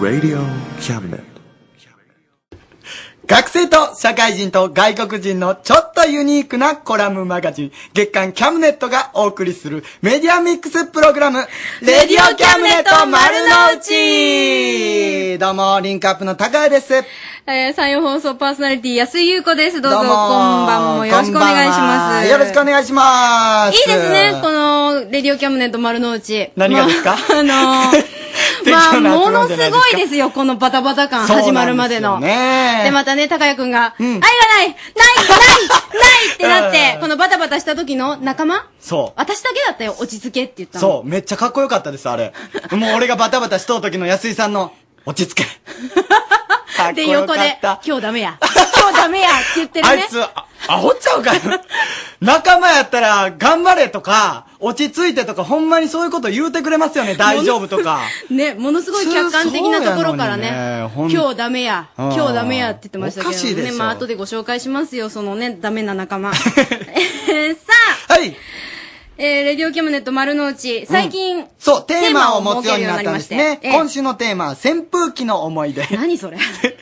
Radio Cabinet. 学生と社会人と外国人のちょっとユニークなコラムマガジン、月刊キャムネットがお送りするメディアミックスプログラム、レディオキャムネット丸の内どうも、リンクアップの高谷です。 えー、山陽放送パーソナリティ、安井優子です。どうぞ、どうこんもばんもよろしくお願いします。こんばんはよろしくお願いします。いいですね、この、レディオキャムネット丸の内。何がですか、あ のー適まあ、当なも集まのりじすゃないですかごいですよ、このバタバタ感、そうなん始ですよねまるまでの。で、またね、高谷くんが、愛がないないないないってなっ うて、んこのバタバタした時の仲間そう。私だけだったよ、落ち着けって言ったの。そう、めっちゃかっこよかったです、あれ。もう俺がバタバタしとう時の安井さんの、落ち着け。かっこ で、よ横かっでた。、今日ダメや。今日ダメやって言ってる あねい。つ、あアホちゃうから仲間やったら、頑張れとか、落ち着いてとか、ほんまにそういうこと言うてくれますよね、大丈夫とか。ね、ものすごい客観的なところ からね、そうやのにねほん今日ダメや、うん今日ダメやって言ってましたおかしけいどでね、しょまあ後でご紹介しますよ、そのね、ダメな仲 間。えーさあ、はい。えーレディオキャムネット丸の内、最近、そう、テーマを持つようになったんですね。テーマを今設週のテーマは、扇風機の思い出。けるようになりましてえー何そ れ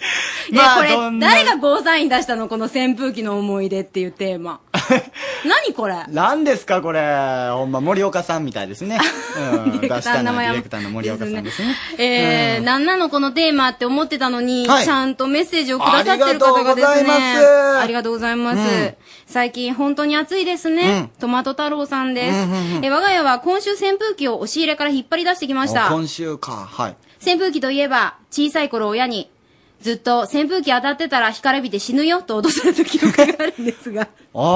え、まあこれどん、な誰がゴーサイン出したのこの扇風機の思い出っていうテーマ。 何これ何ですか、これ。ほんま、森岡さんみたいです ね。うん、ディレクターの出したの名はデ前ィもレクターの森岡さんですね。えーうんなんなのこのテーマって思ってたのに、はいちゃんとメッセージをくださってる方がですね。あありりががとうございますす。最近本当に暑いですね。トマト太郎さんです、うんうんうんえー我が家は今週扇風機を押し入れから引っ張り出してきました。お今週か、はい。扇風機といえば、小さい頃親に、ずっと扇風機当たってたら干からびて死ぬよと脅された記憶があるんですが。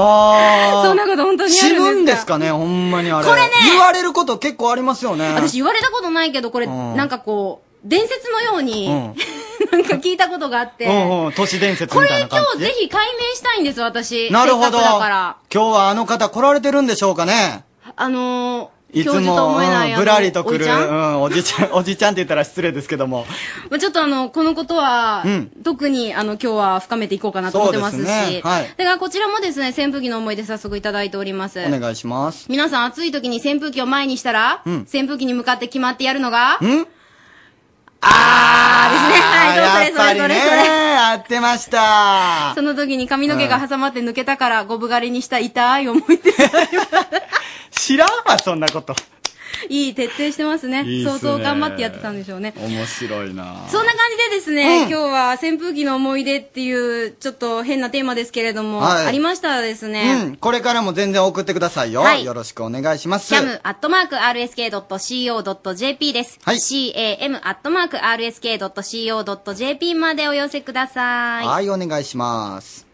あ あ。そんなこと本当にあるんですか死ぬんですかね、ほんまにあれ。これね言われること結構ありますよね。私言われたことないけど、これ、うんなんかこう、伝説のように、 なんか聞いたことがあって。うんうん、都市伝説みたいな今感日じ。ぜひ解明したいんです、私。なるほせど。っかくだから今。日はあの方来られてるんでしょうかね。あのー、いつ教授とも、う思えない、ん、ぶらりと来る、あのおじちゃんうん、おじちゃん、おじちゃんって言ったら失礼ですけども。まあ、ちょっとあの、このことは、うん特にあの、今日は深めていこうかなと思ってますし。そうですねはいだからこちらもですね、扇風機の思い出早速いただいております。お願いします。皆さん暑い時に扇風機を前にしたら、うん扇風機に向かって決まってやるのが、んあーですね。はい、そうそれそれそれそれ。やってましたそ。の時に髪の毛が挟まって抜けたから、ゴブ狩りにした痛い思い出。知らんわ、そんなこと。いい、徹底してますね。いいっすね相当頑張ってやってたんでしょうね。面白いなそんな感じでですね、う今ん日は扇風機の思い出っていう、ちょっと変なテーマですけれども、はいありましたらですうね、ん、これからも全然送ってくださいよ。はいよろしくお願いします。キャムアットマーク RSK.CO.JP です。はい CAM アットマーク RSK.CO.JP までお寄せください。はい、お願いします。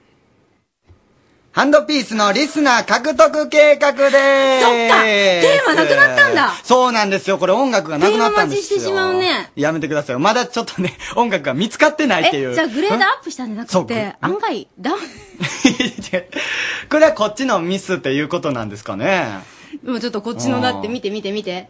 ハンドピースのリスナー獲得計画でーす。そっかテーマなくなったんだそうなんですよ。これ音楽がなくなったんですよ。テーマ待ちしてしまうね。やめてくださいよ。まだちょっとね、音楽が見つかってないっていう。え、じゃあグレードんアップしたんじゃなそうくグレて、案外、だ、これはこっちのミスっていうことなんですかね。もうちょっとこっちのだって見て見て見て。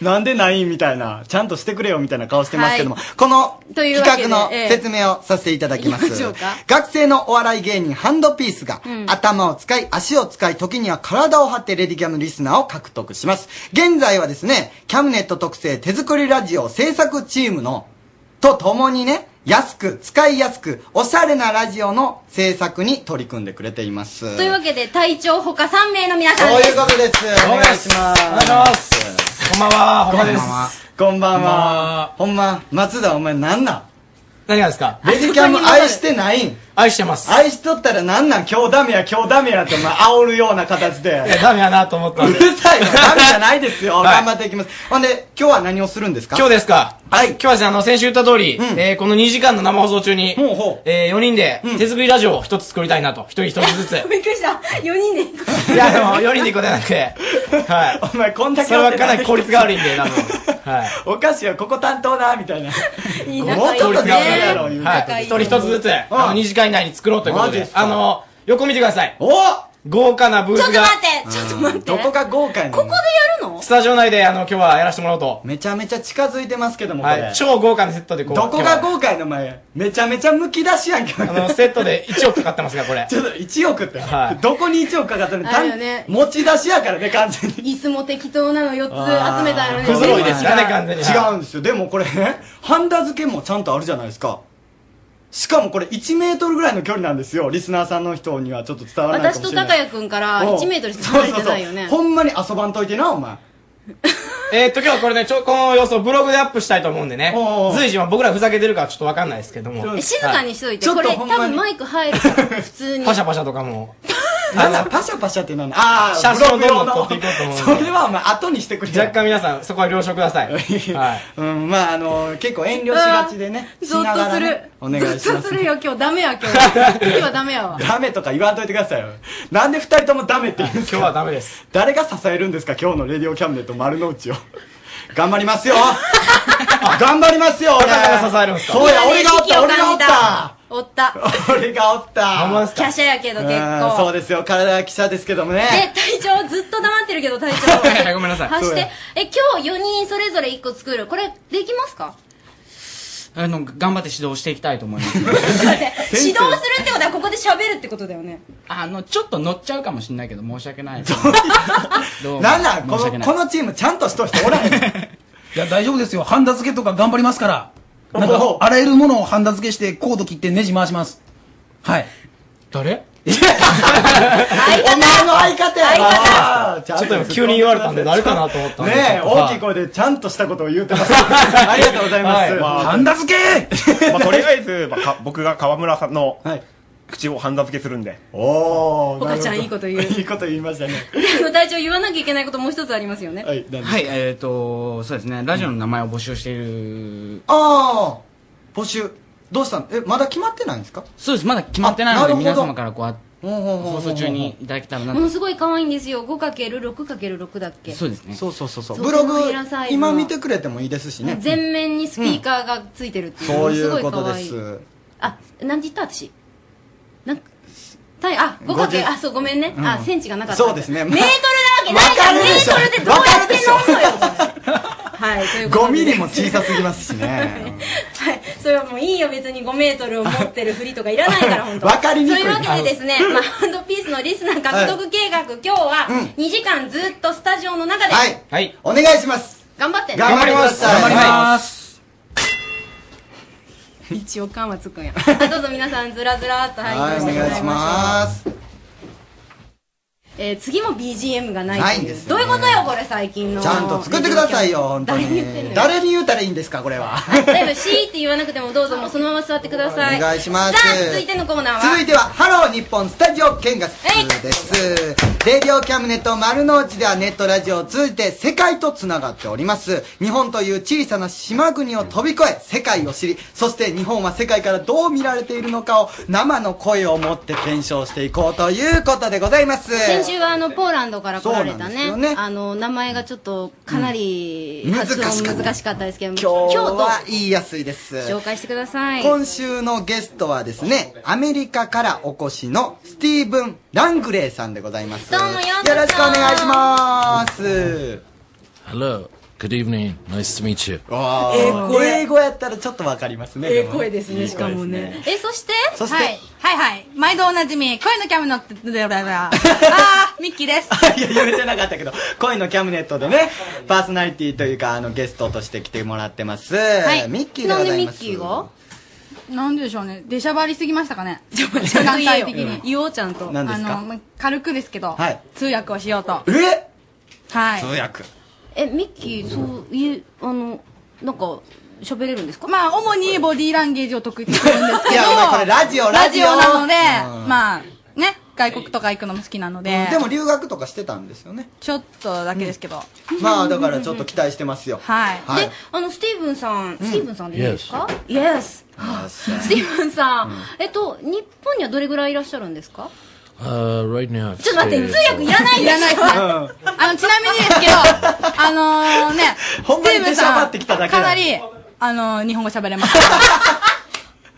なんでないみたいな、ちゃんとしてくれよみたいな顔してますけども、はこのとい企うわけでえ画のえ説明をさせていただきまいす。きましょうか学生のお笑い芸人ハンドピースが、うん頭を使い、足を使い、時には体を張ってレディキャムリスナーを獲得します。現在はですね、キャムネット特製手作りラジオ制作チームの、と共にね、安く、使いやすく、おしゃれなラジオの制作に取り組んでくれています。というわけで、隊長ほか3名の皆そさんうです。いうことです。お願いします。お願いします。こんばんは、ほんまです。こんばんこんばんは。ほんま、松田お前なんなん何がですかレジキャム愛してないん愛してます。い愛しとったらなんなん今日ダメや今日ダメやってお前煽るような形で。や、ダメやなと思っうたんで。るさ いよダメじゃないですよ。はい頑張っていきます。ほんで、今日は何をするんですか今日ですかはい今日はですね、あの、先週言った通り、んえーこの2時間の生放送中に、ほうほうえー4人でん、手作りラジオを1つ作りたいなと。1人1つ ずつ。びっくりした。4人で行こいや、でも、4人で行くことじゃなくて、はい。 お前こんだけそれはかなり効率が悪いんで、多分。はい。おかしいよ、ここ担当だ、みた いな。う。いい もう仲いいちょっとよねね。言うてはい。仲いい一人一つずつ、あの、2時間以内に作ろうということマジっ。ですかあの、横見てください。お豪華なブースちょっとが待ってちょっと待ってどこが豪華やねんここでやるのスタジオ内であの今日はやらせてもらおうと、めちゃめちゃ近づいてますけども、こはれい、。超豪華なセットでこうどこが今豪華やの前。めちゃめちゃむき出しやんけ。日はあのセットで1億かかってますがこれ ちょっと1億って、はいどこに1億かかってるのあれよね持ち出しやからね、完全に。椅子も適当なの4つ集めたのね不揃いですから全ね部違う完全に違うんですよ。でもこれね、ハンダ付けもちゃんとあるじゃないですか。しかもこれ1メートルぐらいの距離なんですよ。リスナーさんの人にはちょっと伝わらないか私もしとれない。高谷君からうん1メートルしか離れてないよねそうそうそうほんまに遊ばんといてな、お前。 えーっと今日はこれねちょこの様子をブログでアップしたいと思うんでねおうおうおう随時まあ僕らふざけてるかはちょっとわかんないですけどもそうえ静かにしといて、はいこちれょっとほ多んまに分マイク入るから普通にパシャパシャとか もなんだ、パシャパシャってなんだ。ああ、写真をブログ用のどんどん撮っていこうと思うんでそれはお前後にしてくれ。若干皆さんそこは了承くだ さい、はい、うん、まああの結構遠慮しがちでね、しゾッながとらすねる。お願いしゾッまとす。するよ、今日。ダメや、今日 は。今日はダメやわ。ダメとか言わんといてくださいよ。なんで二人ともダメって言うんで今す日かはダメです誰が支えるんですか今日のレディオキャムネット丸の内を。頑張ります よ頑張りますよ俺誰が支えるんですかそうや、俺がおった、俺今がおねったおった。俺がおったほんまです華か奢やけど結うんそう構。ですよ、体は記者ですけどもでね。、隊長、ずっと黙ってるけど、隊はい長。ごめんなさい発 そしうやて。え、今日4人それぞれ1個作る。これ、できますかあの、頑張って指導していきたいと思い ます。ちょっと待って指導するってことは、ここで喋るってことだよ ね。あの、ちょっと乗っちゃうかもしれないけど、申し訳ないです。どう もなんなんこ申し訳の、ないこのチームちゃんとしとる人おらへ ん。いや、大丈夫ですよ。ハンダ付けとか頑張りますから。なんおかお、あらゆるものをハンダ付けして、コード切ってネジ回します。はい。誰相お前の相方や相方ちちょっと今急に言われたんで誰かなと思ったんでねえ、ちょっと大きい声でちゃんとしたことを言うてます。ありがとうございます。はいまハンダ付 けまあ、とりあえず、まあか僕が河村さんのはい。口をハンダ付けするんで。おー。岡ちゃんなるほどいいこと言ういいこと言いましたね。方隊長、言わなきゃいけないこともう一つありますよね。はい、なんではい、えっ、ー、と、そうですね、ラジオの名前を募集している、あー、募集。どうしたのえ、まだ決まってないんですかそうです、まだ決まってないので、あなる皆ほど様からこうあ、放放送中に。いただけたらなもと。のすごい可愛いんですよ。5×6×6 だっけそうですね。そうそうそうそう。そうブログこの平サイ、ズの今見てくれてもいいですしね。全面にスピーカーがついてるっていう、そういすごういこと可で愛いす。あなんて言った私なんか単位あ五かけ50あそうごめんね、あセンチがなかったそうですねメートルなわけないじゃんわかるメでしーょトルってどうやって飲むのよはいということで5ミリも小さすぎますしね。はいそれはもういいよ別に5メートルを持ってるふりとかいらないか ら本当わかりにくいそういうわけでですねまあハンドピースのリスナー獲得計画、今日は2時間ずっとスタジオの中ではい。はい。お願いします。頑張ってね頑張ります。頑張ります。一応感はつくんやはいどうぞ皆さんずらずらっとは入っい、てお願いします。えー次も BGM がないないとんいでうすよどういうことよこれ最近のちゃんと 作ってくださいよ、本当誰にに言ってんの。よ誰に言うたらいいんですか、これは。だいぶ「し」って言わなくてもどうぞもうそのまま座ってくださいお願いしますさあ続いてのコーナーは続いては、ハロー日本スタジオ見学です。レディオキャムネット丸の内ではネットラジオを通じて世界とつながっております。日本という小さな島国を飛び越え、世界を知り、そして日本は世界からどう見られているのかを生の声を持って検証していこうということでございます。先週はあのポーランドから来られたそうなんですねよねあの名前がちょっとかなりうん発難し音かった難しかったですけども今日今は日言いやすいです。と紹介してください今週のゲストはですね、アメリカからお越しのスティーブン・ラングレーさんでございます。どうもようこそろしくお願いします。 Hello. Good evening. Nice to meet you. 英語やったらちょっとわかりますね。ええ声ですね、しかもね。え、そしてそしてはい、はいはい。毎度おなじみ、恋のキャムのって、ブ ラブラブラあー、ミッキーです。いや、言えてなかったけど、恋のキャムネットでね、パーソナリティというか、あの、ゲストとして来てもらってます。いミッキーでございます。なんでミッキーがなんででしょうね。出しゃばりすぎましたかね。時ちゃんと間言えよ帯的に。言おうちゃんと何ですあかの、ま軽くですけど、はい通訳をしようと。えはい。訳。えミッキーそういうあのなんか喋れるんですかまあ、主にボディーランゲージを得意とするんですけど。いやお前これラジオララジジオオなので、うんまあ、ね、外国とか行くのも好きなので、でも留学とかしてたんですよね。ちょっとだけですけど。まあ、だからちょっと期待してますよ。はいはいで。あのスティーブンさん、スティーブンさんでいいですか Yes あそうスティーブンさん、えっと日本にはどれぐらいいらっしゃるんですか Uh, right now. ちょっと待って it's, 通訳いらないいでらないしでょすね。 あの、ちなみにですけど、あの ー、ね、ほんまに出しゃばってきただけだ スティーブンさんかなり、あのー、日本語喋れます。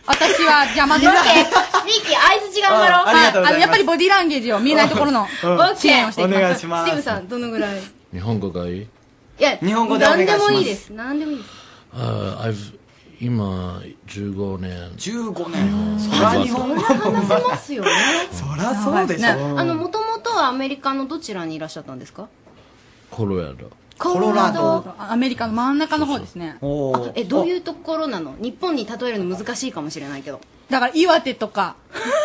私は邪魔ミだ。ッキー、相づち頑張ろう。ああの、やっぱりボディーランゲージを見えないとこ ろのうんうん支援をしていオきます。ッケーお願いしますスティーブさんどのぐらい日本語がいいいや、日本語でお願いします何でもいいです。何でもいいです。あー I've 今15年15年そら日本語話せますよね。そらそうでしねょあの、もともとはアメリカのどちらにいらっしゃったんですかコロラドコロラドアメリカの真ん中の方ですね。おえ、どういうところなの日本に例えるの難しいかもしれないけど。だから岩手とか、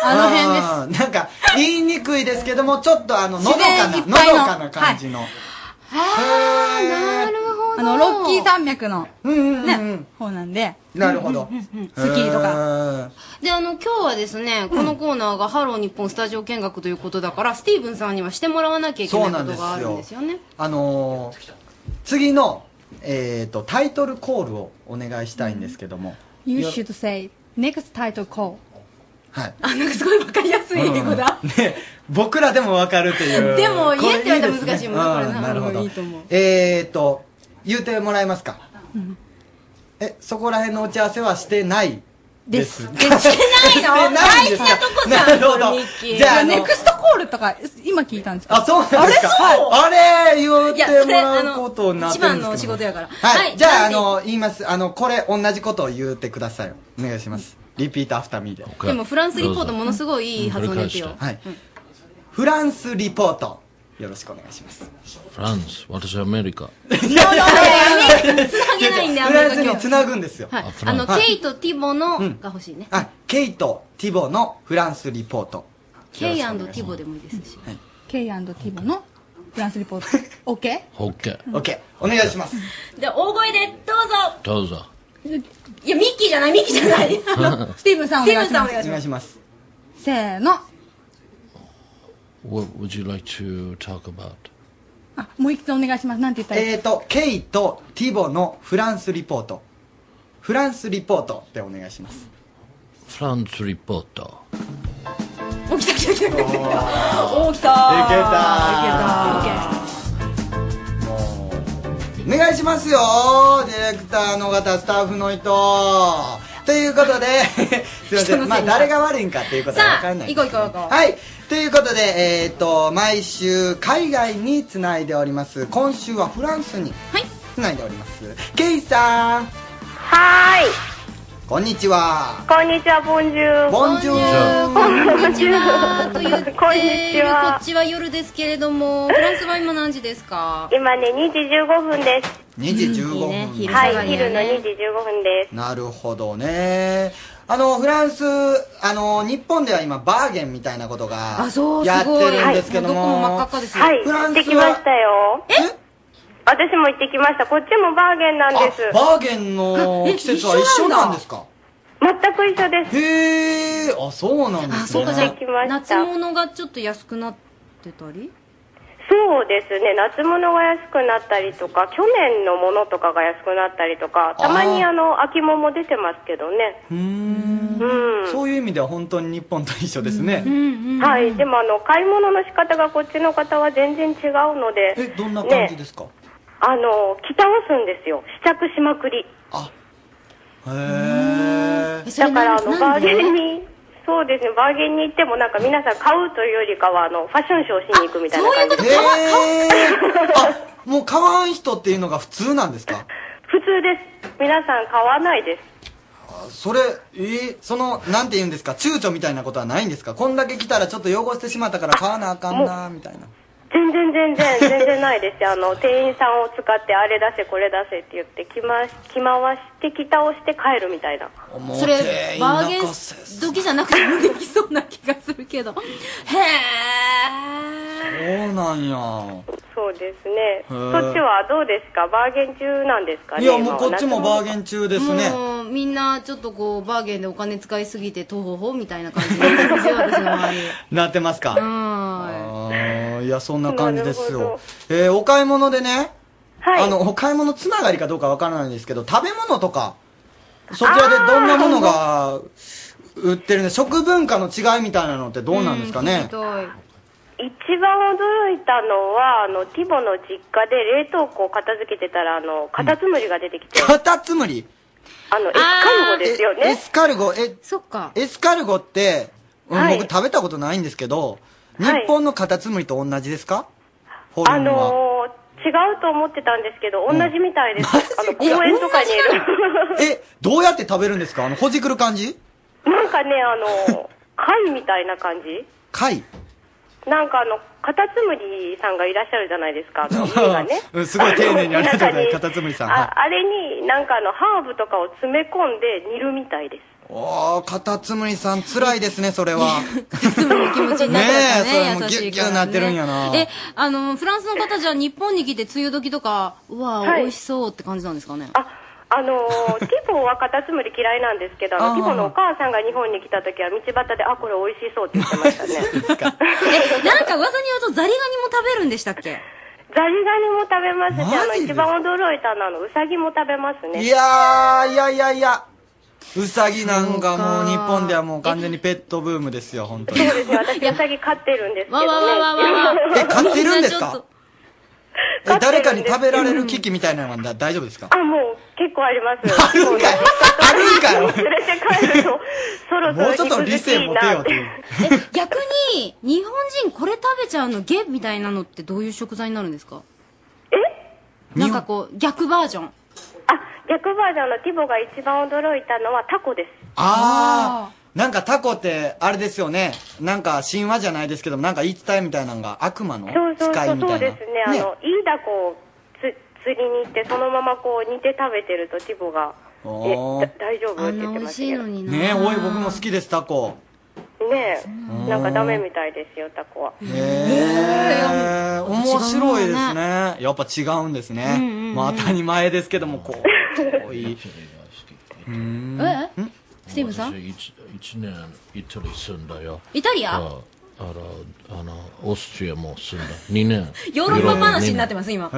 あの辺です。あの辺ですなんか言いにくいですけどもちょっとあののどかな自然いのっどぱいのかな感じの、ああ、なるほど。あの、ロッキー山脈の、ね、方なんで。なるほど、スキーとか。かで、あの、今日はですね、このコーナーがハロー日本スタジオ見学ということだから、スティーブンさんにはしてもらわなきゃいけないことがあるんですよね。あのー次の、えー、とタイトルコールをお願いしたいんですけども、 You should say, next title call. はい、あ、なんかすごいわかりやすい英語だ。僕らでもわかるというでもこれ言えって言われたらですね難しいもんなこれなうんなるほうんどいいと思うえー、と言うてもらえますかえそこら辺の打ち合わせはしてないですしてないしてないのないんですかなるほどじゃああのネクストコールとか、今聞いたんですけどあ、そうなんですかあれ言っいやてそもれらうことになってるん一番ですけどの仕事やからはい、はいじゃあ、あなんでの、言います。あの、これ、同じことを言ってください。お願いします。リピートアフターミーで。でもフランスリポートものすごいいい発音ですよ。はい。フランスリポート。よろしくお願いします。フランス私はアメリカつなげないんで、アメリカ今フランスに日。つなぐんですよ。はい。あの、ケイとティボのが欲しいね。あ、ケイト・ティボのフランスリポート。ケイティボでもいいですし。 K&T ボのフランスリポー ト。OK? ホッケオッケーお願いします。で、大声で、どうぞどうぞいや、ミッキーじゃない、ミッキーじゃない。スティーブンさんお願いしスティーブンさんおま願いしますお願す。いします。せーの。 What would you like to talk about? あ、もう一度お願いします。なんて言ったらいいえーと、ケイト・ティボのフランスリポート。フランスリポートでお願いします。フランスリポートお、来た来た来た来た来た。お、来たいけいたけた。お願いしますよディレクターの方スタッフの人ということで すいませんまあ誰が悪いんかっていうことは分かんない行こう行こう行こう。はいということでえっ、と毎週海外につないでおります今週はフランスにつないでおります、ケイさんはーい。こんにちはこんにちは、ボンジュール。ボンジュールここんにちはと言ってるここんにちはっちは夜ですけれどもフランスは今何時ですか今ね、2時15分で2時15分、す。はい、昼の2時15分です。なるほどねあのフランスあの日本では今バーゲンみたいなことがあそうすごいやってるんですけども,、はい、フラ行っンスてきまはしたよ。え私も行ってきました。こっちもバーゲンなんです。バーゲンの季節は一緒なんですか全く一緒です。へえあそうなんですねあそうかじゃ行ってきまあし夏た。物がちょっと安くなってたりそうですね、夏物が安くなったりとか、去年のものとかが安くなったりとか、たまにあの、秋物も出てますけどね。うーんそういう意味では本当に日本と一緒ですね、はい、でもあの買い物の仕方がこっちの方は全然違うので、えどんな感じね、ですか、あの着倒すんですよ、試着しまくり。へえだからあのバーゲンにに、そうですね、バーゲンに行ってもなんか皆さん買うというよりかはあのファッションショーしに行くみたいな感じ。へえあもう買わん人っていうのが普通なんですか普通です。皆さん買わないです。あそれえーそのなんて言うんですか躊躇みたいなことはないんですかこんだけ来たらちょっと汚してしまったから買わなあかんなみたいな全然全然全然ないですよあの店員さんを使ってあれ出せこれ出せって言って着ま着回して着倒して帰るみたいなそれバーゲン時じゃなくてもできそうな気がするけどへそうなんやそうですねーそっちはどうですかバーゲン中なんですかねいやもうこっちもバーゲンン中ですえねもうみんなちょっとこうバーゲンでお金使いすぎてとほほみたいな感じなんですよ私の周りなってますか、はあーいやそんな感じでなするほよど、えーお買い物でね、はいあのお買い物つながりかどうかわからないんですけど食べ物とかそちらでどんなものが売ってるね食文化の違いみたいなのってどうなんですかね、一番驚いたのはあのティボの実家で冷凍庫を片付けてたらあのカタツムリが出てきて、カタツムリあの、エスカルゴですよエね。スカルゴ、え、そっか。エスカルゴって、うんはい僕食べたことないんですけど、日はい本のカタツムリと同じですかフォあルムは。のー、違うと思ってたんですけど、同じみたいです。あの、公園とかにいる。え、どうやって食べるんですかあの、ほじくる感じ なんかね、あのー、貝みたいな感じ貝。なんかあの、カタツムリさんがいらっしゃるじゃないですか、あの家がね うんすごい丁寧にありがとうご ざいますカタツムリさんはいああれに、なんかあの、ハーブとかを詰め込んで煮るみたいです。おー、カタツムリさん辛いですね、それは。気持ちになっちゃったねねえそれもう優しいギュッギュッなってるんやなえ、あの、フランスの方じゃあ日本に来て梅雨時とか、うわぁ、はい美味しそうって感じなんですかね。あ のー、ティボはカタツムリ嫌いなんですけど、あの、ティボのお母さんが日本に来た時は道端で、あ、これ美味しそうって言ってましたね。え、なんか噂によるとザリガニも食べるんでしたっけザリガニも食べますし、あの、マジ一で番驚いたのは、あの、ウサギも食べますね。いやー、いやいやいや。ウサギなんかもう日本ではもう完全にペットブームですよ、本当に。そうですね、私、ウサギ飼ってるんですけどわね。わわわわ わ。え、飼ってるんですかえ、飼ってる誰んですかに食べられる危機みたいなのはだ大丈夫ですかあ、もう、結構あります。 あるんかいあるんかいおい連れて帰ると、そろそろもうちょっと理性持てよっ肉てい好きなう。え、逆に、日本人これ食べちゃうのゲみたいなのってどういう食材になるんですかえなんかこう、逆バージョン。あ、逆バージョンのティボが一番驚いたのはタコです。あー。なんかタコって、あれですよね。なんか神話じゃないですけど、なんか言い伝えみたいなのが悪魔のそうそう使そ、いうみたそういな。ですね。あの、イイダコをつ釣りに行って、そのままこう、煮て食べてるとティボが、え、おーだ大丈夫あってん言なって美ま味ししいたのになねえ、おい、僕も好きです、タコ。けど。ねえ、なんかダメみたいですよ、タコは。へー、面白い違でうすもんね。やっぱ違うんですね。まあ当たり前ですけども、こう、遠い。えスティーブさん私一一年イタリア住んだよイタリあアあらあのオーストリアも住んだ2年ヨーロッパ話になってます、今。へー。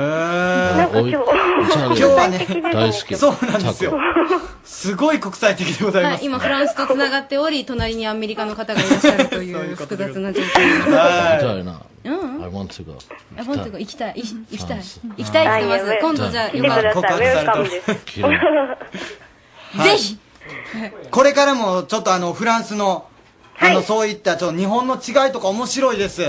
なんか今日今日はね、大好きそうなんですよ。すごい国際的でございはまい、す。今フランスとつながっており、隣にアメリカの方がいらっしゃると いう複雑な状況。行きたいな。うん。 I want to go. あ、ボンとこ行きたい。い行きたい。チャン行きたいって言ってます。は今い度じゃあ、来てく今、ださい。ぜウェルカムです。きれいひこれからもちょっとあの、フランスの、あの、はいそういったちょっと日本の違いとか面白いです。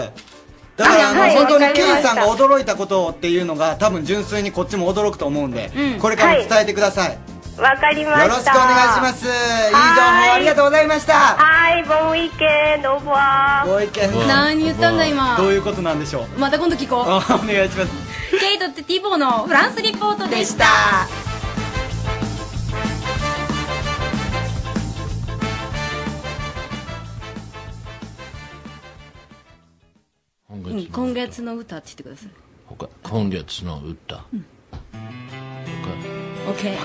だからあの、はい本当にわかケりイましたさんが驚いたことっていうのが多分純粋にこっちも驚くと思うんで、これからも伝えてください。よわかりました。ろしくお願いします。いい情報ありがとうございました。はい、ボンウィーケンド、オブワー。ご意見、何言ったんだ、今ど。ういうことなんでしょう。また今度聞こあお願いします。う。ケイトってティボーのフランスリポートでした。今うん今月の歌って言ってください。他今月の歌。オッケー。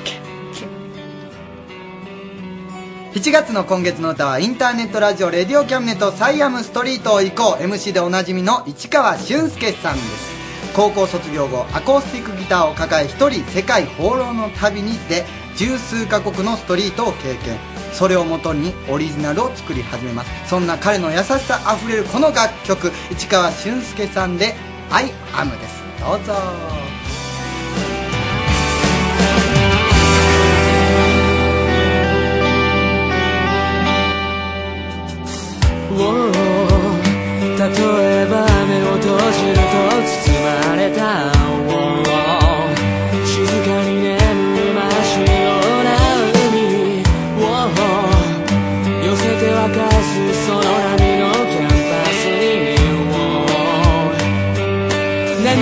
7月の今月の歌はインターネットラジオ「レディオキャムネットサイアムストリートを行こう」MC でおなじみの市川俊介さんです高校卒業後アコースティックギターを抱え一人世界放浪の旅に出十数カ国のストリートを経験それをもとにオリジナルを作り始めますそんな彼の優しさあふれるこの楽曲市川俊介さんで「I am」ですどうぞ例えば目を閉じると包まれた静かに眠る真っ白な海寄せて沸かすその波のキャンパスに何を描い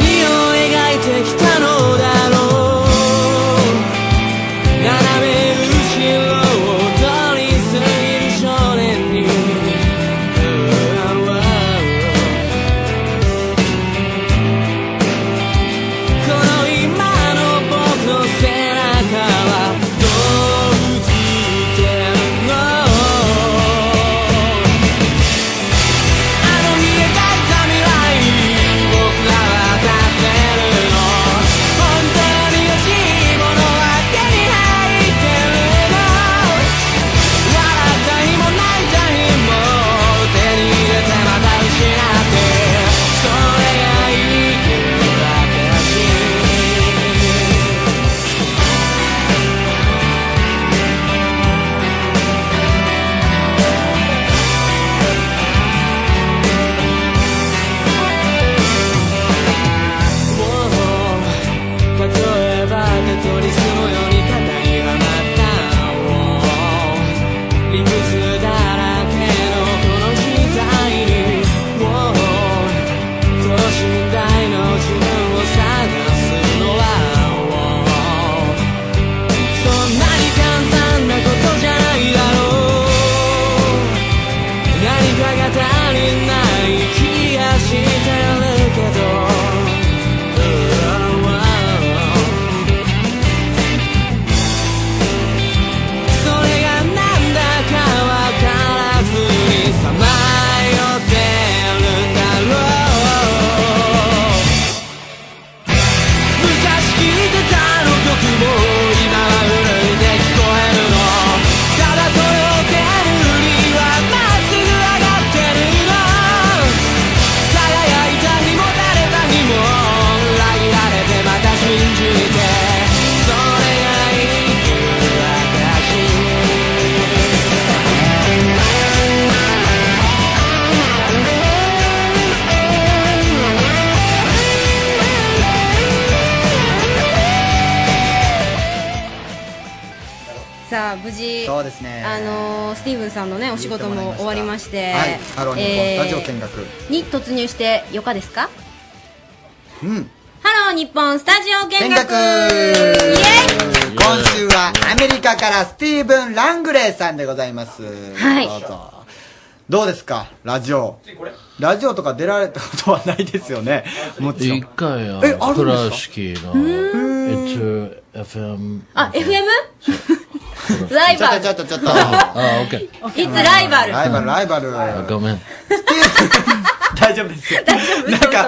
てきたのだろう斜め後ろを通り過ぎる少年にそうですねあのースティーブンさんのねお仕事も終わりまして、はいハローニッポンスタジオ見え学、ーに突入してよかですかうんハロー日本スタジオ見学今週はアメリカからスティーブン・ラングレーさんでございますはいどうぞどうですかラジオラジオとか出られたことはないですよねもちろん一回あえあるのん倉ですか敷のう It's FM あ FM ライバルちょっとちょっとちょっとあオッケー いつライバルライバルライバルあごめん大丈夫で すよなんか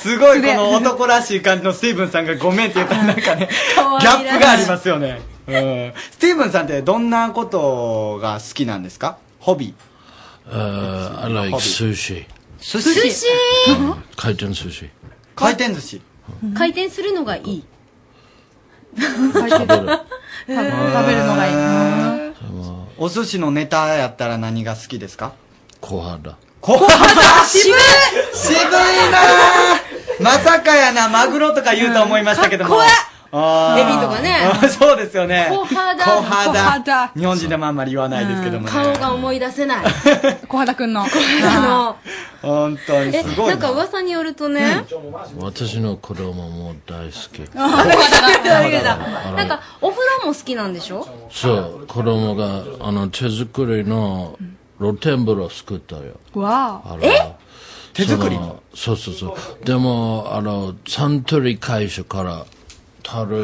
すごいこの男らしい感じのスティーブンさんがごめんって言ったらな んかねギャップがありますよねうんスティーブンさんってどんなことが好きなんですかホビーあ I like ホビー sushi 寿寿司回転寿司回転寿司回転するのがいい食べるべるのがいいお寿司のネタやったら何が好きですか小肌小肌渋い渋いなーまさかやな、マグロとか言うと思いましたけども。あーエビとかねあー そうですよね。小肌小肌小肌日本人でもあんまり言わないですけどもね。顔が思い出せない 小肌くんの。あの本当にえすごないんかな。噂によるとね、私の子供も大好き なんかお風呂も好きなんでしょそう子供があの手作りの露天風呂作ったよわあえ手作りのそうそうそうでもあのサントリー会社から樽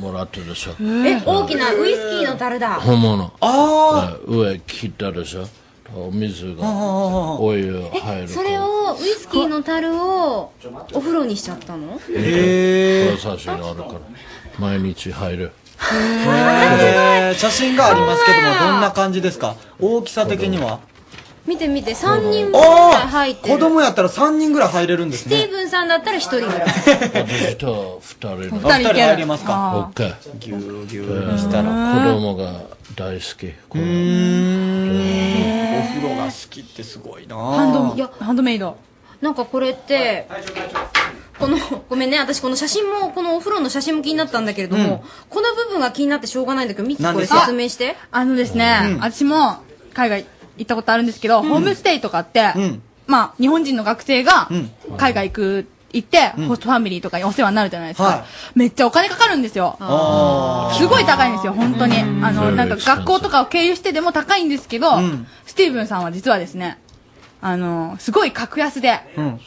もらったでしょえ大きなウイスキーの樽だ本物あえ上切ったでしょお水ーあがー。お湯入るそれをウイスキーの樽をお風呂にしちゃったのへ優しいがあるから毎日入るえ。写真がありますけども、どんな感じですか大きさ的には見て見て3人分ぐらいあ入っあて子る供やったら3人ぐらい入れるんですスティねー。ブンさんだったら1人ぐらい私と二人のあ二人二人いける入りますかあ OK ぎゅうぎゅうにしたら。子供が大好きこれお風呂が好きってすごいなハンドいやハンドメイド。なんかこれってこのごめんね私この写真もこのお風呂の写真も気になったんだけれども、この部分が気になってしょうがないんだけどミキ何こでれすか説明してあのですね、私も海外行ったことあるんですけど、ホームステイとかって、うんまあ、日本人の学生がん海外行く、行って、ホストファミリーとかにお世話になるじゃないですか。はめっちゃお金かかるんですよ。あすごい高いんですよ、本当に。あの、 Very なんか学校とかを経由してでも高いんですけど、んスティーブンさんは実はですね、あの、すごい格安で、ん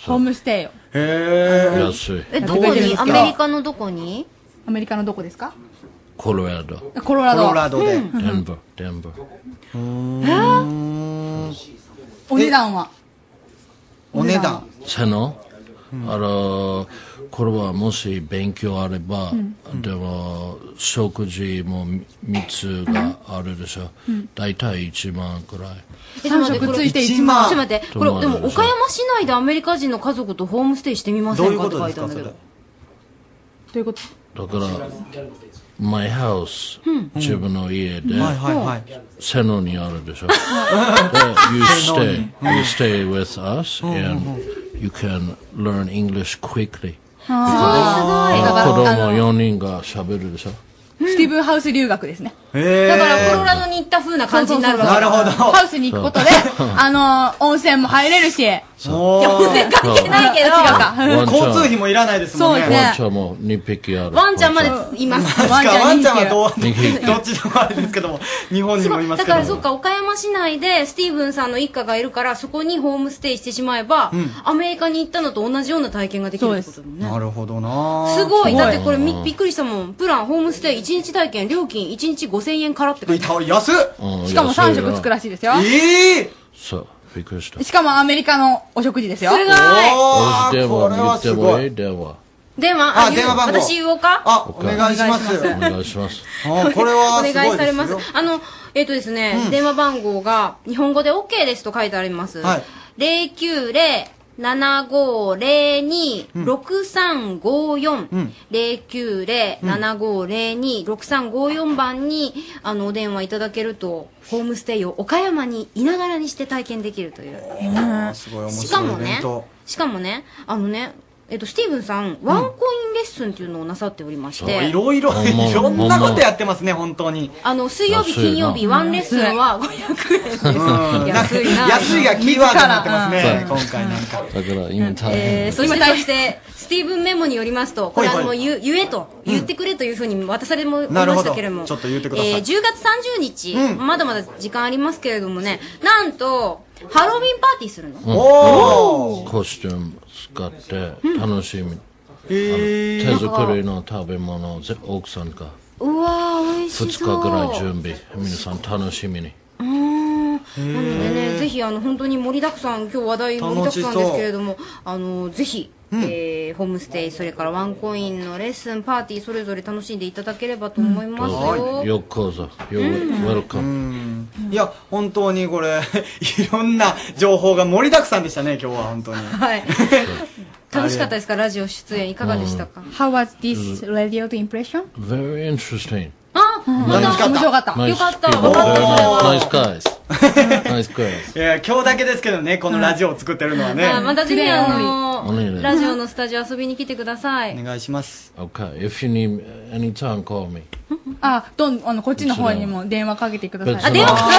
ホームステイを。ーへえ安いえどどここですにかアメリカのどこにアメリカのどこですかコロラドコロラコド。ロラドでデンバーデンバーお値段は。お値段せの、あのこれはもし勉強あれば、でも食事も密があるでしょ、大体1万くらいえちょっと待って三こ食れついて一1万万。ちょっと待って、これ、でも、岡山市内でアメリカ人の家族とホームステイしてみませどうんいうかっこてと書でいたんだすかそけれど。ということだからマイハウス、自分の家で、はいはいはいセノにあるで しょで You stay you stay with us and you can learn English quickly あの子供4人が喋るでしょスティーブンハウス留学ですね。へだから、えコロラドに行った風な感じになるわけなるほどハウスに行くことで、あの、温泉も入れるし、おー関係ないけど、あ違うか。ワンち交通ゃ費んもいらないですもそんうねねワンちゃんも2匹あるワンちゃんまでいます。確かワワンンちちゃゃんんははど二う匹どっちでもあれですけども日本にすもごいいまだすけどから、もそっか、岡山市内でスティーブンさんの一家がいるから、そこにホームステイしてしまえば、アメリカに行ったのと同じような体験ができるってことだもんね。なるほどなすごい。だってこれみびっくりしたもん。プラン、ホームステイ1日体験、料金1日5000円からって書いてある。いや安っうんしかも3食安いつよくらしいですよ。ええそう、びっくりした。しかもアメリカのお食事ですよ。すごいおおー電これ話は見てすもごいいい電話。電話、あ言う電話番号私言おうかあお願いします お願いします。あこれはおすごいですよ願いされます。あの、えっ、とですね、電話番号が日本語で OK ですと書いてあります。はい090-7502-6354。090-7502-6354番に、あの、お電話いただけると、ホームステイを岡山にいながらにして体験できるという。あーすごい面しか白いもイベねント、しかもね、あのね、えっと、スティーブンさん、ワンコインレッスンっていうのをなさっておりましそうて。いろいろ、ほんまいろんなことやってますね、本当に。あの、水曜日、安いな金曜日、ワンレッスンはうん安いな安いがキーワードになってますね、そう今回なんか。だから今大えー変。そして、そして、スティーブンメモによりますと、これ、はあいはいの、言う言えと、言ってくれというふうに渡されもいまなるほしたど。けれども、ちょっと言ってください。えー10月30日、うんまだまだ時間ありますけれどもね、なんと、ハロウィンパーティーするの。うんおコスチューム使って楽しみ。へ手作りの食べ物をぜ奥さんがうわー、美味2し日そう。ぐらい準備。皆さん楽しみに。うーんなのでね、ぜひあの本当に盛りだくさん、今日話題盛りだくさんですけれども、あのぜひ、えーホームステイ、それからワンコインのレッスン、パーティー、それぞれ楽しんでいただければと思いますよ。よくこぞ。You're welcome. いや、本当にこれ、 いろんな情報が盛りだくさんでしたね、今日は本当に。はい。楽しかったですか、ラジオ出演、いかがでしたか。 How was this radio impression? Very interesting. あ、また面白かった。 Nice よかった。 people. わかっ Very nice. Nice guys. Nice girls. いや、今日だけですけどね、このラジオを作ってるのはね。あまたぜひあのお願いねラジオのスタジオ遊びに来てください。 お願いします。 Okay. If you need any time, call me. たあ、どん、あの、こっちの方にも電話かけてください。別にあ電話か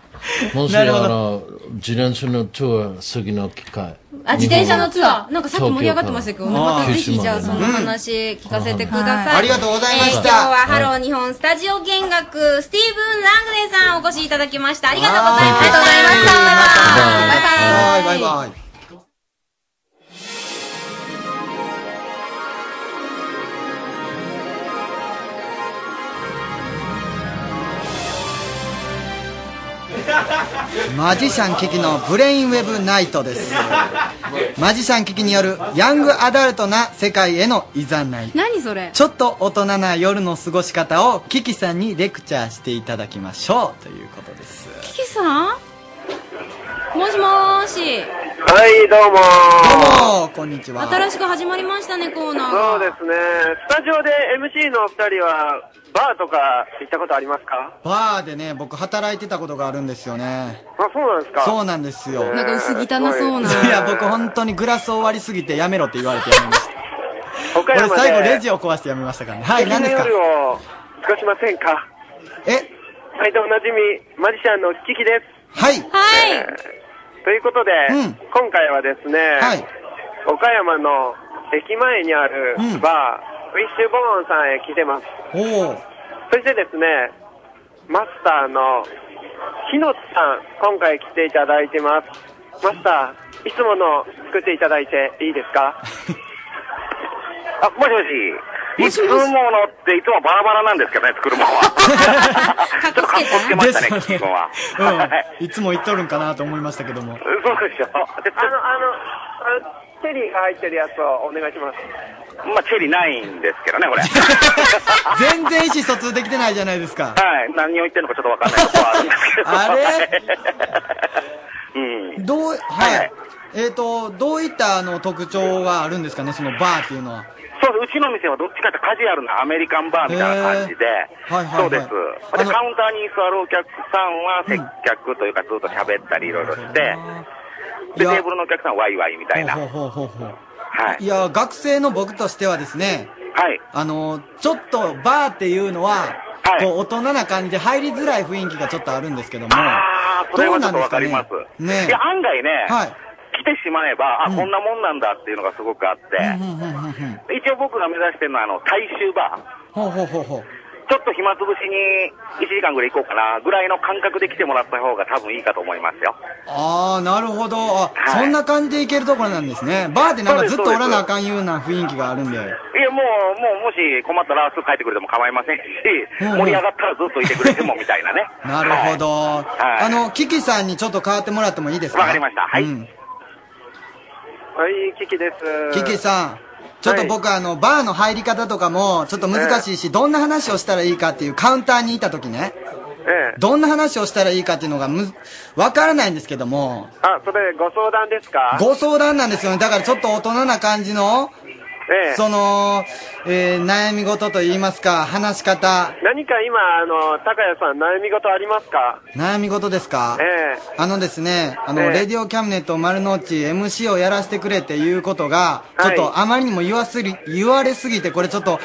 もしあなるほどの自転車のツアー次の機会。あ、自転車のツアー。なんかさっき盛り上がってましたけど、東京からまたぜひじゃあそのうん話聞かせてください。うんありがとうございましえーた今日はハロー日本スタジオ見学、スティーブン・ラングレーさんお越しいただきました。ありがとうございました。バイバイ。バイバイ。マジシャンキキのブレインウェブナイトです。マジシャンキキによるヤングアダルトな世界へのいざない。何それちょっと大人な夜の過ごし方をキキさんにレクチャーしていただきましょうということです。キキさんもしもーし。はい、どうどもうもこんにちは。新しく始まりましたね、コーナーが。そうですね。スタジオで MC のお二人は、バーとか行ったことありますかバーでね、僕働いてたことがあるんですよね。あ、そうなんですかそうなんですよ。なんか薄汚そうないや、僕本当にグラスを割りすぎてやめろって言われてやめました。岡俺山で。最後レジを壊してやめましたからね。はい、何ですか敵の夜を過ごしませんかえ毎度おなじみ、マジシャンのキキです。はい。はい。ということで、今回はですね、岡山の駅前にあるバー、ウィッシュボーンさんへ来てます。おお。そしてですね、マスターの日野さん、今回来ていただいてます。マスター、いつもの作っていただいていいで すかあ、もしもし。いつものっていつもバラバラなんですけどね、作るもの は。ちょっと格好つけましたね、ですキキ君は。うん。いつも言っとるんかなと思いましたけ ども。そうでしょ。あの、あの、あのチェリーが入ってるやつをお願いします。まあ、チェリーないんですけどね、これ。は全然意思疎通できてないじゃないですか。い。何を言ってるのかちょっとわかんないとこはあるんですけど。あれ うん。どう、はい。えっと、どういったあの特徴があるんですかね、そのバーっていうのは。そうです。うちの店はどっちかってカジュアルなアメリカンバーみたいな感じで。はいはいはいそうです。で、カウンターに座るお客さんは接客というかずっと喋ったりいろいろして、で、テーブルのお客さんはワイワイみたいな。ほうはほうほうほう。い。いや、学生の僕としてはですね、はい。あの、ちょっとバーっていうのは、こう大人な感じで入りづらい雰囲気がちょっとあるんですけども、あーそれはちょっとわかります。ねいや、案外ね、はい来てしまえば、あ、こんなもんなんだっていうのがすごくあって、一応僕が目指してるのは、あの、大衆バー。ほうほうほうほう。ちょっと暇つぶしに1時間ぐらい行こうかなぐらいの感覚で来てもらった方が多分いいかと思いますよ。ああ、なるほど。あ、そんな感じでいけるところなんですね。バーってなんかずっとおらなあかんような雰囲気があるんで。いや、もう、もう、もし困ったらすぐ帰ってくれても構いませんし、うんうん盛り上がったらずっといてくれてもみたいなね。 なるほど。いあの、キキさんにちょっと変わってもらってもいいですかわかりましたはいうんはい、キキです。キキさん。ちょっと僕、あの、バーの入り方とかも、ちょっと難しいし、どんな話をしたらいいかっていうカウンターにいた時ね、ええ。どんな話をしたらいいかっていうのがむ、わからないんですけども、あ、それご相談ですかご相談なんですよね。だからちょっと大人な感じの、ええ。その、えー悩み事と言いますか、話し方。何か今、あの、高谷さん悩み事ありますか悩み事ですか、えあのですね、あの、ええレディオキャムネット丸の内 MC をやらせてくれっていうことが、ちょっとあまりにも言わすり、言われすぎて、これちょっと、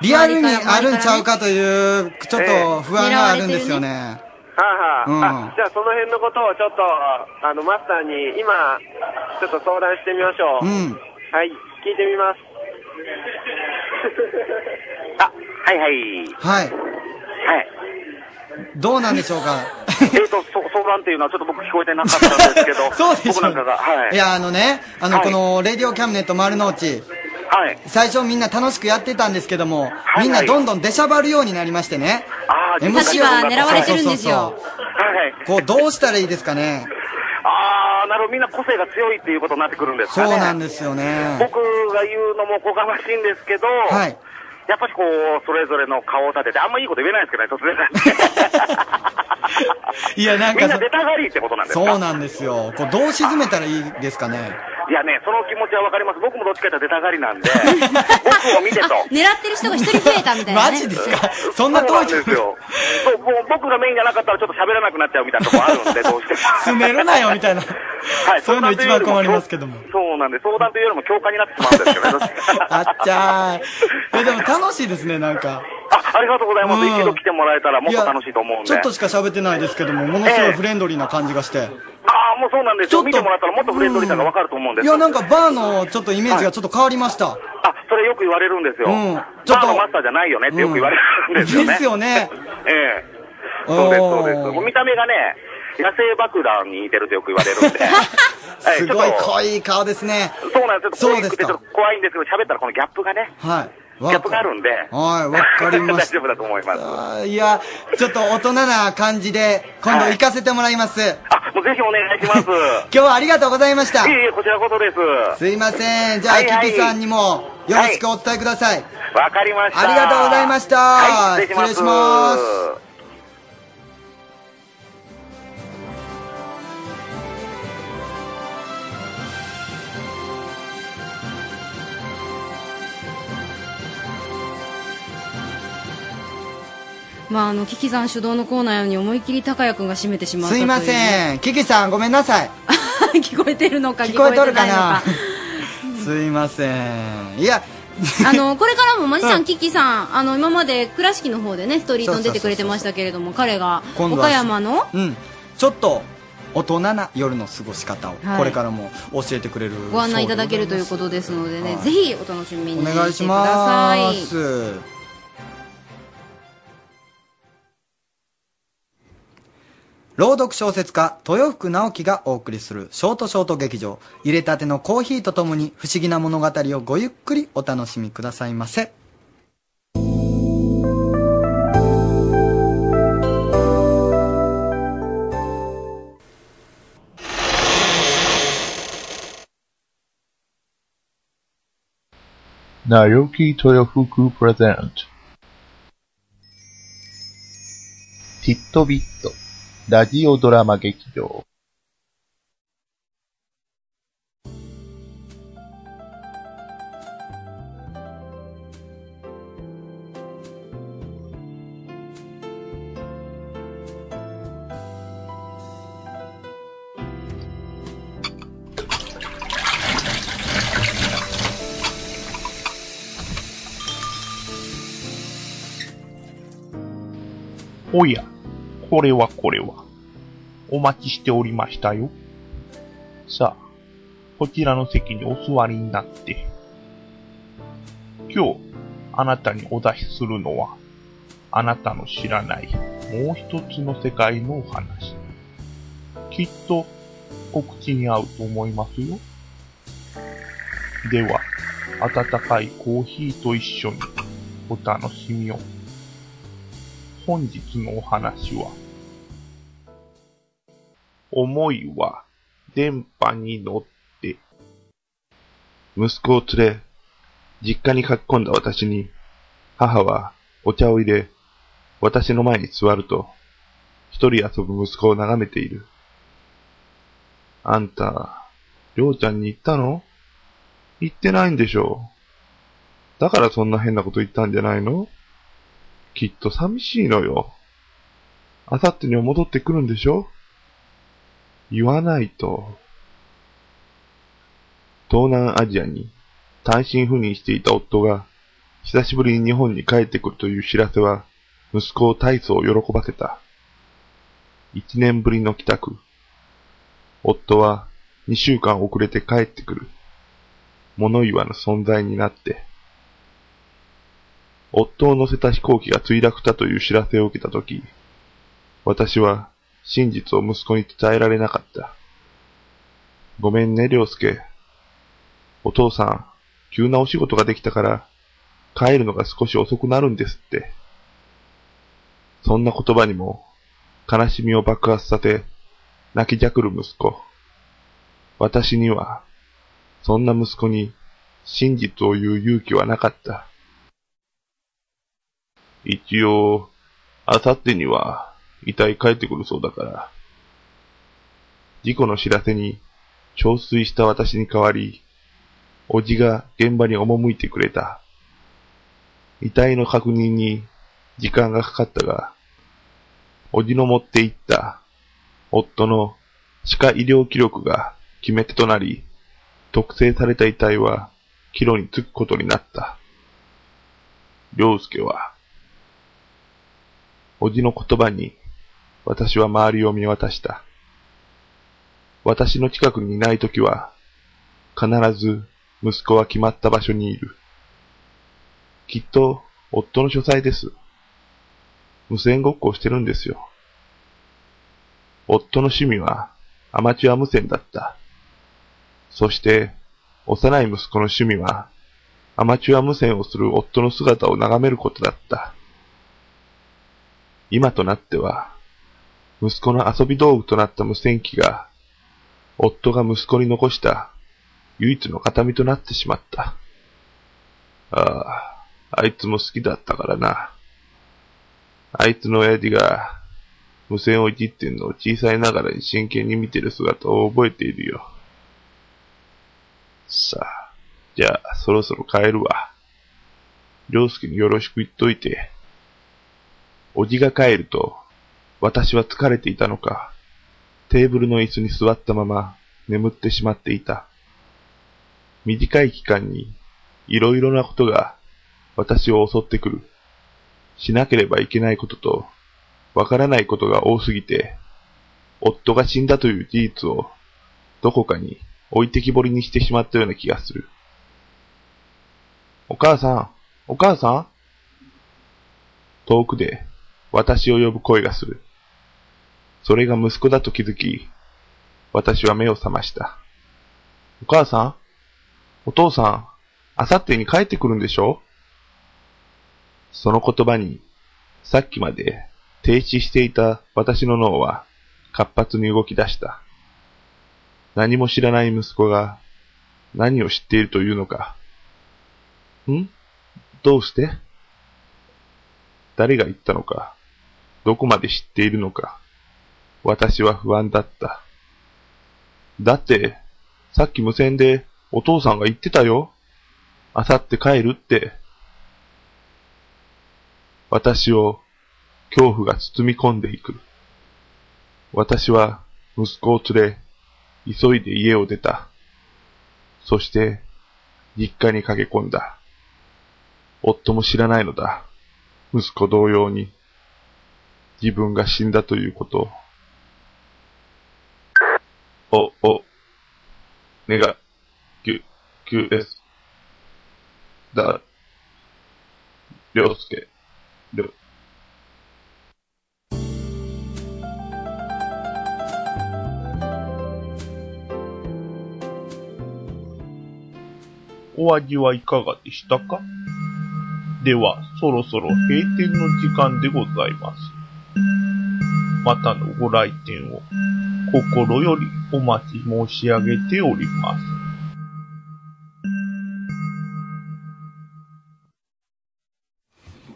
リアルにあるんちゃうかという、ちょっと不安があるんですよね。はあ、はあうんあ、じゃあその辺のことをちょっと、あの、マスターに今、ちょっと相談してみましょう。うん。はい、聞いてみます。はいはい。ははい。い。どうなんでしょうかえっと、そ相談っていうのはちょっと僕聞こえてなかったんですけど、 そうでしょ僕なんかが、はい。いや、あのね、あの、はいこの、レディオキャムネット丸の内。はい。最初みんな楽しくやってたんですけども、みんなどんどん出しゃばるようになりましてね。あー MC 立場狙われてるんですよそうそうはい。そうこう、どうしたらいいですかね。あー、なるほど、みんな個性が強いっていうことになってくるんですそかうね。なんですよね。僕が言うのもおこがましいんですけど、はい。やっぱりこう、それぞれの顔を立てて、あんまいいこと言えないですけどね、突然なんで。 いや、なんみんかなそ、出たがりってことなんですかそうなんですよ。こう、どう沈めたらいいですかね。いやね、その気持ちはわかります。僕もどっちかというと出たがり なんで、僕を見てと。狙ってる人が一人増えたみたいな、ね。マジですかそんなそうなんですよ。そうもう僕がメインじゃなかったらちょっと喋らなくなっちゃうみたいなとこあるんで、どうしても。詰めるなよ、みたいな。はい、そういうの一番困りますけども。そうなんで、相談というよりも共感になってしまうんですけどね。あっちゃーい。え、でも楽しいですね、なんか。あありがとうございます。うん一度来てもらえたらもっと楽しいと思うんで。ちょっとしか喋ってないですけども、ものすごいフレンドリーな感じがして。ああ、もうそうなんですよ。見てもらったらもっとフレンドリーさがわかると思うんでいすや、なんかバーのちょっとイメージがちょっと変わりました。あ、それよく言われるんですよ。うんちょっと。マスターじゃないよねってよく言われるんですよね。ですよね。ええそうです、そうです。もう見た目がね、野生爆弾に似てるとよく言われ るんで。はすちょっごいと濃い顔ですね。そうなんです。ちょっとそうでこういうすかちょっと怖いんですけど、喋ったらこのギャップがね、はい。ギャップがあるんで。はい、わかり まし大丈夫だと思います。た。いや、ちょっと大人な感じで、今度行かせてもらいます。もうぜひお願いします。今日はありがとうございました。いえいえ、こちらこそです。すいません。じゃあ、はいはいキピさんにも、よろしくお伝えください。わかりました。ありがとうございましたはい、失礼します。失礼しますまあ、あの、キキさん主導のコーナーに思い切り高谷くんが締めてしまったすいまん。せん。キキさん、ごめんなさい。聞こえてるのか聞聞こえこえてなといのるかかなすいません。いや、あのこれからもマジさ、うんんキキさんあの今まで倉敷の方でねストリートに出てくれてましたけれども彼が今度は岡山のうん。ちょっと、大人な夜の過ごし方を、はいこれからも教えてくれる。ご案内いただけるということですのでね、はいぜひお楽しみおにしてくだ願いしさいます。朗読小説家、豊福直樹がお送りするショートショート劇場、入れたてのコーヒーとともに不思議な物語をごゆっくりお楽しみくださいませ。 Naoki Toyofuku present ティットビットラジオドラマ劇場おや、これはこれは。お待ちしておりましたよ。さあ、こちらの席にお座りになって。今日、あなたにお出しするのは、あなたの知らないもう一つの世界のお話。きっと、お口に合うと思いますよ。では、温かいコーヒーと一緒にお楽しみを。本日のお話は、思いは電波に乗って、息子を連れ、実家に書き込んだ私に、母はお茶を入れ、私の前に座ると、一人遊ぶ息子を眺めている。あんた、りょうちゃんに言ったの言ってないんでしょう。だからそんな変なこと言ったんじゃないのきっと寂しいのよ。あさってには戻ってくるんでしょ言わないと。東南アジアに単身赴任していた夫が、久しぶりに日本に帰ってくるという知らせは、息子を大層喜ばせた。一年ぶりの帰宅。夫は二週間遅れて帰ってくる。物言わぬ存在になって。夫を乗せた飛行機が墜落したという知らせを受けたとき、私は真実を息子に伝えられなかった。ごめんね、良介。お父さん、急なお仕事ができたから、帰るのが少し遅くなるんですって。そんな言葉にも、悲しみを爆発させ、泣きじゃくる息子。私には、そんな息子に、真実を言う勇気はなかった。一応、あさってには、遺体帰ってくるそうだから。事故の知らせに、憔悴した私に代わり、おじが現場に赴いてくれた。遺体の確認に時間がかかったが、おじの持って行った夫の歯科医療記録が決め手となり、特定された遺体は帰路に着くことになった。良介は、おじの言葉に私は周りを見渡した。私の近くにいないときは、必ず息子は決まった場所にいる。きっと夫の書斎です。無線ごっこをしてるんですよ。夫の趣味はアマチュア無線だった。そして、幼い息子の趣味は、アマチュア無線をする夫の姿を眺めることだった。今となっては、息子の遊び道具となった無線機が、夫が息子に残した唯一の形見となってしまった。ああ、あいつも好きだったからな。あいつの親父が無線をいじってんのを小さいながらに真剣に見てる姿を覚えているよ。さあ、じゃあそろそろ帰るわ。良介によろしく言っといて。おじが帰ると、私は疲れていたのか、テーブルの椅子に座ったまま眠ってしまっていた。短い期間にいろいろなことが私を襲ってくる。しなければいけないことと、わからないことが多すぎて、夫が死んだという事実をどこかに置いてきぼりにしてしまったような気がする。お母さん、お母さん遠くで私を呼ぶ声がする。それが息子だと気づき、私は目を覚ました。お母さんお父さん、あさってに帰ってくるんでしょその言葉に、さっきまで停止していた私の脳は活発に動き出した。何も知らない息子が何を知っているというのか。んどうして誰が言ったのか、どこまで知っているのか、私は不安だった。だって、さっき無線でお父さんが言ってたよ。あさって帰るって。私を恐怖が包み込んでいく。私は息子を連れ、急いで家を出た。そして、実家に駆け込んだ。夫も知らないのだ。息子同様に、自分が死んだということを。お、お、ねが、きゅ、きゅえ、だ、りょうすけ、りょう、お味はいかがでしたかでは、そろそろ閉店の時間でございます。またのご来店を心よりお待ち申し上げております。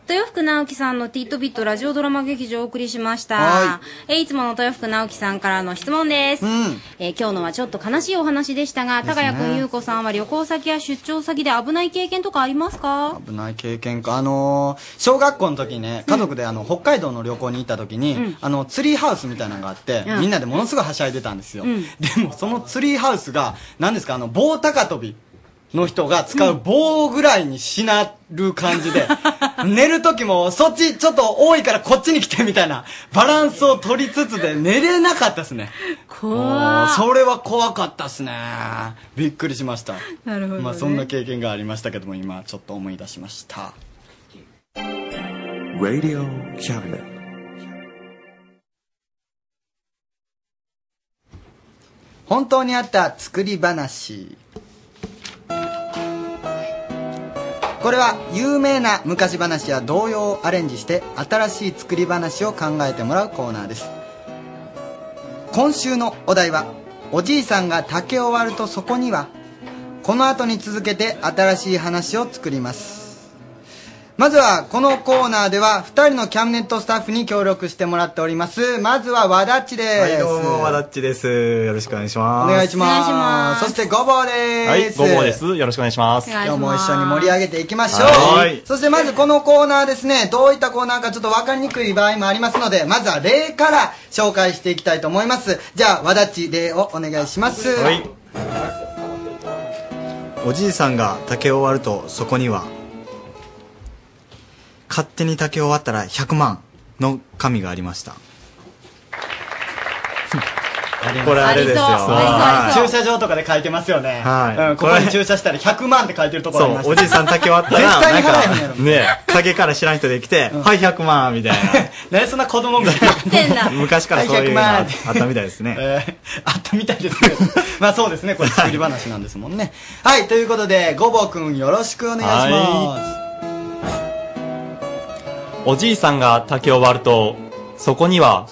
豊福直樹さんのティートビットラジオドラマ劇場をお送りしました。、はいえーいつもの豊福直樹さんからの質問です。えー今日のはちょっと悲しいお話でしたが、ですね高谷くん、ゆうこさんは旅行先や出張先で危ない経験とかありますか危ない経験か。あのー小学校の時にね、家族であの、北海道の旅行に行った時に、うんあの、ツリーハウスみたいなのがあって、うんみんなでものすごいはしゃいでたんですよ。うんでも、そのツリーハウスが、何ですか、あの、棒高跳びの人が使う棒ぐらいにしなる感 じで、寝る時も、そっちちょっと多いからこっちに来てみたいな、バランスを取りつつで寝れなかったですね。もうそれは怖かったですね。びっくりしました。なるほどねまあそんな経験がありましたけども、今ちょっと思い出しました。 Radio Cabinet. 本当にあった作り話。これは有名な昔話や童謡をアレンジして新しい作り話を考えてもらうコーナーです。今週のお題は、おじいさんが竹を割るとそこには、この後に続けて新しい話を作ります。まずは、このコーナーでは、二人のキャンネットスタッフに協力してもらっております。まずは、和田っちです。はい、どうも、わだっちです。よろしくお願いしおます。願いします。そして、ごぼうはい、です。ごぼうです。よろしくお願いします。今日も一緒に盛り上げていきましょう。はいそしてまずこのコーナーですね、どういったコーナーかちょっと分かりにくい場合もありますので、まずは例から紹介していきたいと思います。じゃあ、わだっち例をお願いします。はい。おじいさんが竹を割ると、そこには、勝手に竹を割ったら100万の紙がありました。これあれですよ。はい駐車場とかで書いてますよね。はいうんここに駐車したら100万って書いてるところありまそしう、たおじいさん竹割ったら、絶対なんに払えへんやか、ね、影から知らん人で来て、はい、100万みたいな。何 そんな子供みたいな。 昔からそういうのはいあ100万ったみたいですね。 えーあったみたいですけど。 まあそうですね、これ作り話なんですも んね。はい、ということで、ごぼうくんよろしくお願いします。おじいさんが竹を割ると、そこには、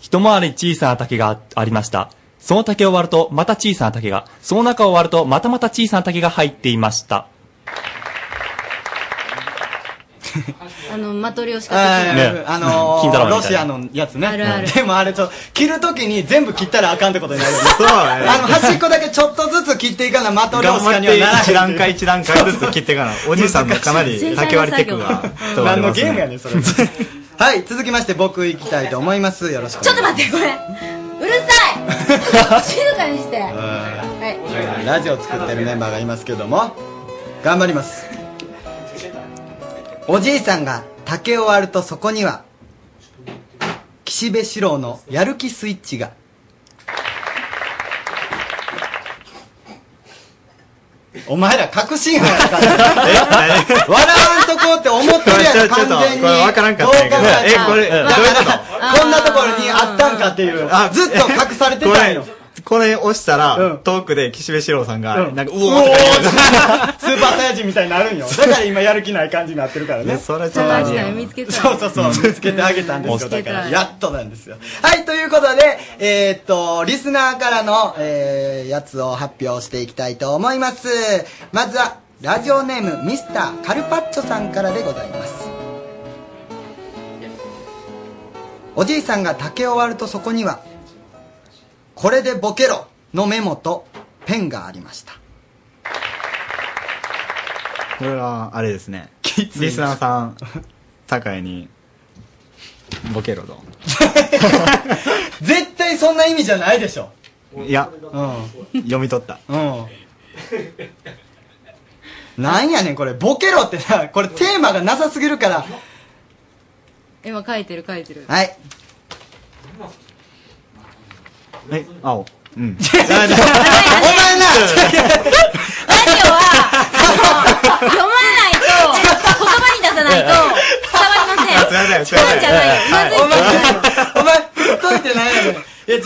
一回り小さな竹がありました。その竹を割ると、また小さな竹が、その中を割ると、またまた小さな竹が入っていました。あの、マトリオしかあできない。ね あの金太郎みー、たいなロシアのやつね。あるあるでもあれちょ、切るときに全部切ったらあかんってことになるよね。そうねあの、端っこだけちょっとずつ切っていかな、まとりょう頑し張かっにはてならへんっ一ていう。段階一段階ずつ切って から、おじいさんのかなり竹割りテクが問われ何のますゲームやねね ん、。それ。はい、続きまして僕行きたいと思います。よろしくおちょっ願といし待って、これ。うるさい静かにして。はます。い。ラジオ作ってるメンバーがいますけども頑張りますおじいさんが竹を割るとそこには岸辺四郎のやる気スイッチがお前ら確信犯やったん だ 笑わんとこうって思ってるやろこれちょ完全にこれ分からんかったんやけどどう考えてもえこれだどういうことからこんなところにあったんかっていうずっと隠されてたんよこれ押したら、トークで岸辺四郎さんが、うんなんか、うおうおーとか ースーパーサイヤ人みたいになるんよだから今やる気ない感じになってるからねねそれはちょっとありえん見つけたそうそうそう見つけてあげたんですようんだから見つけたやっとなんですよはいということでえーっとリスナーからの、えーやつを発表していきたいと思いますまずはラジオネームミスターカルパッチョさんからでございますおじいさんが竹を割るとそこには「これでボケろ」のメモとペンがありましたこれは、あれですね。リスナーさん、高井に、ボケろと。絶対そんな意味じゃないでしょいや、う読み取った。うん。なんやねん、これ。ボケろってさ、これテーマがなさすぎるから。今書いてる書いてる。はい。はい、青。うん。 お前な読まないと、言葉に出さないと、伝わりません。すいませんじゃないよ。まずい。お前、振っといてないやねん。いや違う、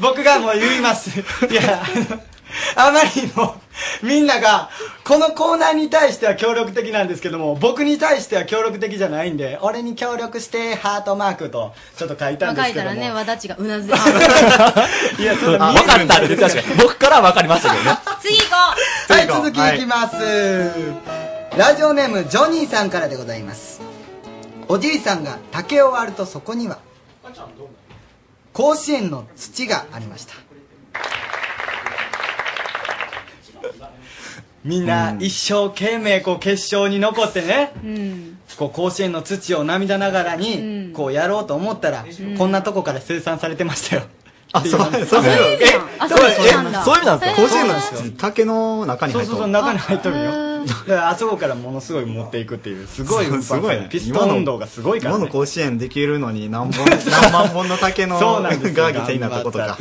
僕がもう言います。いや、あのあまりにも、みんなが、このコーナーに対しては協力的なんですけども、僕に対しては協力的じゃないんで、俺に協力して、ハートマークと、ちょっと書いたんで若すいけたどらも。ね、和田っちがうなずいて。いや、そんなあ見えわるかったって言ってましたけど、僕からはわかりましたけどね。次行こははい、続きいきます、ラジオネームジョニーさんからでございますおじいさんが竹を割るとそこには甲子園の土がありましたみんな一生懸命こう決勝に残ってね、うん。こう甲子園の土を涙ながらにこうやろうと思ったら、んこんなとこから清算されてましたよあそうそうそうええあそうなんだえそういう意味なんですか甲子そうな園のんですよ竹の中にそ入うっそうとそう中に入っとるよだからあそこからものすごい持っていくっていうすごい運搬 すごいねピストン運動がすごいから今のね甲子園できるのに 何本何万本の竹のそうガなんーですギよー手になったことかだ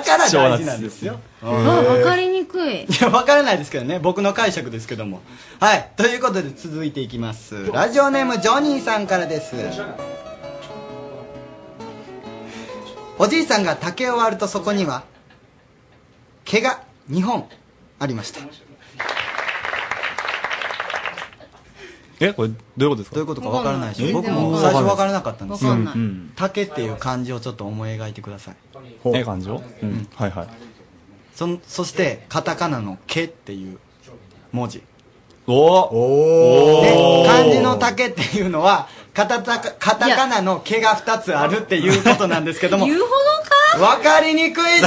から大事なんですよあ、わかりにくい。いや、わからないですけどね。僕の解釈ですけども。はい。ということで、続いていきます。ラジオネームジョニーさんからですおじいさんが竹を割るとそこには毛が2本ありましたえこれどういうことですかどういうことかわからないでしょわか僕んないも全然最初わからなかったんですよわかんないうんうん竹っていう漢字をちょっと思い描いてください。え感じをうんはいはいそん、そして、カタカナの毛っていう文字。おおで、漢字の竹っていうのは、カタタカ、カタカナの毛が2つあるっていうことなんですけども、言うほどかわかりにくい で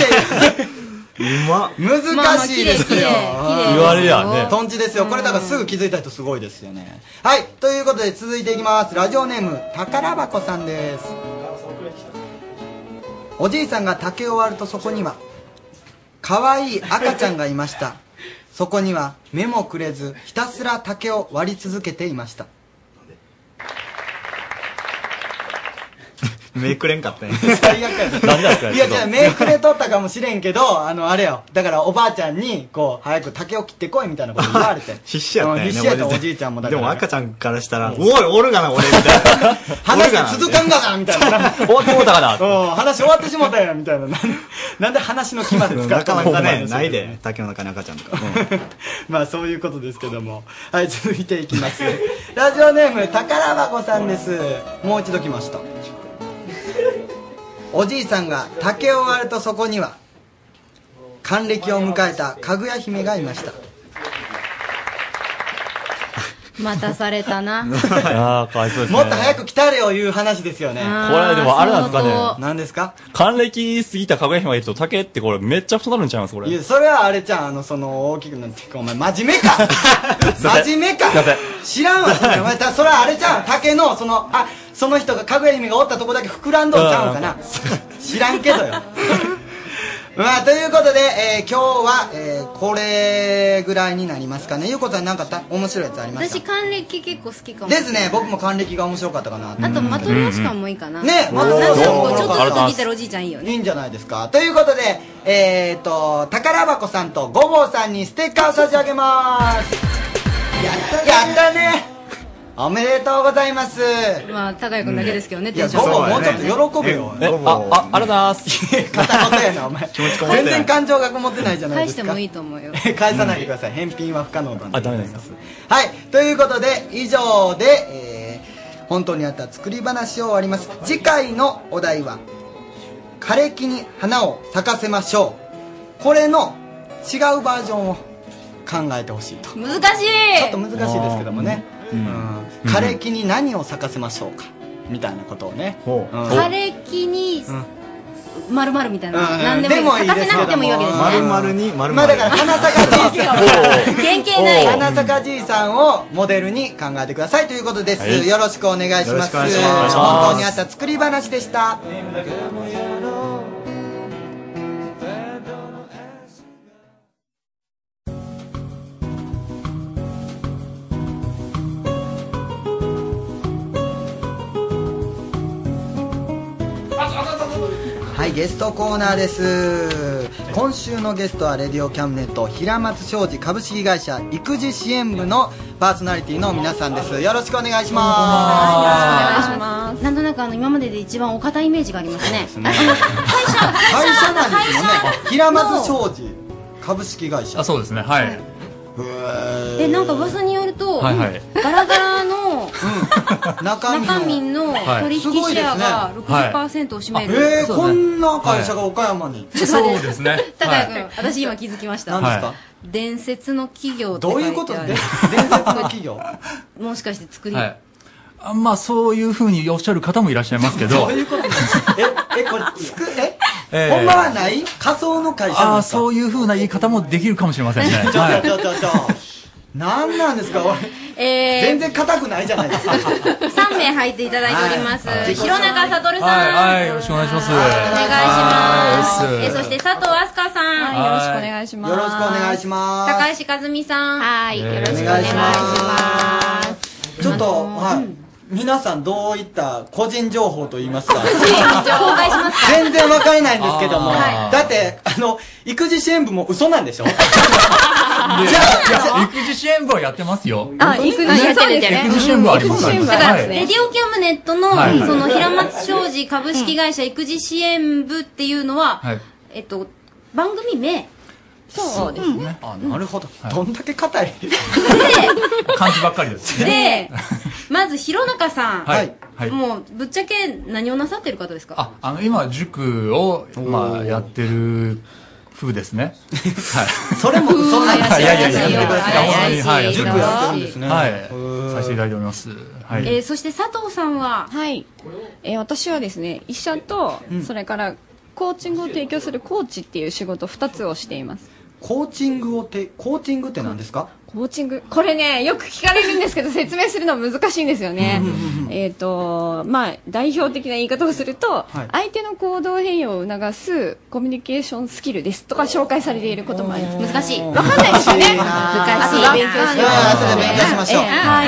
うま難しいですまよあまあ綺麗綺麗綺麗ですよ言われりゃねとんちですよこれだからすぐ気づいた人すごいですよねはいということで続いていきますラジオネーム宝箱さんですおじいさんが竹を割るとそこには可愛い赤ちゃんがいましたそこには目もくれずひたすら竹を割り続けていました目くれんかったね最悪やね何なんですかいやじゃあ目くれとったかもしれんけどあのあれよだからおばあちゃんにこう早く竹を切ってこいみたいなこと言われ て必死やったんやうんね必死やったおじいちゃんもだからでも赤ちゃんからしたら「おいおるがな俺」みたいな話が続かんがなみたいな終わってもうたかな話終わってしもたやんみたいななんでなんで話の牙で使ったなかなかね のないで竹の中に赤ちゃんとかまあそういうことですけどもはい続いていきますラジオネーム宝箱さんですもう一度来ましたおじいさんが竹を割るとそこには還暦を迎えたかぐや姫がいました待たされたな。 ああかわいそうですねもっと早く来たれよいう話ですよねあこれでもあれなんですか相当ね何ですか還暦過ぎたかぐや姫がいると竹ってこれめっちゃ太なるんちゃいますこれいやそれはあれちゃんあのその大きくなっていくお前真面目 か真面目かすいません知らんわそれお前たそれはあれちゃん竹のそのあその人がかぐや姫がおったとこだけ膨らんどんちゃうんかな知らんけどよまあということで、えー今日は、えーこれぐらいになりますかねゆうこさんなんかた面白いやつありました私、還暦結構好きかも。ですね僕も還暦が面白かったかなあと、マトリョーシカもいいかな。ねまあなんかこうちょっとありがとうござい過ますぎてるおじいちゃんいいよね。いいんじゃないですかということでえっ、と宝箱さんとごぼうさんにステッカーを差し上げますやったねおめでとうございますまあ、高谷君だけですけどね、いやションごぼうもうちょっと喜べよえああありがとうございます 全然感情がこもってないじゃない返でしすてかもいいと思うよ。 返さないでください返品は不可能だあダメなんですかはい、ということで以上で、えー本当にあった作り話を終わります次回のお題は「枯れ木に花を咲かせましょう」これの違うバージョンを考えてほしいと難しちょっとい難しいですけどもねうん枯れ木に何を咲かせましょうかみたいなことをね、うん枯れ木に、まるまるみたいな。うん何でもいい。咲かせなくてもいいわけですね。丸に丸まあだから花坂じいさん原型ない花坂じいさんをモデルに考えてくださいということです、はいよろしくお願いしよろましすくお願いします本当にあった作り話でしたはいゲストコーナーです今週のゲストはレディオキャムネット平松商事株式会社育児支援部のパーソナリティの皆さんですよろしくお願いししますます。なんとなくあの今までで一番お堅いイメージがありますね。会社なんですよね平松商事株式会社あそうですねはいへーでなんか噂によると、はいはいガラガラの中身の中身の取引シェアが60%を占める、えー、そうこんな会社が岡山に、ちょっと待ってすね高谷君、私今気づきました何ですかは伝説の企業ってど書ういてあいうることで伝説の企業もしかして作り、はいあまあ、そういうふうにおっしゃる方もいらっしゃいますけ ど、ええこれつくえ、 えーほんまはない仮想の会社あなんあ、ですかそういうふうな言い方もできるかもしれま せんね。ちょはいちょちょちょ何なんですか俺 えー、全然硬くないじゃな いですか3名入っていただいております、弘中悟さん、はい、はい、よろしくお願いします。お願いえーそして佐藤飛鳥さん、はいよろしくお願いしますよろしくお願いします高石和美さんはいよろしくお願いしますちょっと、はい皆さんどういった個人情報と言いますか公開しますか全然わからないんですけども、あーはいだってあの育児支援部も嘘なんでしょいや、育児支援部はやってますよ。あ、育児やってるやってる。育児支援部はあります。だから、はいレディオキャムネットの、はいその、平松商事株式会社育児支援部っていうのは、はいえっと、番組名。そうですね。あなるほど、どんだけ硬い 漢字ばっかりですね。で、まず、弘中さん。はい。はい。もう、ぶっちゃけ何をなさってる方ですかあの、今、塾を、まあ、やってる風ですね。はい。 それも嘘なんですよはいいやいやいや、怪しいよやってください本当に、はい。怪しいよ塾ってますやってるんですねはいへ。させていただいております。はえい。ーそして佐藤さんは、はいえー私はですね医者と、それからコーチングを提供するコーチっていう仕事2つをしていますコーチングをてコーチングって何ですかコーチングこれねよく聞かれるんですけど説明するの難しいんですよねえっとまあ代表的な言い方をすると、はい相手の行動変容を促すコミュニケーションスキルですとか紹介されていることもあります難しいわかんないですよね難しいあ勉強しようあ後で勉強しましょうええは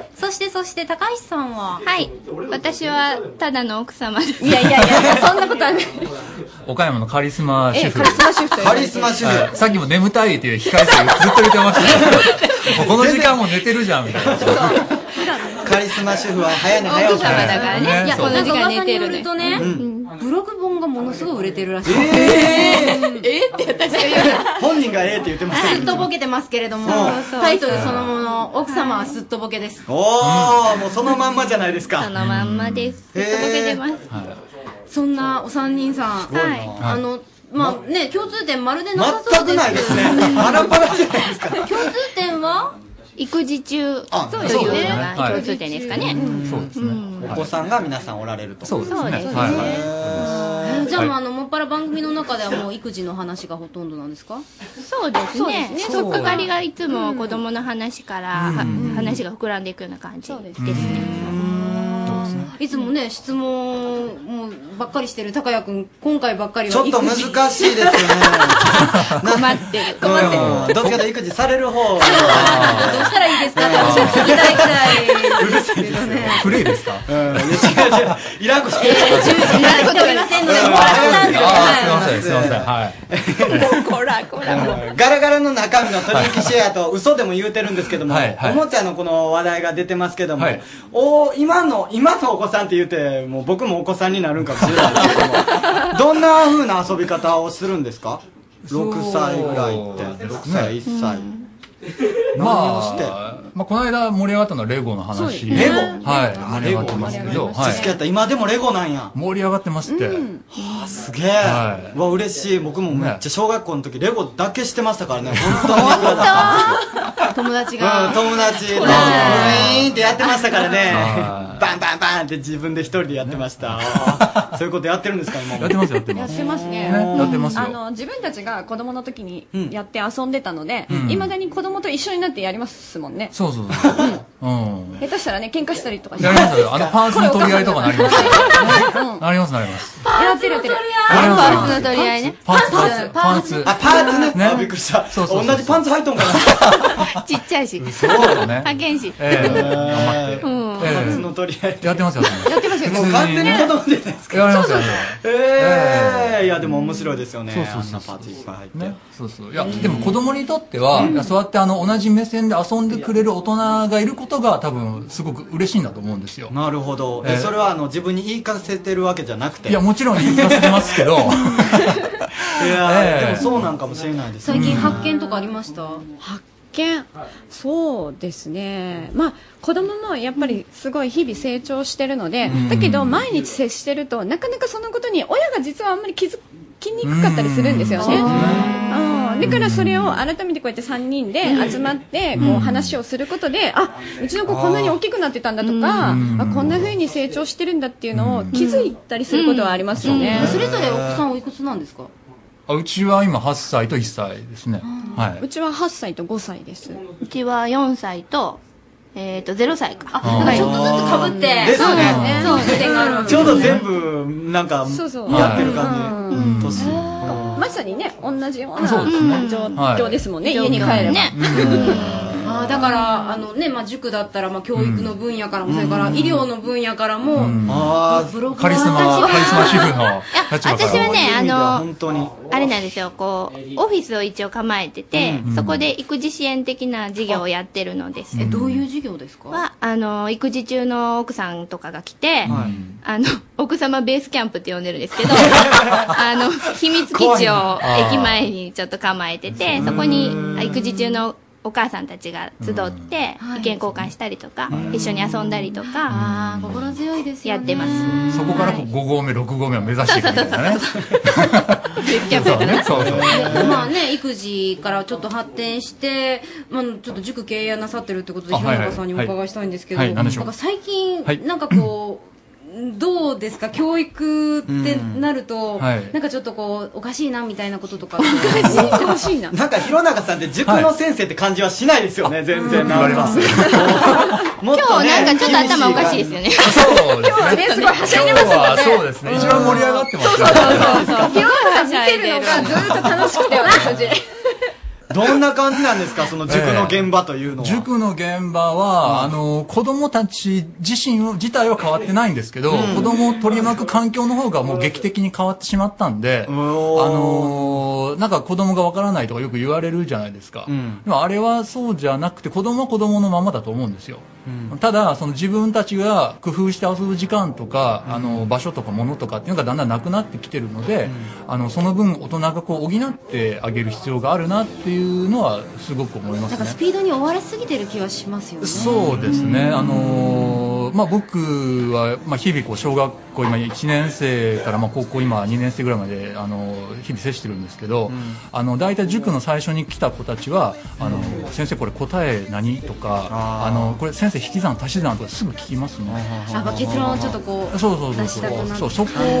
いそしてそして高橋さんははい私はただの奥様ですいやいやいやそんなことはない岡山のカリスマ主婦。ええカリスマ主婦と言わカれてリスマ主はいさっきも眠たいっていう控え室でずっと言ってました ね。もうこの時間もう寝てるじゃん、みたいな。カリスマ主婦は早寝早起き奥様だからねいや、そうこの時間寝てるねね。噂によるとね、ブログ本がものすごい売れてるらしい。えー、えって私が言うから。本人がええって言ってますすっとぼけてますけれどもそうそうタイトルそのもの奥様はすっとぼけですおお、もうそのまんまじゃないですかそのまんまですすっとぼけてますそんなお三人さんすごいなあのまあね共通点まるでなさそ全うですくないですねバラバラじゃないですか共通点は育児中あとそういでうすねのがはい共通点ですかねそうですねお子さんが皆さんおられるとそうですねそうですねはじゃあもうあのもっぱら番組の中ではもう育児の話がほとんどなんですかそうですねねそそうっかかりがいつも子供の話から、は話が膨らんでいくような感じですねいつもね質問もばっかりしてる高谷君今回ばっかりいはちょっと難しいですね困ってる困ってるどっちかというと育児される方どうしたらいいですかって私は聞きたいくらい。プレイですかうん、いや違う違う、いらんこと言ういらんこと言いませんのでもらったんでああ、すいません、すいません。はい。こらこらガラガラの中身の取引シェアと嘘でも言うてるんですけども、はいはいおもちゃのこの話題が出てますけども、はいお今の今のお子さんって言うてもう僕もお子さんになるんかもしれないですけどもどんな風な遊び方をするんですか6歳ぐらいって6歳ね1歳、何をしてまあ、まあ、この間盛り上がったのはレゴのそうです話。ねレゴはい。あ盛り上がってますけレゴど。はい。好きやった今でもレゴなんや盛り上がってますって。はあすげえ、はうわ嬉しい僕もめっちゃ小学校の時レゴだけしてましたからね本当に友達うん、が友 達のウィーンってやってましたからねバンバンバンって自分で一人でやってましたそういうことやってるんですか今もやってますやってやってますね。やってますよあの自分たちが子供の時にうんやって遊んでたので、うんいまだに子供と一緒になってやりますもんね。そうそうそう。うん。下手したらね喧嘩したりとかして。やりますよ。あの、パーツの取り合いとかなりますよ。なります、なります。やってるやってる。なりまパすーツの取り合いねパーツ、パーツ、パーツ。あパーツねあびっくりしたそうそうそう同じパンツ履いとんかなちっちゃいしそうだね派遣しええ頑張って。うんええパーツの取り合いやってますよ。やってますよもう完全に子供じゃないですかやりますよ。ええいやでも面白いですよねそうそうそあうんなパーツいっぱい入って、そうそういや、でも子供にとっては、いやそうやってあの、同じ目線で遊んでくれる大人がいることが多分、すごく嬉しいんだと思うんですよ。なるほど、えええそれはあの自分に言い聞かせてるわけじゃなくていや、もちろん言い聞かせてますけいど。やーええ でもそうなんかもしれないです最近発見とかありました発見そうですねまあ子供もやっぱりすごい日々成長してるので、うんだけど毎日接してるとなかなかそのことに親が実はあんまり気づきにくかったりするんですよね、うん、だからそれを改めてこうやって3人で集まってうんこう話をすることで、あうちの子こんなに大きくなってたんだとか、あこんな風に成長してるんだっていうのを気づいたりすることはありますよね、うんうんそれぞれお子さんおいくつなんですかあうちは今8歳と1歳ですね。はうちは8歳と5歳ですうちは4歳と、えっ、と、0歳か。なあんかちょっとずつかぶって。ですねそう、自然があるわけちょうど全部。部なんかそうそうやってる感じうん年まさにね同じようなそうですね状はい況ですもんね、状況家に帰れば、ねあーだからあの、ねまあ、塾だったら、まあ、教育の分野からも、それから医療の分野からも、あブログい。カリスマ、カリスマ主婦の立場から。私はねあの本当にあれなんですよ、こう、オフィスを一応構えてて、うんそこで育児支援的な事業をやってるのです。えどういう授業ですか、は、あの、育児中の奥さんとかが来て、あの、奥様ベースキャンプって呼んでるんですけ ど、あの、秘密基怖い地をなあー駅前にちょっと構えてて、そこに育児中のお母さんたちが集って、意見交換したりとか、一緒に遊んだりとか、心強いですやってます。そこからこう5合目、6合目を目指していくみたいなね。そうね、そうそう。 まあね、育児からちょっと発展して、まあ、ちょっと塾経営なさってるってことで、あ弘はいはい中さんにお伺いしたいんですけど、はいはい何でしょなうんか最近、はいなんかこう、どうですか、教育ってなると、うんはいなんかちょっとこう、おかしいなみたいなこととか、おかし いななんか弘中さんって塾の先生って感じはしないですよね全然言われます今日なんかちょっと頭おかしいですよね。そうですね。今日ねすごいはしゃいでますもんね今日はそうですね。一番盛り上がってますそうそうそうそう。広瀬さん見てるのがずっと楽しくて私たちどんな感じなんです かその塾の現場というのは、塾の現場は、あの、子供たち自身を、自体は変わってないんですけど、うん子供を取り巻く環境の方がもう劇的に変わってしまったんで、あのーなんか子供がわからないとかよく言われるじゃないですか。でもあれはそうじゃなくて、子供は子供のままだと思うんですよ。ただ、その自分たちが工夫して遊ぶ時間とか、あの、場所とか物とかっていうのがだんだんなくなってきてるので、あの、その分大人がこう補ってあげる必要があるなっていうのはすごく思いますなね。んかスピードに追われすぎてる気はしますよね。そうですね、あのーまあ、僕は、まあ、日々こう小学校今1年生からまあ高校今2年生ぐらいまで、あのー日々接してるんですけど、あの大体塾の最初に来た子たちはあの先生、これ答え何とかあのこれ先生引き算足し算とかすぐ聞きますね。あやっぱ結論をちょっとこうそうそうそう出したくなってそうそこ考えること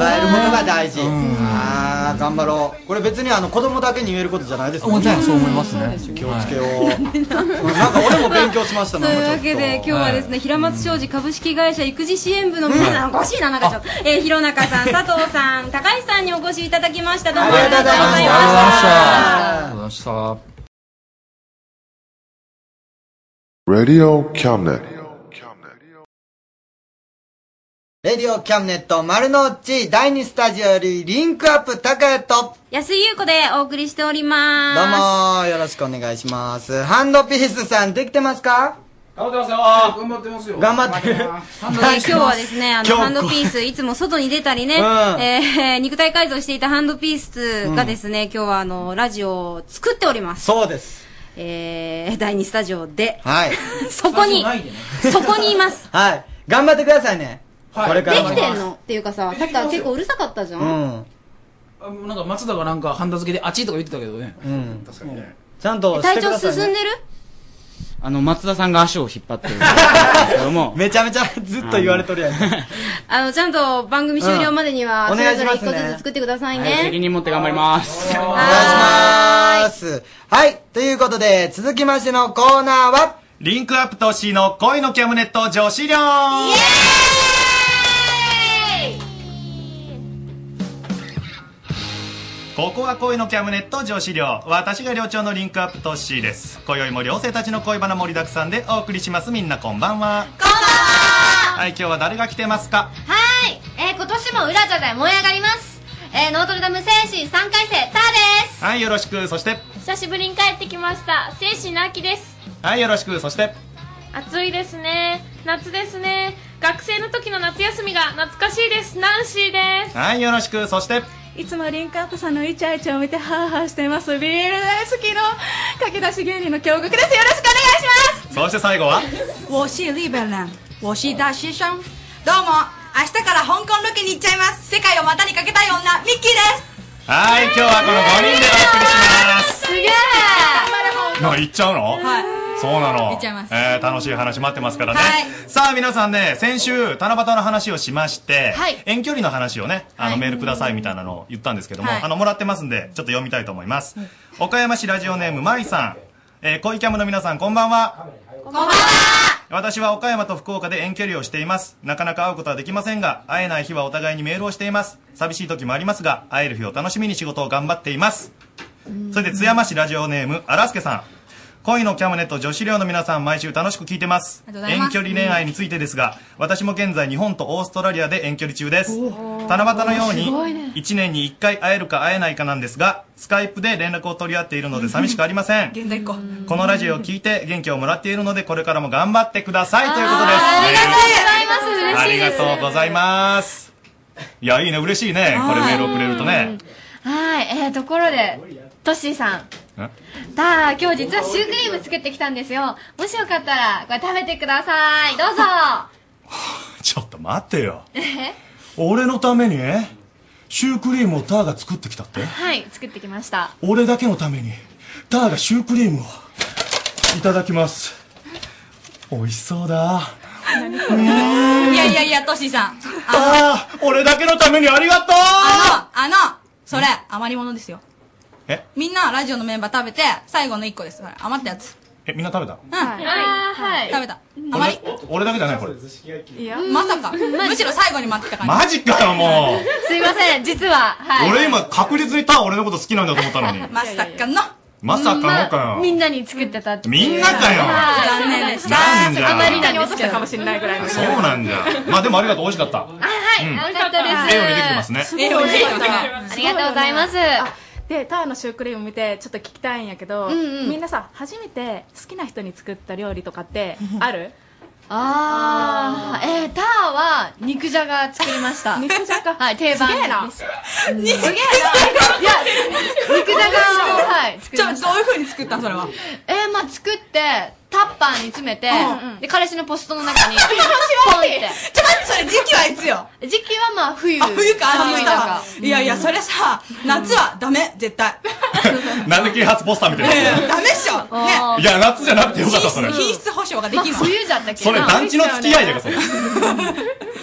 が大事、ああ頑張ろうこれ別にあの子供だけに言えることじゃないですもちろんそう思いますね気をつけよう、なんか俺も勉強しましたとねいうわけで今日はですね、平松商事株式会社育児支援部の皆さん、お越しいななんかちょっと、えー、弘中さ ん佐藤さん高橋さんにお越しいただきましたどうもありがとうございましたありがとうございました。 Radio Cabinet. レディオキャンネット丸の内第2スタジオよりリンクアップ高谷と安井優子でお送りしておりまどうすもよろしくお願いしますハンドピースさんできてますか頑張ってますよ頑張頑張っってますよ てるえー今日はですね、あの、今日ハンドピース、いつも外に出たりね、うんえー肉体改造していたハンドピースがですね、今日はあの、ラジオを作っております。そうです。えー、第2スタジオで、はいそこに、そこにいます。 はい頑張ってくださいね、こでれからもきてんのっていうかさ、さっきから結構うるさかったじゃん。うんあなんか松田がなんかハンダ付けであっちとか言ってたけどねうん確かにねちゃんとして体くだ調さい、ね、進んでるあの松田さんが足を引っ張ってる めちゃめちゃずっと言われとるやんあの、ちゃんと番組終了までには、うんそおれ願いしぞれま一すね個ずつ作ってくださいはいね。責任持って頑張りますますはいということで続きましてのコーナーはリンクアップと C の恋のキャムネット女子寮ここは恋のキャムネット女子寮私が寮長のリンクアップトッシーです今宵も寮生たちの恋バナ盛りだくさんでお送りしますみんなこんばんはこんばんははい今日は誰が来てますかはい、えー、今年も裏茶で燃え上がります、えー、ノートルダム精神3回生ターではいよろしくそしてす久しぶりに帰ってきました精神の秋ですはいよろしくそして暑いですね夏ですね学生の時の夏休みが懐かしいですナンシーですはいよろしくそしていつもリンクアップさんのイチャイチャを見てハーハーしていますビール大好きの駆け出し芸人の驚愕ですよろしくそして最後は我是リベラン我是大師匠どうも明日から香港ロケに行っちゃいます世界を股にかけたい女ミッキーですはい今日はこの5人でお送りしますすげえすな行っちゃうのはいそうなの行っちゃいますえー楽しい話待ってますからね、はいさあ皆さんね先週七夕の話をしまして、はい遠距離の話をねあはのいメールくださいみたいなのを言ったんですけども、はいあのもらってますんでちょっと読みたいと思います、岡山市ラジオネームまいさん、えー、恋キャムの皆さんこんばんは私は岡山と福岡で遠距離をしています。なかなか会うことはできませんが、会えない日はお互いにメールをしています。寂しい時もありますが、会える日を楽しみに仕事を頑張っています。そして津山市ラジオネーム、あらすけさん。恋のキャムネット女子寮の皆さん、毎週楽しく聞いてますありがとうございま遠す距離恋愛についてですが、私も現在日本とオーストラリアで遠距離中です。七夕のようすごいにね、 1年に1回会えるか会えないかなんですが、スカイプで連絡を取り合っているので寂しくありません。 現代行こうこのラジオを聞いて元気をもらっているので、これからも頑張ってくださいということです。ありがとうございます嬉しいですありがとうございます。いや、いいね、嬉しいね。これメールをくれるとね。はい、えー、ところで、トッシーさん。さあ、今日実はシュークリーム作ってきたんですよ。もしよかったら、これ食べてください。ど うぞちょっと待ってよ。え俺のためにシュークリームをターが作ってきたってはい、作ってきました。俺だけのために、ターがシュークリームを、いただきます。美味しそうだ。いやいやいやトシさんああ、俺だけのためにありがとうあのあのそれ余り物ですよえみんなラジオのメンバー食べて最後の1個ですそれ余ったやつえ、みんな食べたうんはいはい食べた俺だ俺だけじゃないこれ。いやまさかむしろ最後に待ってた感マジかよ、もう。すいません、実は、はい。俺今確実にター俺のこと好きなんだと思ったのに。まさかのまさかのかみよ。んなに作ってたっていうみんなかよはい残念でしたなんじゃあまりなんですけどかもしれないぐらいのそうなんじゃ。まあでもありがとう、美味しかった。あはい、うんよかったです。絵を見てきてますねすごい絵を見てきてますありがとうございます。あでターのシュークリーム見てちょっと聞きたいんやけど、うんうんみんなさ初めて好きな人に作った料理とかってあるあー、えー、ターは肉じゃが作りました。肉じゃがはい、定番。すげえなすげえな。いや、肉じゃがを、はい、作りました。どういう風に作ったそれは。えー、まあ作って、タッパーに詰めて、で、彼氏のポスト の中に、ポンって。ちょっとそれ時期はいつよ時期はまあ冬。あ冬かあ寒い中。寒いいやいやそれさ夏はダメ絶対なんで啓発ポスターみたいな。ダメっしょねいや、夏じゃなくてよかった、それ。品質保証ができるまあ冬じゃったっけそれ、団地の付き合いだから、それ。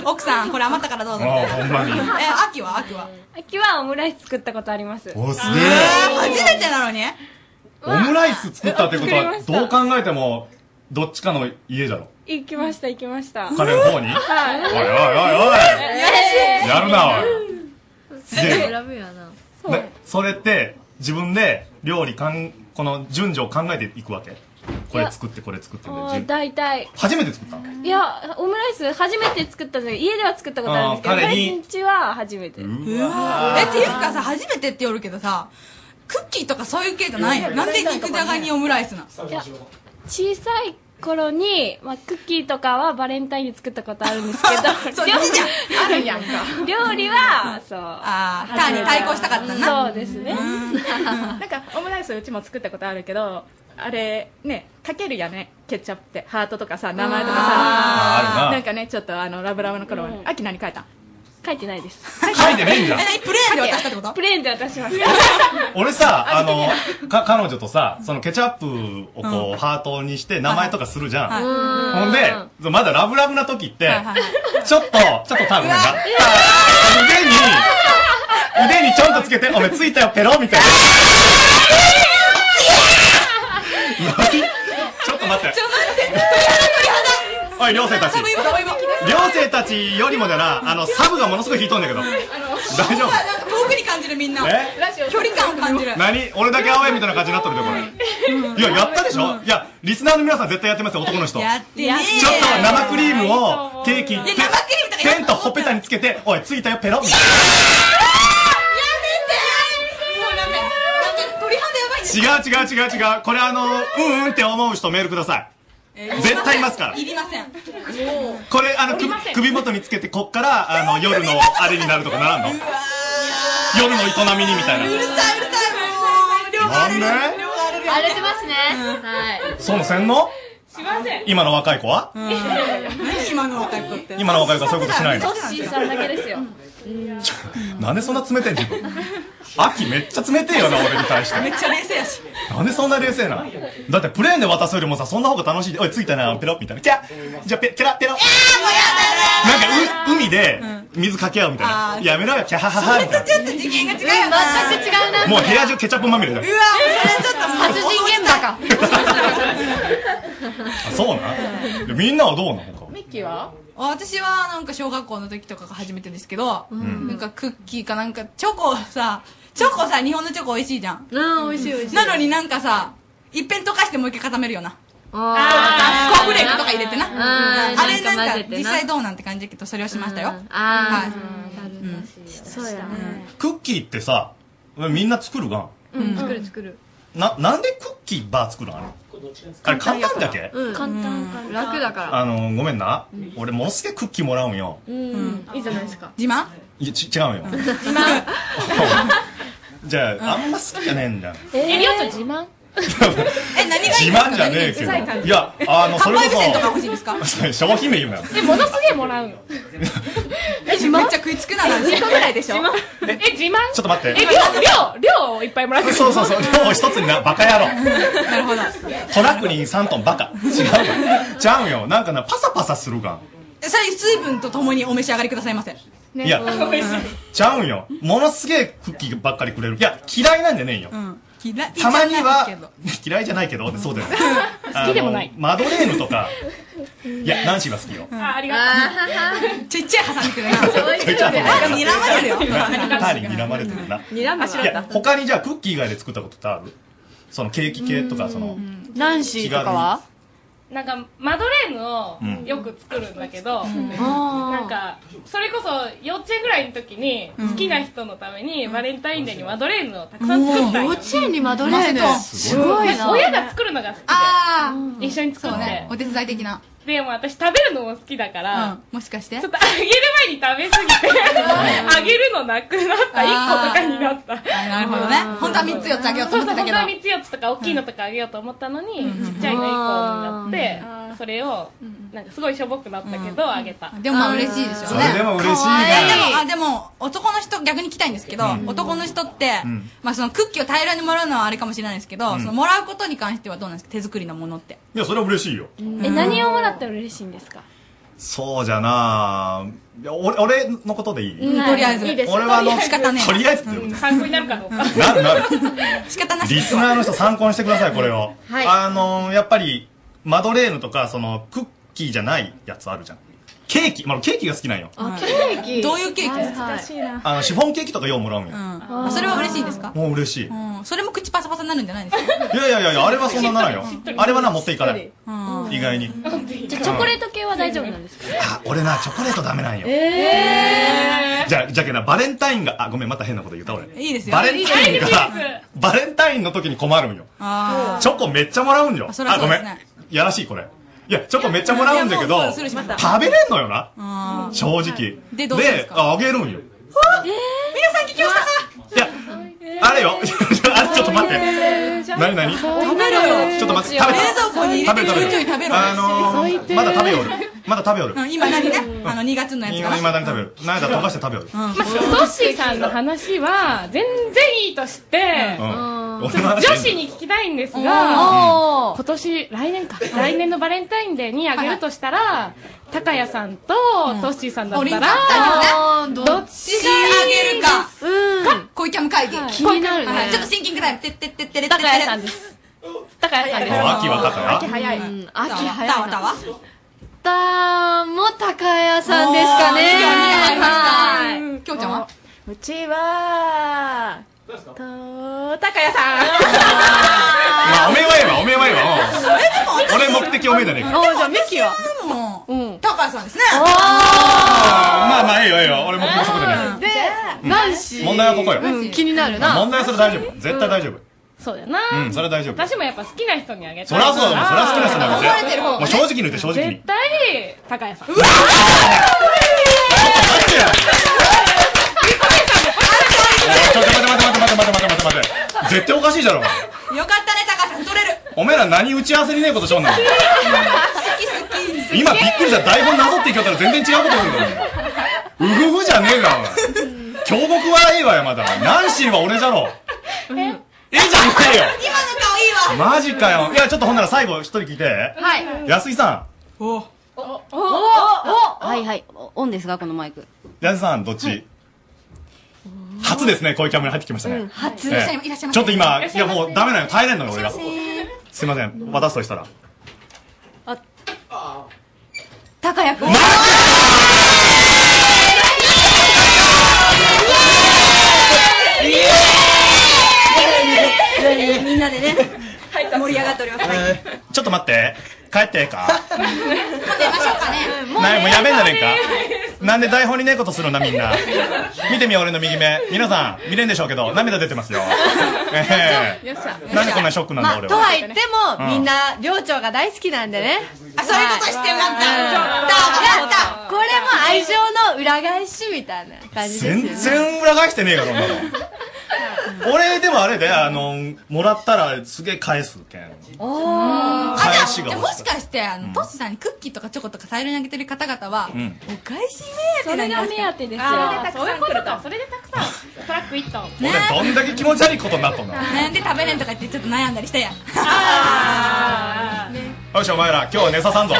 奥さんこれ余ったからどうぞああほんまにえ秋は秋は秋はオムライス作ったことありますおすげ初え。めてなのにオムライス作ったってこと作りは、ましたどう考えても、どっちかの家だろ。行きました行きました彼の方においおはいいおいおいやるな、おい。すごい選ぶよな。ねそれって自分で料理かんこの順序を考えていくわけこれ作ってこれ作ってあでー順大体初めて作ったのいやオムライス初めて作ったの家では作ったことあるんですけどあー彼に毎日は初めてうえっていうかさ初めてって言るけどさクッキーとかそういう系じゃないよなんで肉じゃがにオムライスなのいや小さい頃に、まあ、クッキーとかはバレンタインに作ったことあるんですけど そっちじゃん料理あるやんか料理はそうあターに対抗したかったなそうですね なんかオムライスうちも作ったことあるけどあれねかけるやねケチャップってハートとかさ名前とかあーあるさななんかねちょっとあのラブラブの頃に、秋何書いた書いてないです書いてないんだえプレーンで渡したってことプレーンで渡しました俺さあのか彼女とさそのケチャップをこう、ハートにして名前とかするじゃん、ほんでまだラブラブな時って、ちょっとちょっと多分なんか腕に腕にちょんとつけて「おめついたよペロ」みたいなちょっと待っておい寮生たち寮生たちよりもだなあのサブがものすごい引いとんだけど大丈夫なんか遠くに感じるみんなえ距離感を感じる何俺だけ青いみたいな感じになっとるでこれいややったでしょいやリスナーの皆さん絶対やってますよ男の人ちょっとでね生クリームをケーキテンとほっぺたにつけておいついたよペロみたいもうダメなんか鳥肌やばいねな違う違う違う違うこれあのうんうんって思う人メールくださいえー絶対いますからいりませんもうこれあのおりません首首元につけてこっからあの夜のあれになるとかならんの夜の営みにみたいな。さいうるさいもう量が荒れるなんで量が荒れる荒れてますねはいそうの洗脳しません今の若い子は何今の若い子って今の若い子はそういうことしないのトッシーさんだけですよなんでそんな冷てえん自分。秋めっちゃ冷てえよな、俺に対して。めっちゃ冷静やしなんでそんな冷静なのだってプレーンで渡すよりもさ、そんな方が楽しい。おい、ついたな、ペロッみたいな。キャッじゃあ、ペ、キャラ、ペロッなんか、う、海で、水かけ合うみたいな。やめろよ、キャハハハ、みたいな。ちょっと次元が違うよな全く違うな もう部屋中ケチャップまみれだようわそれちょっと殺人現場かあ、そうなんでみんなはどうなのか。ミッキーは私はなんか小学校の時とかが初めてですけど、んなんかクッキーかなんかチョコさチョコさ日本のチョコ美味しいじゃんうん美味しい美味しいなのになんかさいっぺん溶かしてもう一回固めるよなあコーンフレークとか入れてなあーあれなんなんかか混ぜてな実際どうなんって感じだけどそれをしましたよあそうやクッキーってさ、みんな作るがん。うん作る作るな、なんでクッキーバー作るのあれあれ簡単だっけうん簡単簡単楽だかあの、ごめんな。俺、ものすげえクッキーもらうんよ。らうんいいじゃないですか自慢いや、ち、違うよ。 じゃあ、あんま好きじゃねえんだよ。えりょうと自慢 え何自慢じゃねえけど。いや、あの、それこ販売とか欲しいですか そ、商品名言うなよ。えものすげえも らうよえめっちゃ食いつくなえ自慢自慢え自慢ちょっと待ってえ量量量をいっぱいもらうそうそうそう、量を一つにな、バカ野郎。なるほどトラックに3トンバカ。違うよ。ちゃうよ。なんかな、パサパサするがん。それ水分とともにお召し上がりくださいませいや、ちゃうんよ。ものすげえクッキーばっかりくれる。いや、嫌いなんじゃねえよ。嫌いたまには、 嫌いじゃないけど、そうだよね。好きでもないあのマドレーヌとか、いや、ナンシーは好きよ。あありがとうちっちゃ い挟んでくれなちょいちょい挟んでなんか睨まれるよな ターに睨まれてるな。睨むいや、他にじゃあクッキー以外で作ったことってあるそのケーキ系とか、その、ナンシーとかはなんかマドレーヌうんをよく作るんだけど、んなんかそれこそ幼稚園ぐらいの時に好きな人のためにバレンタインデーにマドレーヌをたくさん作ったんよ幼稚園にマドレーヌすごいな親が作るのが好きであ一緒に作って、お手伝い的なでも私食べるのも好きだから、もしかしてちょっとあげる 前に食べ過ぎてあげるのなくなった1個とかになったなるほどね本当は3つ4つあげようと思ってたけどそうそう本当は3つ4つとか大きいのとかあげようと思ったのに、ちっちゃいの1個になってそれをなんかすごいしょぼくなったけど、あげたでもまあ嬉しいでしょうねそれでも嬉しいなえーでもあでも男の人逆に聞きたいんですけど、うん男の人って、うんまあ、そのクッキーを平らにもらうのはあれかもしれないですけど、うんそのもらうことに関してはどうなんですか手作りのものっていや、それは嬉しいよ。え何をもらったら嬉しいんですかそうじゃなぁ。いや俺、俺のことでいい、うんとりあえずいいです俺はあの、とりあえず仕方ねえとりあえずってうん参考になるかどうかなるなる。 仕方なしリスナーの人参考にしてください、これを。はいあのー、やっぱり、マドレーヌとか、その、クッキーじゃないやつあるじゃん。ケーキ、まあ、ケーキが好きなんよ。ケーキどういうケーキですか、あの、シフォンケーキとかようもらうんよ。あそれは嬉しいんですか、もう嬉しい。うん、それも口パサパサになるんじゃないんですかいやいやいやいや、あれはそんなならんよしっと。りあれはな、持っていかなしいっ。うん意外に。じゃあチョコレート系は大丈夫なんですかあ、俺な、チョコレートダメなんよ。えじゃあ、じゃけな、バレンタインが、あ、ごめん、また変なこと言った俺。いいですよバレンタインいいですいいが、バレンタインの時に困るんよ。あチョコめっちゃもらうんよ。そりゃあ、そごうめですんね。やらしい、これ。いや、チョコめっちゃもらうんだけどいやもう、するしまた食べれんのよな。あー正直。でどうするんですかああげるんよ。えー、皆さん聞きましたかあれよ。 あちょっと待って。何何食べろよちょっと待って。冷食べ蔵庫に入れ食べてたちょいちょい食べろよあのー、まだ食べよる。まだ食べよるう。ん、今何ねあの2月のやつか今、ら未だに食べよる。なんだ、溶かして食べよる。うんまあ、トッシーさんの話は全然いいとして、うんうんちょっと 女子に聞きたいんですうが、今年、来年か、来年のバレンタインデーにあげるとしたら、高谷さんとトッシーさんだったら、どどっっちちがあげるかか、恋キャム会議気になるねはいちょっとシンキングタイムてってってってれって高れ谷さんです。高谷さんです。あ秋は高谷秋早い。秋秋早い。たわたわ。たも高谷さんですかねはいきょうちゃんはうちは、と、高谷さん。まあ、おめえはええわ、おめえはええわえ。俺目的おめえだねえか。じゃあミキはもう高橋さんですねまあまあ、ええよ、ええよ。俺目的そこじゃない。で、うん男子。問題はここようん気になるな。問題はそれ大丈夫。絶対大丈夫。そうだな。うんそれは大丈夫私もやっぱ好きな人にあげたい。そりゃそうだもん、そりゃ好きな人だもんね。もう正直に言って、正直に絶。対、高谷さん。うわちょっと待ってよ。高谷さんも高谷さん。ちょっと待って待って待って待って待って待って待って絶対おかしいじゃろよかったね、高さん、取れる。お前ら何打ち合わせにねえことしょんな好き好き。今びっくりした台本なぞってきよったら全然違うこと言うんだよお前うぐふじゃねえなお前京極はええわよまだナンシーは俺じゃろええじゃねえよ今の顔いいわ。マジかよいやちょっとほんなら最後一人聞いてはい。安井さおおおおはいはい。オンですが、このマイク。ん安井さんどっち、初ですねこういうキャメラ入ってきましたね、初ええいらっしゃいませちょっと今いらいっしゃやいませもうダメなの耐えれんのよ俺がすいませんすいません渡すとしたら高谷君。みんなでね、盛り上がっております。ちょっと待って帰ってええか出ましょうかね。ないもうやめんなれんかなんで台本にねえことするんだみん な見てみよう俺の右目皆さん見れんでしょうけど涙出て ますよ、ええよっしゃなんでこんなショックなんだまあ俺はとは言っても、うんみんな寮長が大好きなんでねあそういうことしてよかったやったこれも愛情の裏返しみたいな感じですよね全然裏返してねえからなの俺でもあれであのもらったらすげえ返すけんおあ、返しじがゃあ欲もししいかして、あの、トッシーさんにクッキーとかチョコとか大量にあげてる方々は、うんお返し目当てなんですかそれが目当てですよあーそういうことかそれでたくさん、トラック1トン。俺どんだけ気持ち悪いことになっとんの悩んで食べれんとか言ってちょっと悩んだり したやん。よしお前ら今日は寝ささんぞ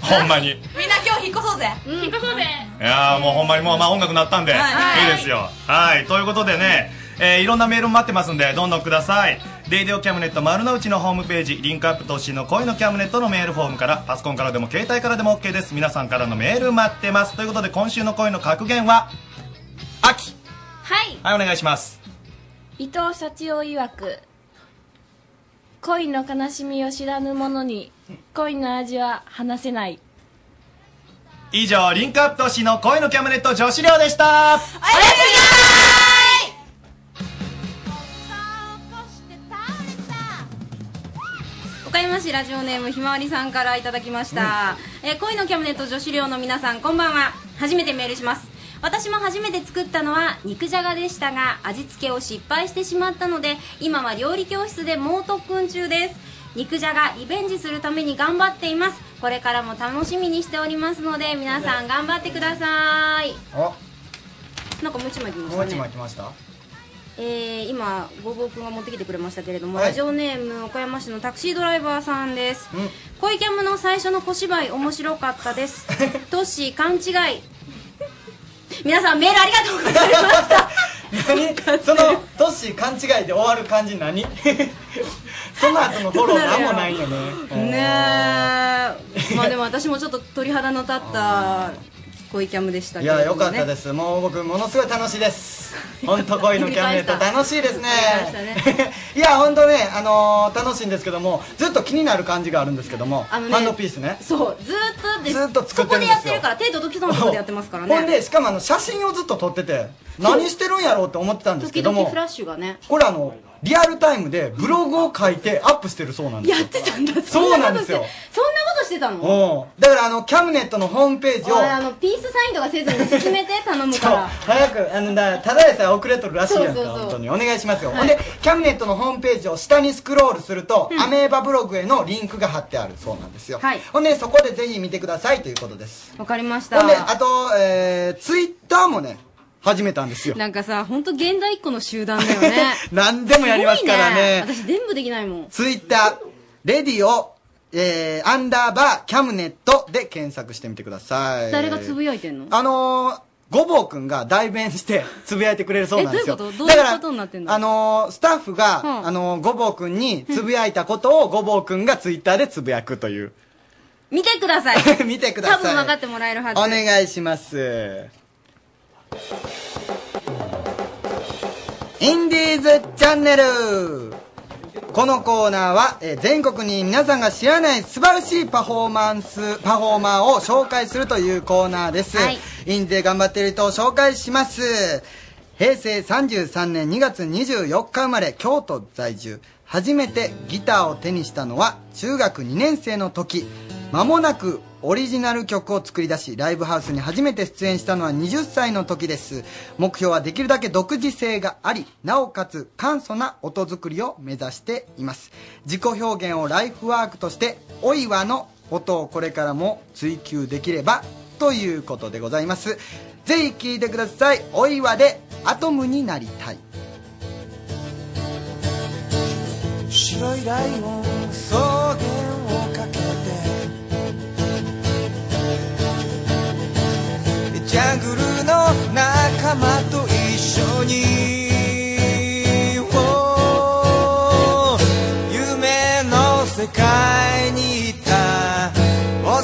ほんまにいみんな今日引っ越そうぜ。引っ越そうぜ。やーもうほんまにもうまあ音楽なったんで、はいい、いですよはいということでね、えーいろんなメールも待ってますんでどんどんください「レイディオキャムネット丸の内」のホームページリンクアップ投資の恋のキャムネットのメールフォームからパソコンからでも携帯からでも OK です皆さんからのメール待ってますということで今週の恋の格言は秋はいはいお願いします伊藤社長曰く恋の悲しみを知らぬ者に恋の味は話せない以上リンクアップ投資の恋のキャムネット女子寮でした岡山市ラジオネームひまわりさんからいただきました、えー恋のキャムネット女子寮の皆さんこんばんは初めてメールします私も初めて作ったのは肉じゃがでしたが味付けを失敗してしまったので今は料理教室で猛特訓中です肉じゃがリベンジするために頑張っていますこれからも楽しみにしておりますので皆さん頑張ってくださいあなんかもう一枚いきましもたう一ね枚来ましたえー、今ごぼうくんが持ってきてくれましたけれども、はいラジオネーム岡山市のタクシードライバーさんです、小池ムの最初の小芝居面白かったです トッシー勘違い皆さんメールありがとうございます何そのトッシー勘違いで終わる感じ何 その後のフォロー何もないよね ねえまあでも私もちょっと鳥肌の立った恋キャムでしたいけれども、やね、良かったですもう僕ものすごい楽しいです本当恋のキャンペーンと楽しいですね いや本当ねあのー楽しいんですけどもずっと気になる感じがあるんですけどもあのねハンドピースねそうずーっとですずっと作ってるんそこでですよやってるから手届きそうなところでやってますからねほんでしかもあの写真をずっと撮っててそう何してるんやろうって思ってたんですけ時ど々もフラッシュがねこれあのリアルタイムでブログを書いてアップしてるそうなんですよやってたんだそうなんですよそんなことしてたのうんだからあのキャムネットのホームページをおいあのピースサインとかせずに進めて頼むそかう ら早くあのだただでさえ遅れとるらしいやんかそうそうそう本当にお願いしますよ、はいほんでキャムネットのホームページを下にスクロールすると、アメーバブログへのリンクが貼ってあるそうなんですよ、ほんでそこでぜひ見てくださいということですわかりましたほんであと、えー、ツイッターもね始めたんですよなんかさ本当現代っ子の集団だよね何でも やりますからねすごい私全部できないもんツイッターレディオえー、アンダーバーキャムネットで検索してみてください誰がつぶやいてんのあのー、ごぼうくんが代弁して つぶやいてくれるそうなんですよ。えどういうことどういうことになってんのだからあのー、スタッフが、あのー、ごぼうくんにつぶやいたことをごぼうくんがツイッターでつぶやくという。見てください 見てくだ多さ分分かい。ってもらえるはおず願いします。インディーズチャンネルこのコーナーは、えー全国に皆さんが知らない素晴らしいパフォーマンス、パフォーマーを紹介するというコーナーです。インディで頑張っている人を紹介します。平成33年2月24日生まれ、京都在住。初めてギターを手にしたのは中学2年生の時。間もなくオリジナル曲を作り出しライブハウスに初めて出演したのは20歳の時です目標はできるだけ独自性がありなおかつ簡素な音作りを目指しています自己表現をライフワークとしておいわの音をこれからも追求できればということでございますぜひ聴いてくださいおいわでアトムになりたい白いライオン草原をかけてジャングルの仲間と一緒におー夢の世界にいた幼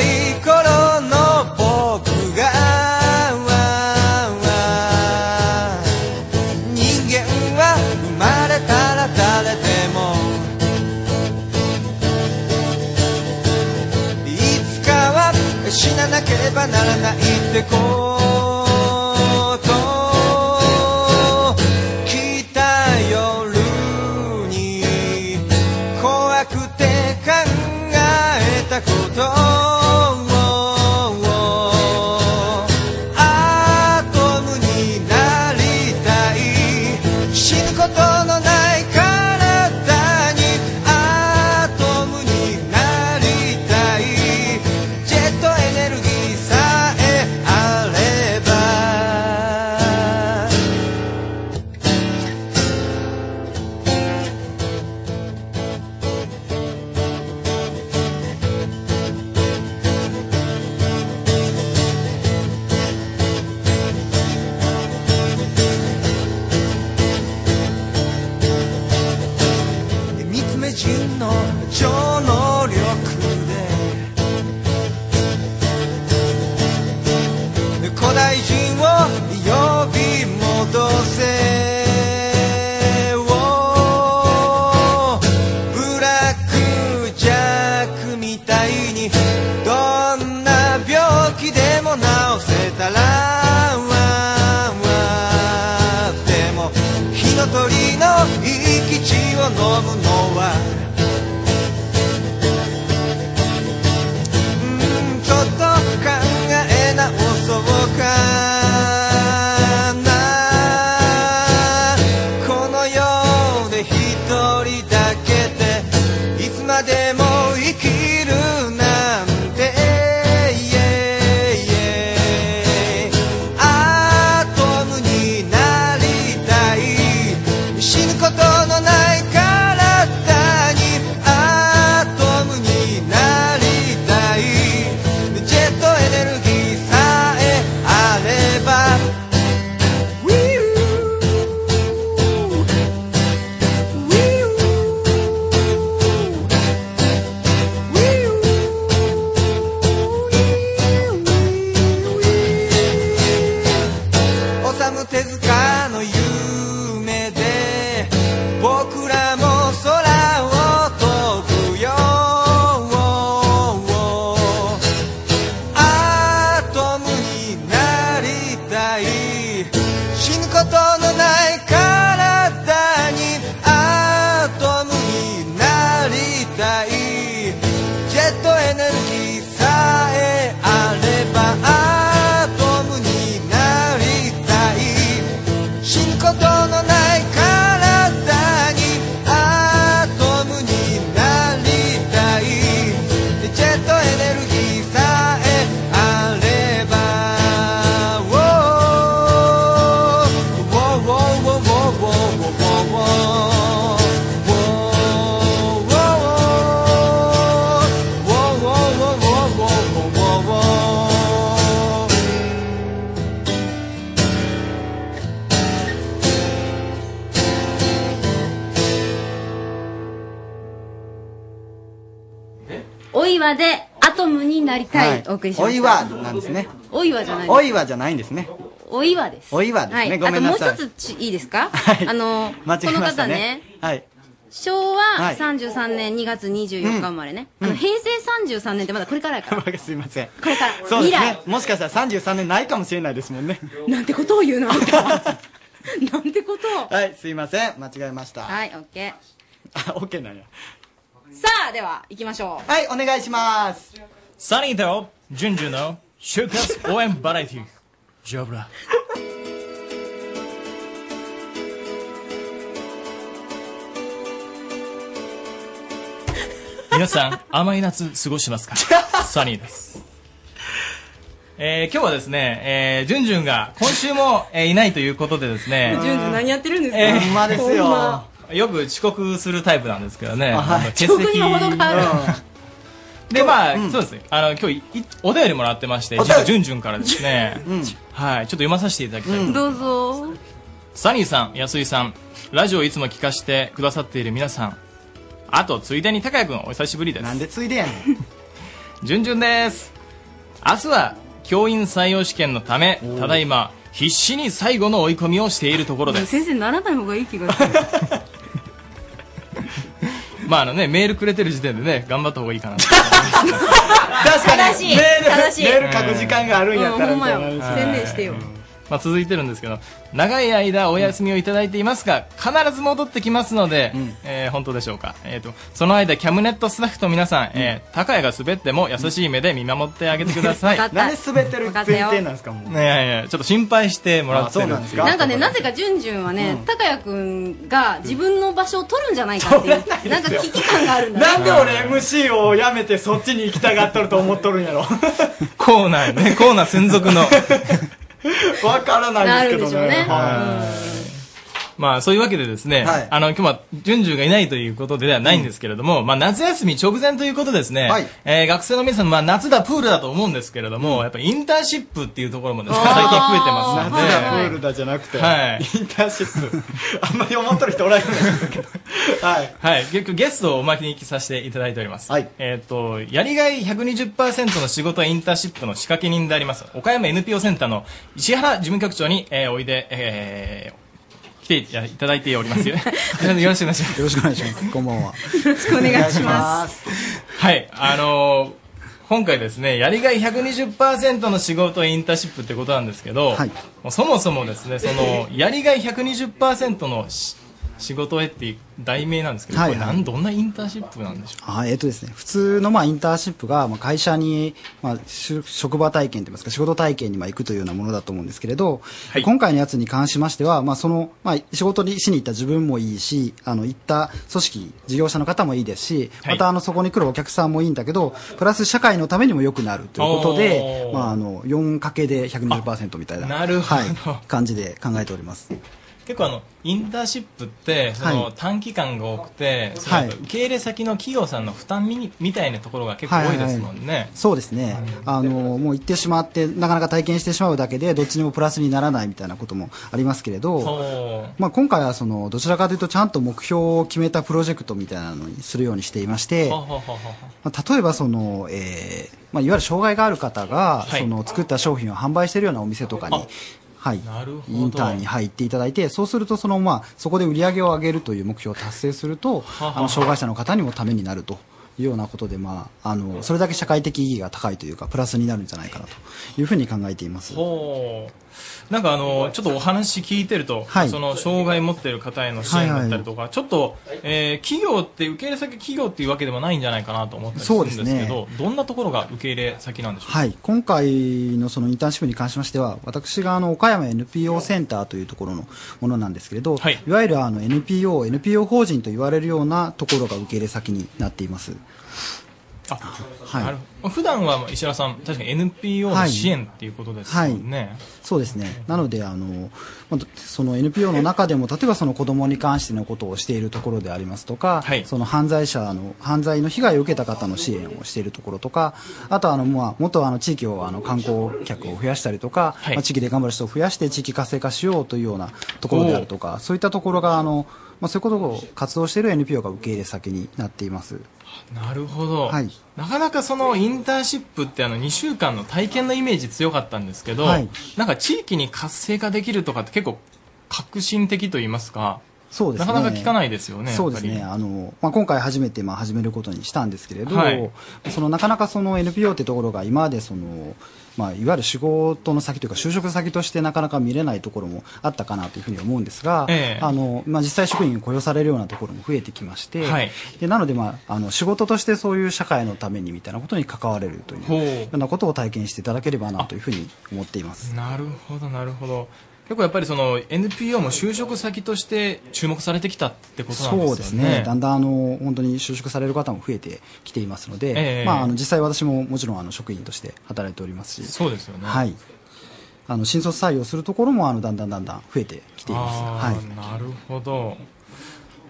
い頃の僕が人間は生まれたら誰でもいつかは死ななければならないってこと来た夜に怖くて考えたことをアトムになりたい死ぬことのない体にアトムになりたいジェットエネルギーさえあれば三つ目人の超能力で古代人を呼び戻せをブラックジャックみたいにどんな病気でも治せたらでも火の鳥の生き血を飲むのはうーんちょっと考え直そうかなこの世で一人だけでいつまでも生きるなんて Yeah, yeah アトムになりたい死ぬことのない体にアトムになりたいジェットエネルギーさえあれば Wee oo Wee oo Wee oo Wee oo おさむ手塚の夢で僕らも空を飛ぶよアトムになりたい死ぬことのない体にアトムになりたいジェットエネルギーさえあればアトムになりたい死ぬことのない体にアトムになりたいジェットエネルギーさえあれば Wow Wow Wow Wow Wow Wow Wow お岩でアトムになりたい、お送りしまおし岩たなんですねお岩じゃないですお岩じゃないんですねお岩ですお岩ですねはい、ごめんなさいあともう一つちいいですか、あの間違えこのました方ねねはい 昭は和い33年2月24日生まれね、あの平成33年ってまだこれからやからすいませんこれからそうで未すねもしかしたら33年ないかもしれないですもんねなんてことを 言うのなんてことをはいすいません間違えましたはいオッケーあオッケーなんやさあ、では、行きましょう。はい、お願いします。サニーとジュンジュの就活応援バラエティー。ジョブラ。皆さん、甘い夏過ごしてま すかサニーです。えー、今日はですね、えー、ジュンジュンが今週も、えーいないということでですね、順次何やってるんですえーかほんまよく遅刻するタイプなんですけどはね、い あの欠席遅刻にも程があるでまあ、そうですねあの今日いいお便りもらってましてお便り実はジュンジュンからです ね、はいちょっと読まさせていただきたいと思いますどうぞ。サニーさん、安井さん、ラジオいつも聞かせてくださっている皆さん、あと、ついでに高谷くん、お久しぶりです。なんでついでやねん。 じゅんじゅんです。明日は、教員採用試験のため、ただいま、必死に最後の追い込みをしているところ です。先生ならない方がいい気がする。まあ、あのね、メールくれてる時点でね、頑張った方がいいかなと。確かに。正しいメール正しいメール書く時間があるんやったらうんみたいな。ほんまよはい宣伝してよ。まあ、続いてるんですけど、長い間お休みをいただいていますが、必ず戻ってきますので、えー本当でしょうか。えっ、と、その間、キャムネットスタッフと皆さん、えー高谷が滑っても優しい目で見守ってあげてください。なんで滑ってる前提なんですかもう。いやいや、ちょっと心配してもらってるあそうなんですなんかね、なぜかジュンジュンはね、高谷くんが自分の場所を取るんじゃないかっていう、なんか危機感があるんだなんで俺 MC をやめてそっちに行きたがっとると思っとるんやろコーナーね、コーナー専属の。わからないですけどねなるでしょうねはいまあ、そういうわけでですね、あの、今日は、ジュンジュンがいないということではないんですけれども、まあ、夏休み直前ということですね、えー学生の皆さん、まあ、夏だ、プールだと思うんですけれども、やっぱりインターンシップっていうところもですね、最近増えてますので、夏だプールだじゃなくて、はいインターンシップ あんまり思っとる人おられないんですけどはいはい、結局ゲストをおまけにさせていただいております。えっ、と、やりがい120%の仕事はインターンシップの仕掛け人であります、岡山 NPO センターの石原事務局長に、えーおいで、えー来ていただいております。 よろしくお願いします。よろしくお願いします。こんばんは。よろしくお願いします。はい、あのー今回ですね、やりがい120%の仕事インターンシップってことなんですけど、もうそもそもですね、その、やりがい120%のし仕事へっていう題名なんですけど、はいはいこれなんどんなインターンシップなんでしょあえっとですね、普通のまあインターンシップがまあ会社に、まあ、し職場体験といいますか仕事体験にまあ行くというようなものだと思うんですけれど、今回のやつに関しましては、まあ、その、まあ、仕事にしに行った自分もいいしあの行った組織事業者の方もいいですしまたあのそこに来るお客さんもいいんだけどプラス社会のためにも良くなるということでお、ーまあ、あの4かけで120%みたいななるほどはい、感じで考えております。う結構あの、インターンシップって、そはのい短期間が多くて、そのやっぱ受け入れ先の企業さんの負担みにみたいなところが結構多いですもんね。はいはいそうですね、あのもう行ってしまってなかなか体験してしまうだけでどっちにもプラスにならないみたいなこともありますけれほど、まあ、今回はそのどちらかというとちゃんと目標を決めたプロジェクトみたいなのにするようにしていまして、ほうほうほうほうまあ、例えばその、えーまあ、いわゆる障害がある方が、その作った商品を販売しているようなお店とかに。はい、インターンに入っていただいてそうするとその、まあ、そこで売り上げを上げるという目標を達成するとははあの障害者の方にもためになるというようなことで、まあ、あのそれだけ社会的意義が高いというかプラスになるんじゃないかなというふうに考えています。ほうなんかあのちょっとお話聞いてると、はいその障害持ってる方への支援だったりとか、ちょっと、えー企業って受け入れ先企業っていうわけではないんじゃないかなと思ったりするんですけどそうですねどんなところが受け入れ先なんでしょうか、はい、今回のそのインターンシップに関しましては、私があの岡山 NPO センターというところのものなんですけれど、い、わゆるあの NPO、NPO 法人と言われるようなところが受け入れ先になっています。あいなるほど普段は石原さん確かに NPO の支援っていうことですよね、そうですね。なので、あの、まあどその NPO の中でも、例えばその子供に関してのことをしているところでありますとか、その犯罪者の、犯罪の被害を受けた方の支援をしているところとか、あとはあの、まあ、もっとあの、地域を、あの、観光客を増やしたりとか、まあ地域で頑張る人を増やして地域活性化しようというようなところであるとか、そういったところが、あの、まあ、そういうことを活動している NPO が受け入れ先になっています。なるほど、はいなかなかそのインターンシップってあの2週間の体験のイメージ強かったんですけど、はいなんか地域に活性化できるとかって結構革新的と言いますかそうですね、なかなか聞かないですよねそうですやっねぱあの、まあ、今回初めてまあ始めることにしたんですけれど、はいそのなかなかその NPO ってところが今までその、まあ、いわゆる仕事の先というか就職先としてなかなか見れないところもあったかなというふうに思うんですが、ええあのまあ、実際職員が雇用されるようなところも増えてきまして、はいでなので、まあ、あの仕事としてそういう社会のためにみたいなことに関われるというほうようなことを体験していただければなというふうに思っています。なるほどなるほど結構やっぱりその NPO も就職先として注目されてきたってことなんですよねそうですね、だんだんあの本当に就職される方も増えてきていますので、ええまあ、あの実際、私ももちろんあの職員として働いておりますし、そうですよねはい、あの新卒採用するところもあのだんだんだんだん増えてきています。あはいーなるほど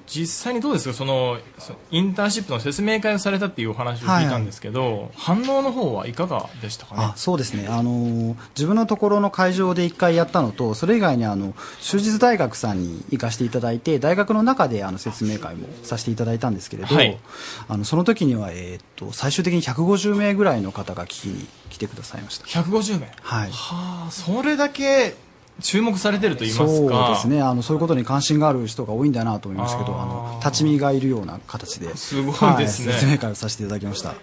実際にどうですかそのそインターンシップの説明会をされたっていうお話を聞いたんですけど、反応の方はいかがでしたかねあそうですね、あのー自分のところの会場で1回やったのと、それ以外にあの修実大学さんに行かせていただいて、大学の中であの説明会もさせていただいたんですけれど、はいあのその時には、えーっと最終的に150名ぐらいの方が聞きに来てくださいました。 150名はい、はあそれだけ注目されてると言いますかそうですねあのそういうことに関心がある人が多いんだなと思いましたけどあの立ち見がいるような形ですごいですね説明会をさせていただきました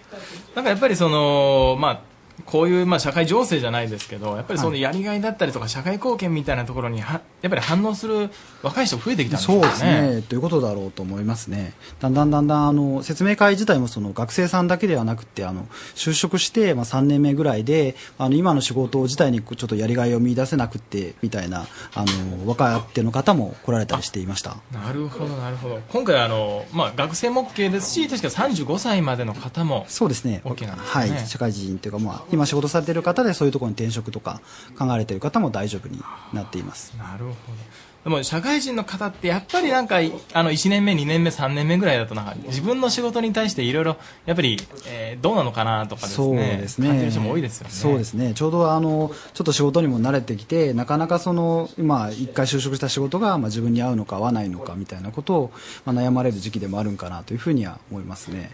なんかやっぱりその、まあ、こういう、まあ、社会情勢じゃないですけど、やっぱりそのはいやりがいだったりとか、社会貢献みたいなところには、やっぱり反応する若い人増えてきたんですかそうね。ですねということだろうと思いますねだんだんだんだんあの説明会自体もその学生さんだけではなくてあの就職して、まあ、3年目ぐらいであの今の仕事自体にこうちょっとやりがいを見出せなくてみたいなあの若手の方も来られたりしていましたなるほど、なるほど。今回あの、まあ、学生も OK ですし、確か35歳までの方も、そうですね OK なんですはね。い、社会人というか、まあ、今仕事されている方でそういうところに転職とか考えられている方も大丈夫になっていますなるほど。でも、社会人の方って、やっぱりなんか、あの、1年目、2年目、3年目ぐらいだと、なんか、自分の仕事に対していろいろ、やっぱり、えーどうなのかなとかですね。そうですね感じる人も多いですよね。そうですねちょうどあのちょっと仕事にも慣れてきてなかなかその今1回就職した仕事が、まあ、自分に合うのか合わないのかみたいなことを、まあ、悩まれる時期でもあるんかなというふうには思いますね、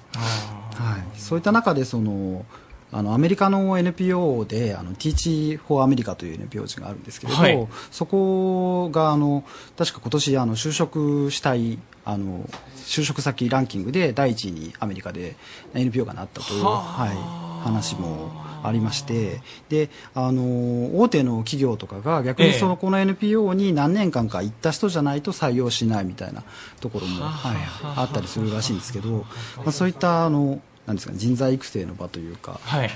はい、そういった中でそのあのアメリカの NPO であの Teach for America という NPO があるんですけれど、はいそこがあの確か今年あの就職したいあの就職先ランキングで第1位にアメリカで NPO がなったという、ははい、話もありましてであの大手の企業とかが逆ええにそのこの NPO に何年間か行った人じゃないと採用しないみたいなところも、はい、あったりするらしいんですけど、まあ、そういったあのなんですかね人材育成の場というか、はい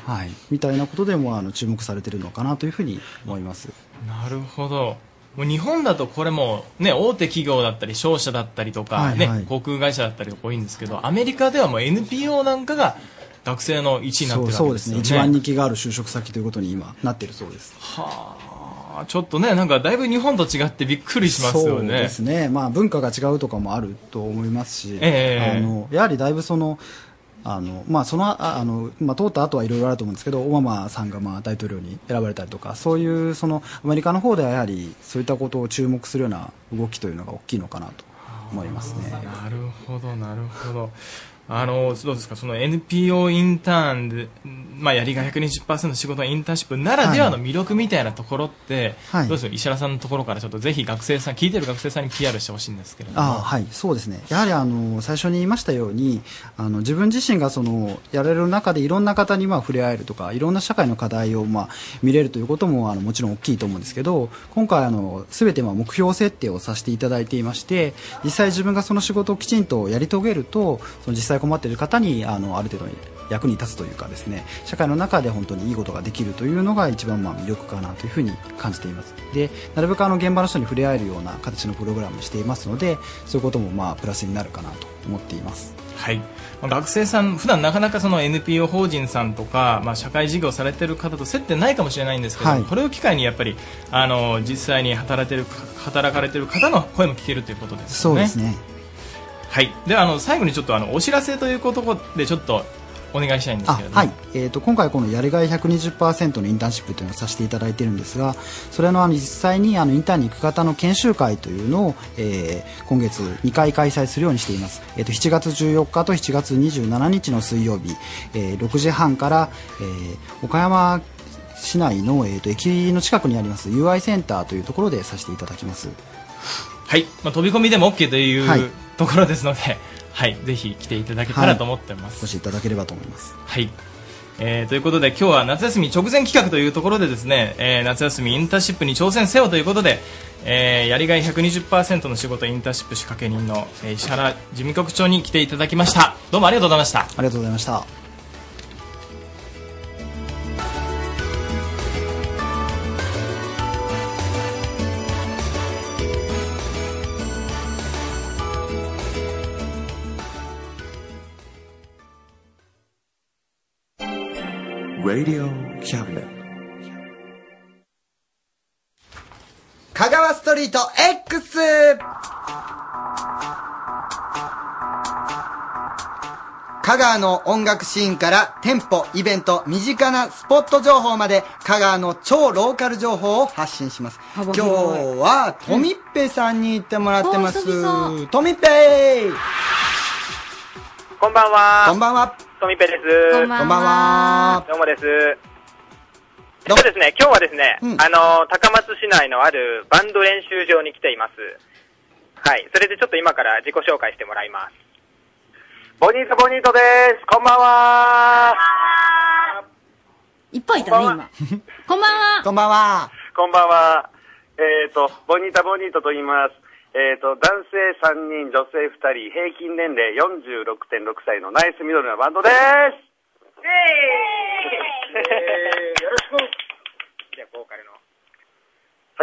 みたいなことでもあの注目されてるのかなというふうに思います。なるほど。もう日本だとこれも、ね、大手企業だったり商社だったりとか、はいねはい航空会社だったりが多いんですけどアメリカではもう NPO なんかが学生の1位になっそてうるわそうけでですすねよね一番人気がある就職先ということに今なってるそうですはあちょっとねなんかだいぶ日本と違ってびっくりしますそようねですね、まあ、文化が違うとかもあると思いますし、ええあのやはりだいぶその、あのまあ、そのああの、まあ、通った後はいろいろあると思うんですけど、オバマさんがまあ大統領に選ばれたりとか、そういうそのアメリカの方ではやはりそういったことを注目するような動きというのが大きいのかなと思いますね。なるほどなるほどあのどうですかその NPO インターンで、まあ、やりがい120%仕事はインターンシップならではの魅力みたいなところって、はいどうですか石原さんのところからちょっとぜひ学生さん聞いてる学生さんに PR してほしいんですけれどもああはい、そうですねやはりあの最初に言いましたようにあの自分自身がそのやれる中でいろんな方にまあ触れ合えるとかいろんな社会の課題をまあ見れるということもあのもちろん大きいと思うんですけど今回あの、全てまあ目標設定をさせていただいていまして実際自分がその仕事をきちんとやり遂げるとその実際困っている方にあのある程度役に立つというかですね社会の中で本当にいいことができるというのが一番まあ魅力かなというふうに感じていますでなるべくあの現場の人に触れ合えるような形のプログラムにしていますのでそういうこともまあプラスになるかなと思っていますはい、まあ学生さん、普段なかなかその NPO 法人さんとか、まあ、社会事業されてる方と接点ないかもしれないんですけど、はいこれを機会にやっぱりあの実際に働いてる働かれてる方の声も聞けるということですそようね。ですねはい、ではあの最後にちょっとあのお知らせということでちょっとお願いしたいんですあけれども、はい、えー、と今回このやりがい120%のインターンシップというのをさせていただいてるんですがそれのあの実際にあのインターンに行く方の研修会というのを、えー今月2回開催するようにしています、えー、と7月14日と7月27日の水曜日、えー6時半から、えー岡山市内の、えー、と駅の近くにあります UI センターというところでさせていただきますはい、まあ、飛び込みでも OK という、はいところです ので、はい、ぜひ来ていただけたらと思ってます。お越しいただければと思います。はい、えーということで今日は夏休み直前企画というところでですね、えー夏休みインターンシップに挑戦せよということで、えーやりがい120%の仕事インターンシップ仕掛け人の、えー石原事務局長に来ていただきましたどうもありがとうございましたありがとうございました Radio Cabinet. 香川ストリート X! 香川の音楽シーンから店舗、イベント、身近なスポット情報まで香川の超ローカル情報を発信します。今幅日広いはトミッペさんに行ってもらってまうんす。トミッペーこんばんは。こんばんは。トミペです。こんばんはこんばんはどうもです。えっとですね、今日はですね、あの、高松市内のあるバンド練習場に来ています。はい。それでちょっと今から自己紹介してもらいます。ボニートボニートです。こんばんは。いっぱいいたね、今。こんばんは。こんばんは。こんばんは。えっ、と、ボニータボニートと言います。えっ、と、男性3人、女性2人、平均年齢46.6歳のナイスミドルなバンドです。よろしく。じゃあ、ボーカルの。は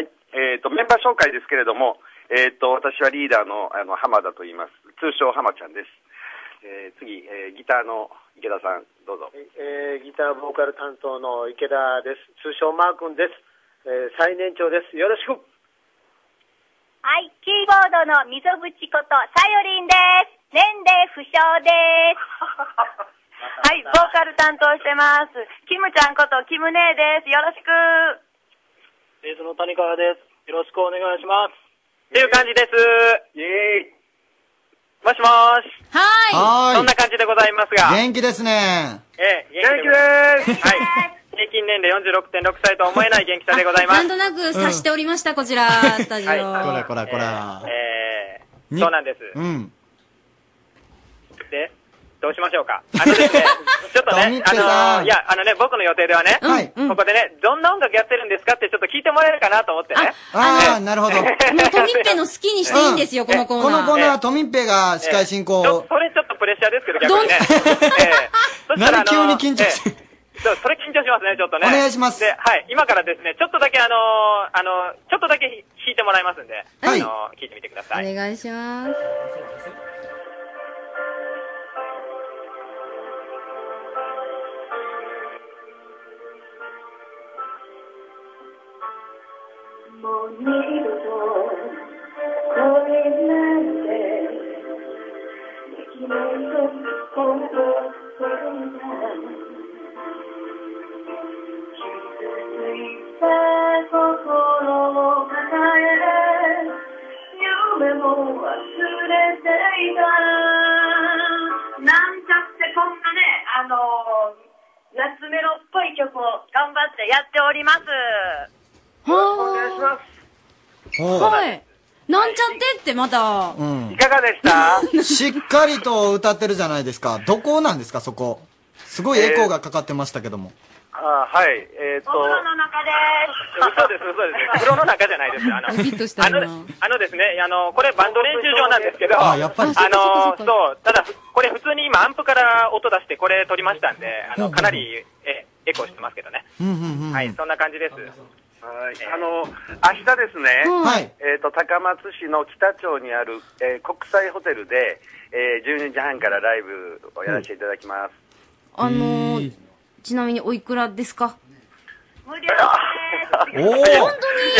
い。えっ、と、メンバー紹介ですけれども、えっ、と、私はリーダーのあの浜田と言います。通称浜ちゃんです。えー次、えーギターの池田さん、どうぞ。えーギターボーカル担当の池田です。通称マー君です。えー最年長です。よろしく。はい、キーボードの溝口ことさよりんです。年齢不詳です。はい、ボーカル担当してます。キムちゃんことキムネーです。よろしく。ベースの谷川です。よろしくお願いします。っていう感じです。イェーイ。もしもーし。はーいそんな感じでございますが。元気ですね。ええ、元気です。はい。平均年齢46.6歳とは思えない元気さでございまなす。んとなく察しておりました、こちら、スタジオ。こらこらこら。えー、そうなんです。うん。で、どうしましょうか。あので すね、ちょっとね、さんあの、いや、あのね、僕の予定ではね、ここでね、どんな音楽やってるんですかってちょっと聞いてもらえるかなと思ってね。ああ、なるほど。 もうトミッペの好きにしていいん ですよ、このコーナー。このコーナー、トミッペが司会進行ちょそれちょっとプレッシャーですけど、逆にね。 ええそしたら何急に緊張してそうそれ緊張しますね、ちょっとね。お願いしますで、はい、今からですね、ちょっとだけあのーあのーちょっとだけひ弾いてもらいますんで、はいあのー聞いてみてください。お願いします。もう二度とこれなんてできないと本当それが傷ついた心を抱え夢も忘れていたなんちゃってこんなね、あの夏メロっぽい曲を頑張ってやっております。お願いします。はい。なんちゃってってまた、うん。いかがでしたしっかりと歌ってるじゃないですか。どこなんですか、そこ。すごいエコーがかかってましたけども。あーはい、えっ、と。の中です。嘘です、嘘です。風呂の中じゃないですよ。あの、ビビッとしたあのあのですね、あの、これバンド練習場なんですけど、あやっぱりあの、あそっかそっかそっかそう、ただ、これ普通に今アンプから音出してこれ撮りましたんで、あうの、んかなり、え、エコーしてますけどね。うんうんうん。はい、そんな感じです。はいあの、明日ですね、はいえっ、と、高松市の北町にある、えー国際ホテルで、えー12時半からライブをやらせていただきます。 あのー、ちなみにおいくらですかおお本当に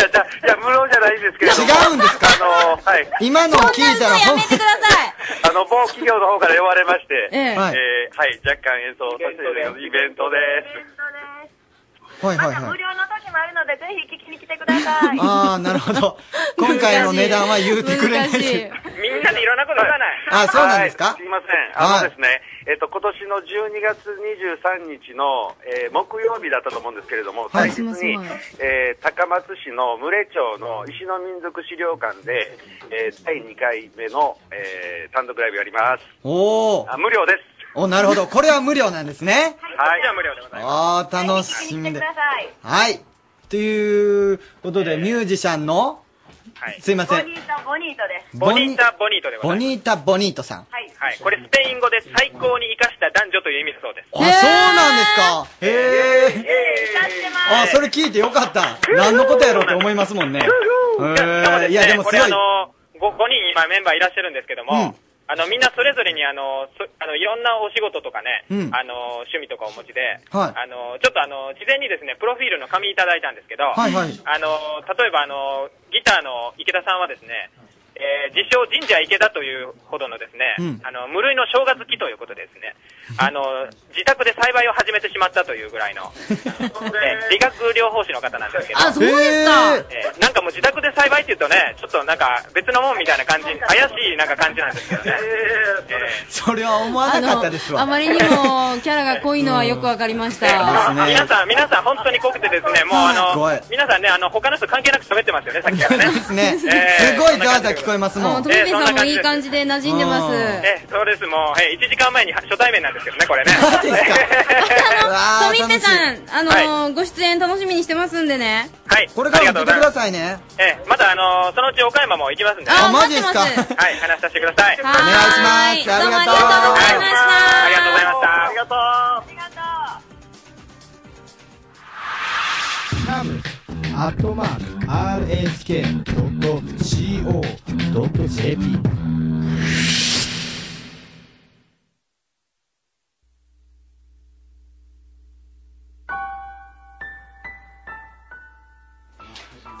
いや、じゃ、いや、無論じゃないですけれども。違うんですかあの、はい。今のを聞いたら、ほん あの、某企業の方から呼ばれまして、ええはい、若干演奏させていただきます。イベントです。はいはいはいまた無料の時もあるので、ぜひ聞きに来てください。ああ、なるほど。今回の値段は言うてくれない難しいし。 みんなでいろんなこと言わない。あそうなんですかはいすいません。あのですね、えっと、今年の12月23日の、えー木曜日だったと思うんですけれども、はい祭日すいにません、えー高松市の牟礼町の石の民族資料館で、えー第2回目の、えー単独ライブやります。おーあ無料です。お、なるほど。これは無料なんですね。はい。無料でございます。ああ、楽しみで。さい。はい。ということで、ミュージシャンの、すいませんボ。ニータ・ボニートです。ボニータ・ボニートでボニータ・ボニートさん。はい。はい。これスペイン語で最高に生かした男女という意味だそうです。あ、そうなんですか。へえ。ああ、それ聞いてよかった。何のことやろうと思いますもんね。へえ。いや、でもすごこれあい。の、5, 人今メンバーいらっしゃるんですけども、うんあの、みんなそれぞれにあの、そあの、いろんなお仕事とかね、うんあの、趣味とかお持ちで、はいあの、ちょっとあの、事前にですね、プロフィールの紙いただいたんですけど、はいはいあの、例えばあの、ギターの池田さんはですね、えー自称神社池田というほどのですね、うんあの、無類の生姜好きということでです ね、あの、自宅で栽培を始めてしまったというぐらいの、えー理学療法士の方なんですけど、あそうですかえーなんかもう自宅で栽培っていうとね、ちょっとなんか別のもんみたい な感じ、怪しいなんか感じなんですけどね。それは思わなかったですわ。あまりにもキャラが濃いのはよくわかりました。ね皆さん、皆さん本当に濃くてですね、もうあはのい、皆さんね、あの、他の人関係なく喋ってます よね、さっきからね。ですね。すごいざわざわ聞こえますもあん。のトミペさんもいい感じで馴染んでます。えーそうです、もう、えー1時間前に初対面なんですけどね、これね。トミペさん、あのーはご出演楽しみにしてますんでね。はい。これからも来てくださいね。ね。えーまたあのー、そのうち岡山も行きますんでね。あマジですか待はい、話させてください。いしお願ます。ありがとう。ありがとうございました。りがとカう。ムアットマーク RSK.CO.JP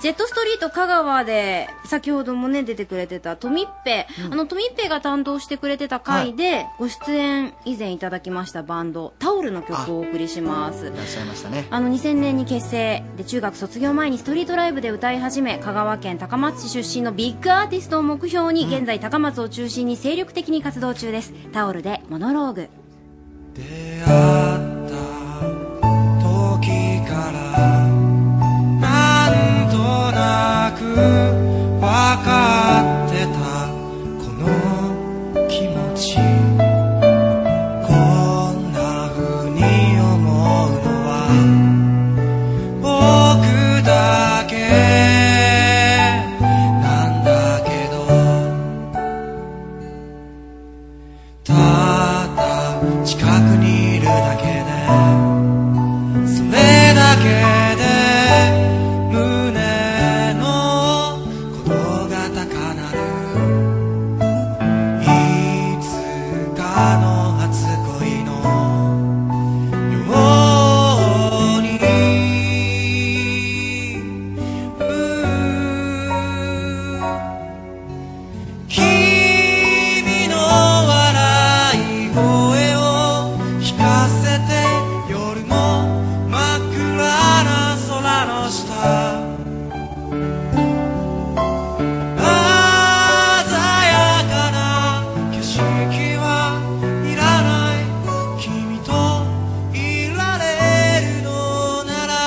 ジェットストリート香川で、先ほどもね、出てくれてたトミッペ。あの、トミッペが担当してくれてた回で、ご出演以前いただきましたバンド、タオルの曲をお送りします。いらっしゃいましたね。あの2000年に結成で中学卒業前にストリートライブで歌い始め香川県高松市出身のビッグアーティストを目標に現在高松を中心に精力的に活動中ですタオルでモノローグ時からなんとなく分かってたこの気持ちこんな風に思うのは僕だけなんだけどただ近くにいるだけでそれだけで胸の鼓動が高鳴るいつかの初恋のように君の笑い声を聞かせて夜の真っ暗な空の下鮮やかな景色はいらない君といられるのなら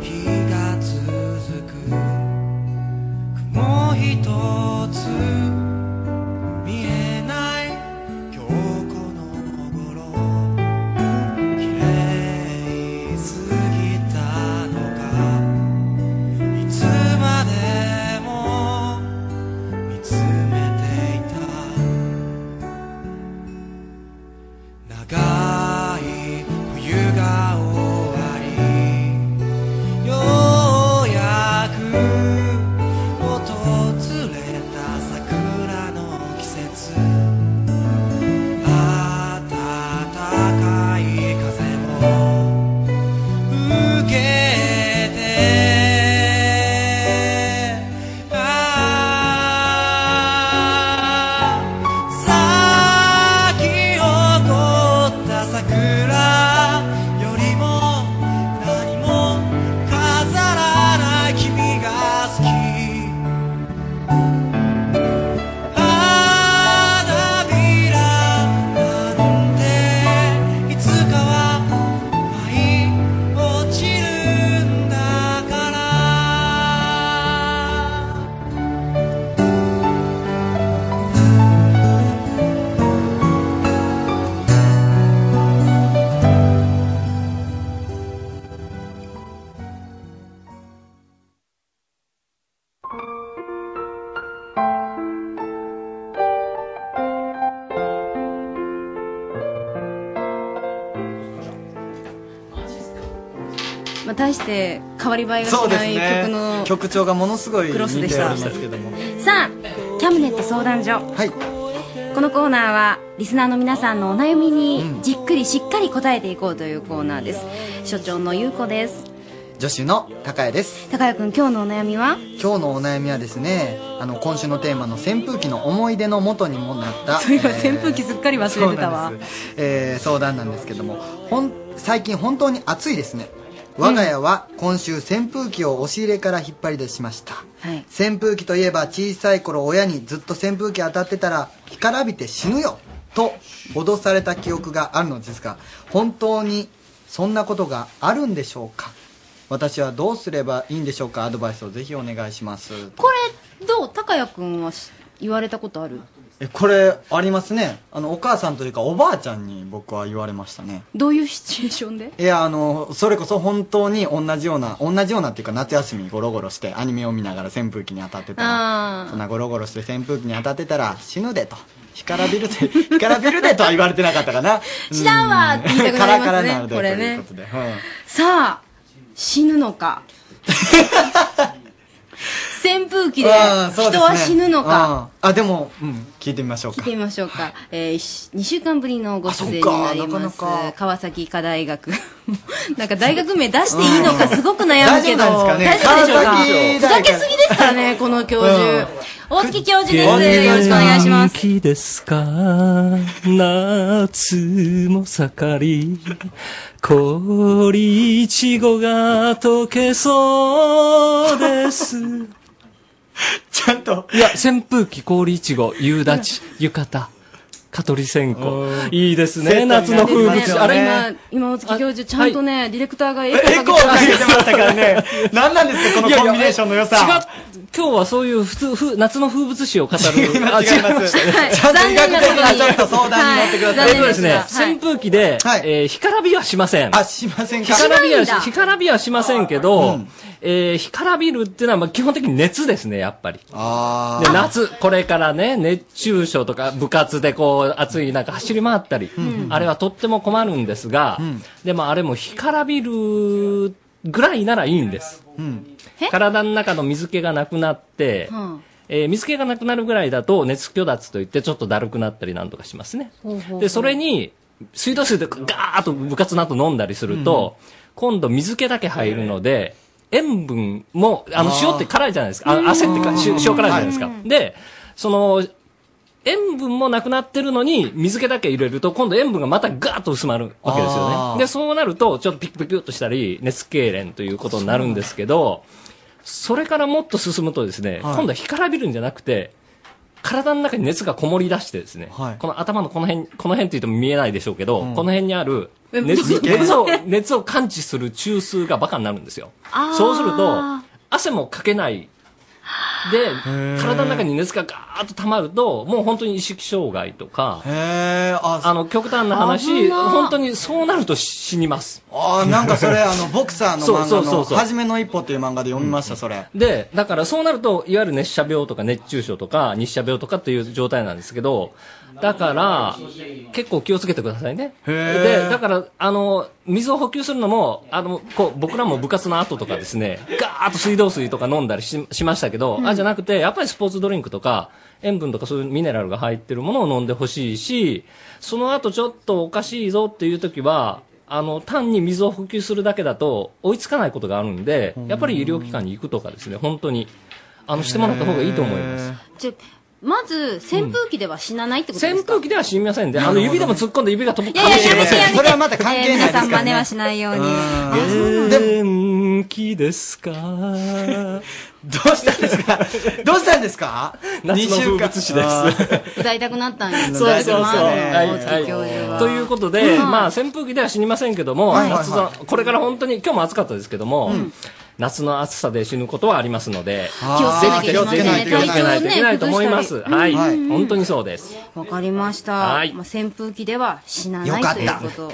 日が続く雲一つ見えない今日この頃綺麗すぎたのかいつまでも見つめていた長い冬が終わまあ、大して変わり映えがしそうでなすいね曲の、曲調がものすごいクロスで似しておたりますけどもさあキャムネット相談所このコーナーはリスナーの皆さんのお悩みにじっくりしっかり答えていこうというコーナーです所長の優子です女子の高谷です高谷君今日のお悩みは今日のお悩みはですねあの今週のテーマの扇風機の思い出の元にもなったそういえばえー扇風機すっかり忘れてたわそうなんですえー相談なんですけどもほん最近本当に暑いですね我が家は今週扇風機を押し入れから引っ張り出しました、扇風機といえば小さい頃親にずっと扇風機当たってたら干からびて死ぬよと脅された記憶があるのですが本当にそんなことがあるんでしょうか私はどうすればいいんでしょうかアドバイスをぜひお願いしますこれどう高谷君はし言われたことあるえこれありますねあのお母さんというかおばあちゃんに僕は言われましたねどういうシチュエーションでいやあのそれこそ本当に同じような同じようなっていうか夏休みゴロゴロしてアニメを見ながら扇風機に当たってたあらーそんなゴロゴロして扇風機に当たってたら死ぬでと干からびるで干からびるでとは言われてなかったかな知らんわって言いたくなりますねカラカラなのでこれとねいうことで、うんさあ死ぬの か扇風機であーそう人ですねは死ぬのか、うんあでも、うん、聞いてみましょう聞いかてみましょうか、えー、し2週間ぶりのご出演になります川崎医科大学 なんか大学名出していいのかすごく悩む けどうん大丈夫なん大ですかね丈夫川崎でしょうかふ大ざ学けすぎです からねこの教授、大月教授ですよろしくお願いします元気ですか夏も盛り。氷いちごが溶けそうです。ちゃんと。いや、扇風機、氷いちご、夕立、浴衣、蚊取り線香。いいですね、夏の風物詩。あれ今今大月教授ちゃんとね、ディレクターがエコーエコーをかけてましたからね。何なんですか、このコンビネーションの良さ。いやいや違う。今日はそういう普通、ふ夏の風物 詩を語る。違います。違いまはいちゃんと医学的なちょっと相談に乗ってくださいえっとですね、はい扇風機で、えー、干からびはしません。あ、しません干からびはしないんだし、干からびはしませんけど、えー、干からびるっていうのは、まあ、基本的に熱ですね、やっぱり。あで、夏、これからね、熱中症とか、部活でこう、暑い中走り回ったり、うんあれはとっても困るんですが、でもあれも干からびるぐらいならいいんです。体の中の水気がなくなって、えー水気がなくなるぐらいだと熱虚脱といってちょっとだるくなったりなんとかしますね。で、それに、水道水でガーッと部活の後飲んだりすると、今度水気だけ入るので、塩分も、あのあ、ー塩って辛いじゃないですか。あ汗ってかうん塩塩辛いじゃないですか。で、その、塩分もなくなってるのに、水気だけ入れると、今度塩分がまたガーッと薄まるわけですよあーね。で、そうなると、ちょっとピクピクっとしたり、熱痙攣ということになるんですけど、それからもっと進むとですね、はい今度は干からびるんじゃなくて、体の中に熱がこもり出してですね、この頭のこの辺、この辺と言っても見えないでしょうけど、この辺にあるえ熱見て熱を、熱を感知する中枢がバカになるんですよあー。そうすると、汗もかけない。で、体の中に熱がガーッと溜まると、もう本当に意識障害とか、あの、極端な話、危な本当にそうなると死にます。あーなんかそれ、あの、ボクサーのそう漫そ画うその、うそうはじめの一歩っていう漫画で読みました、それ。で、だからそうなると、いわゆる熱射病とか熱中症とか、日射病とかっていう状態なんですけど、だから、結構気をつけてくださいね。へーで、だから、あの、水を補給するのも、あの、こう、僕らも部活の後とかですね、ガーッと水道水とか飲んだりししましたけど、うんあ、じゃなくて、やっぱりスポーツドリンクとか、塩分とかそういうミネラルが入ってるものを飲んでほしいし、その後ちょっとおかしいぞっていう時は、あの、単に水を補給するだけだと追いつかないことがあるんで、やっぱり医療機関に行くとかですね、本当に、あの、してもらった方がいいと思います。じゃまず扇風機では死なないってことです扇か、風機では死にませんで、あの、指でも突っ込んで指が飛ぶいかやいもやしれません。それはまた関えー係ない皆ですさかん真らね似はしないように元気ですかどうしたんですか どうしたんですか夏の風物詩ですあ歌いたくなったんやそうそうそう。まあねはい大は。月教授はいということで、うんまあ扇風機では死にませんけども、はいはいはい夏のこれから本当に今日も暑かったですけども、夏の暑さで死ぬことはありますので、気をつけなきゃいけませんねぜひ気をつけないといけないと思います。体調をねはい、崩したりうん本当にそうです。わかりました、はいまあ、扇風機では死ななよかいっというたこと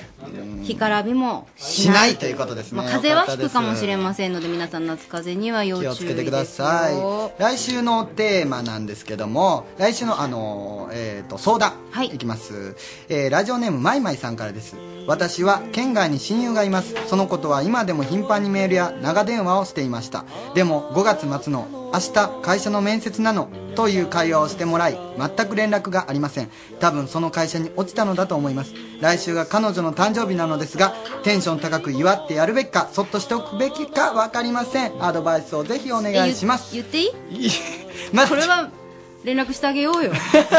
干からびもしないということですね。まあ、風邪は引くかもしれん。ませんので皆さん夏風邪には要注意気でをすつよけてください。来週のテーマなんですけども、来週のあの、えっ、と、相談。い。きます。えーラジオネームまいまいさんからです。私は県外に親友がいますそのことは今でも頻繁にメールや長電話をしていましたでも5月末の明日会社の面接なのという会話をしてもらい全く連絡がありません多分その会社に落ちたのだと思います来週が彼女の誕生日なのですがテンション高く祝ってやるべきかそっとしておくべきか分かりませんアドバイスをぜひお願いします言っていい まあこれは連絡してあげよ うよ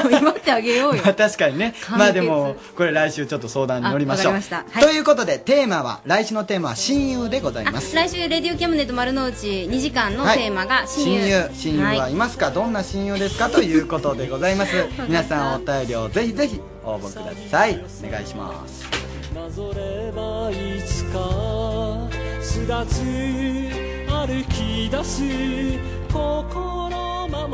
祝ってあげようよまあ 確かにね完結まあでもこれ来週 ちょっと相談に乗りましょうあわかりましたということでテーマは来週のテーマは親友でございます来週「レディオキャムネット丸の内」2時間のテーマが親友、はい、親友親友はいますか、どんな親友ですかということでございますた皆さんお便りをぜひぜひ応募くださいお願いしますなぞればいつか巣立つ歩き出す心守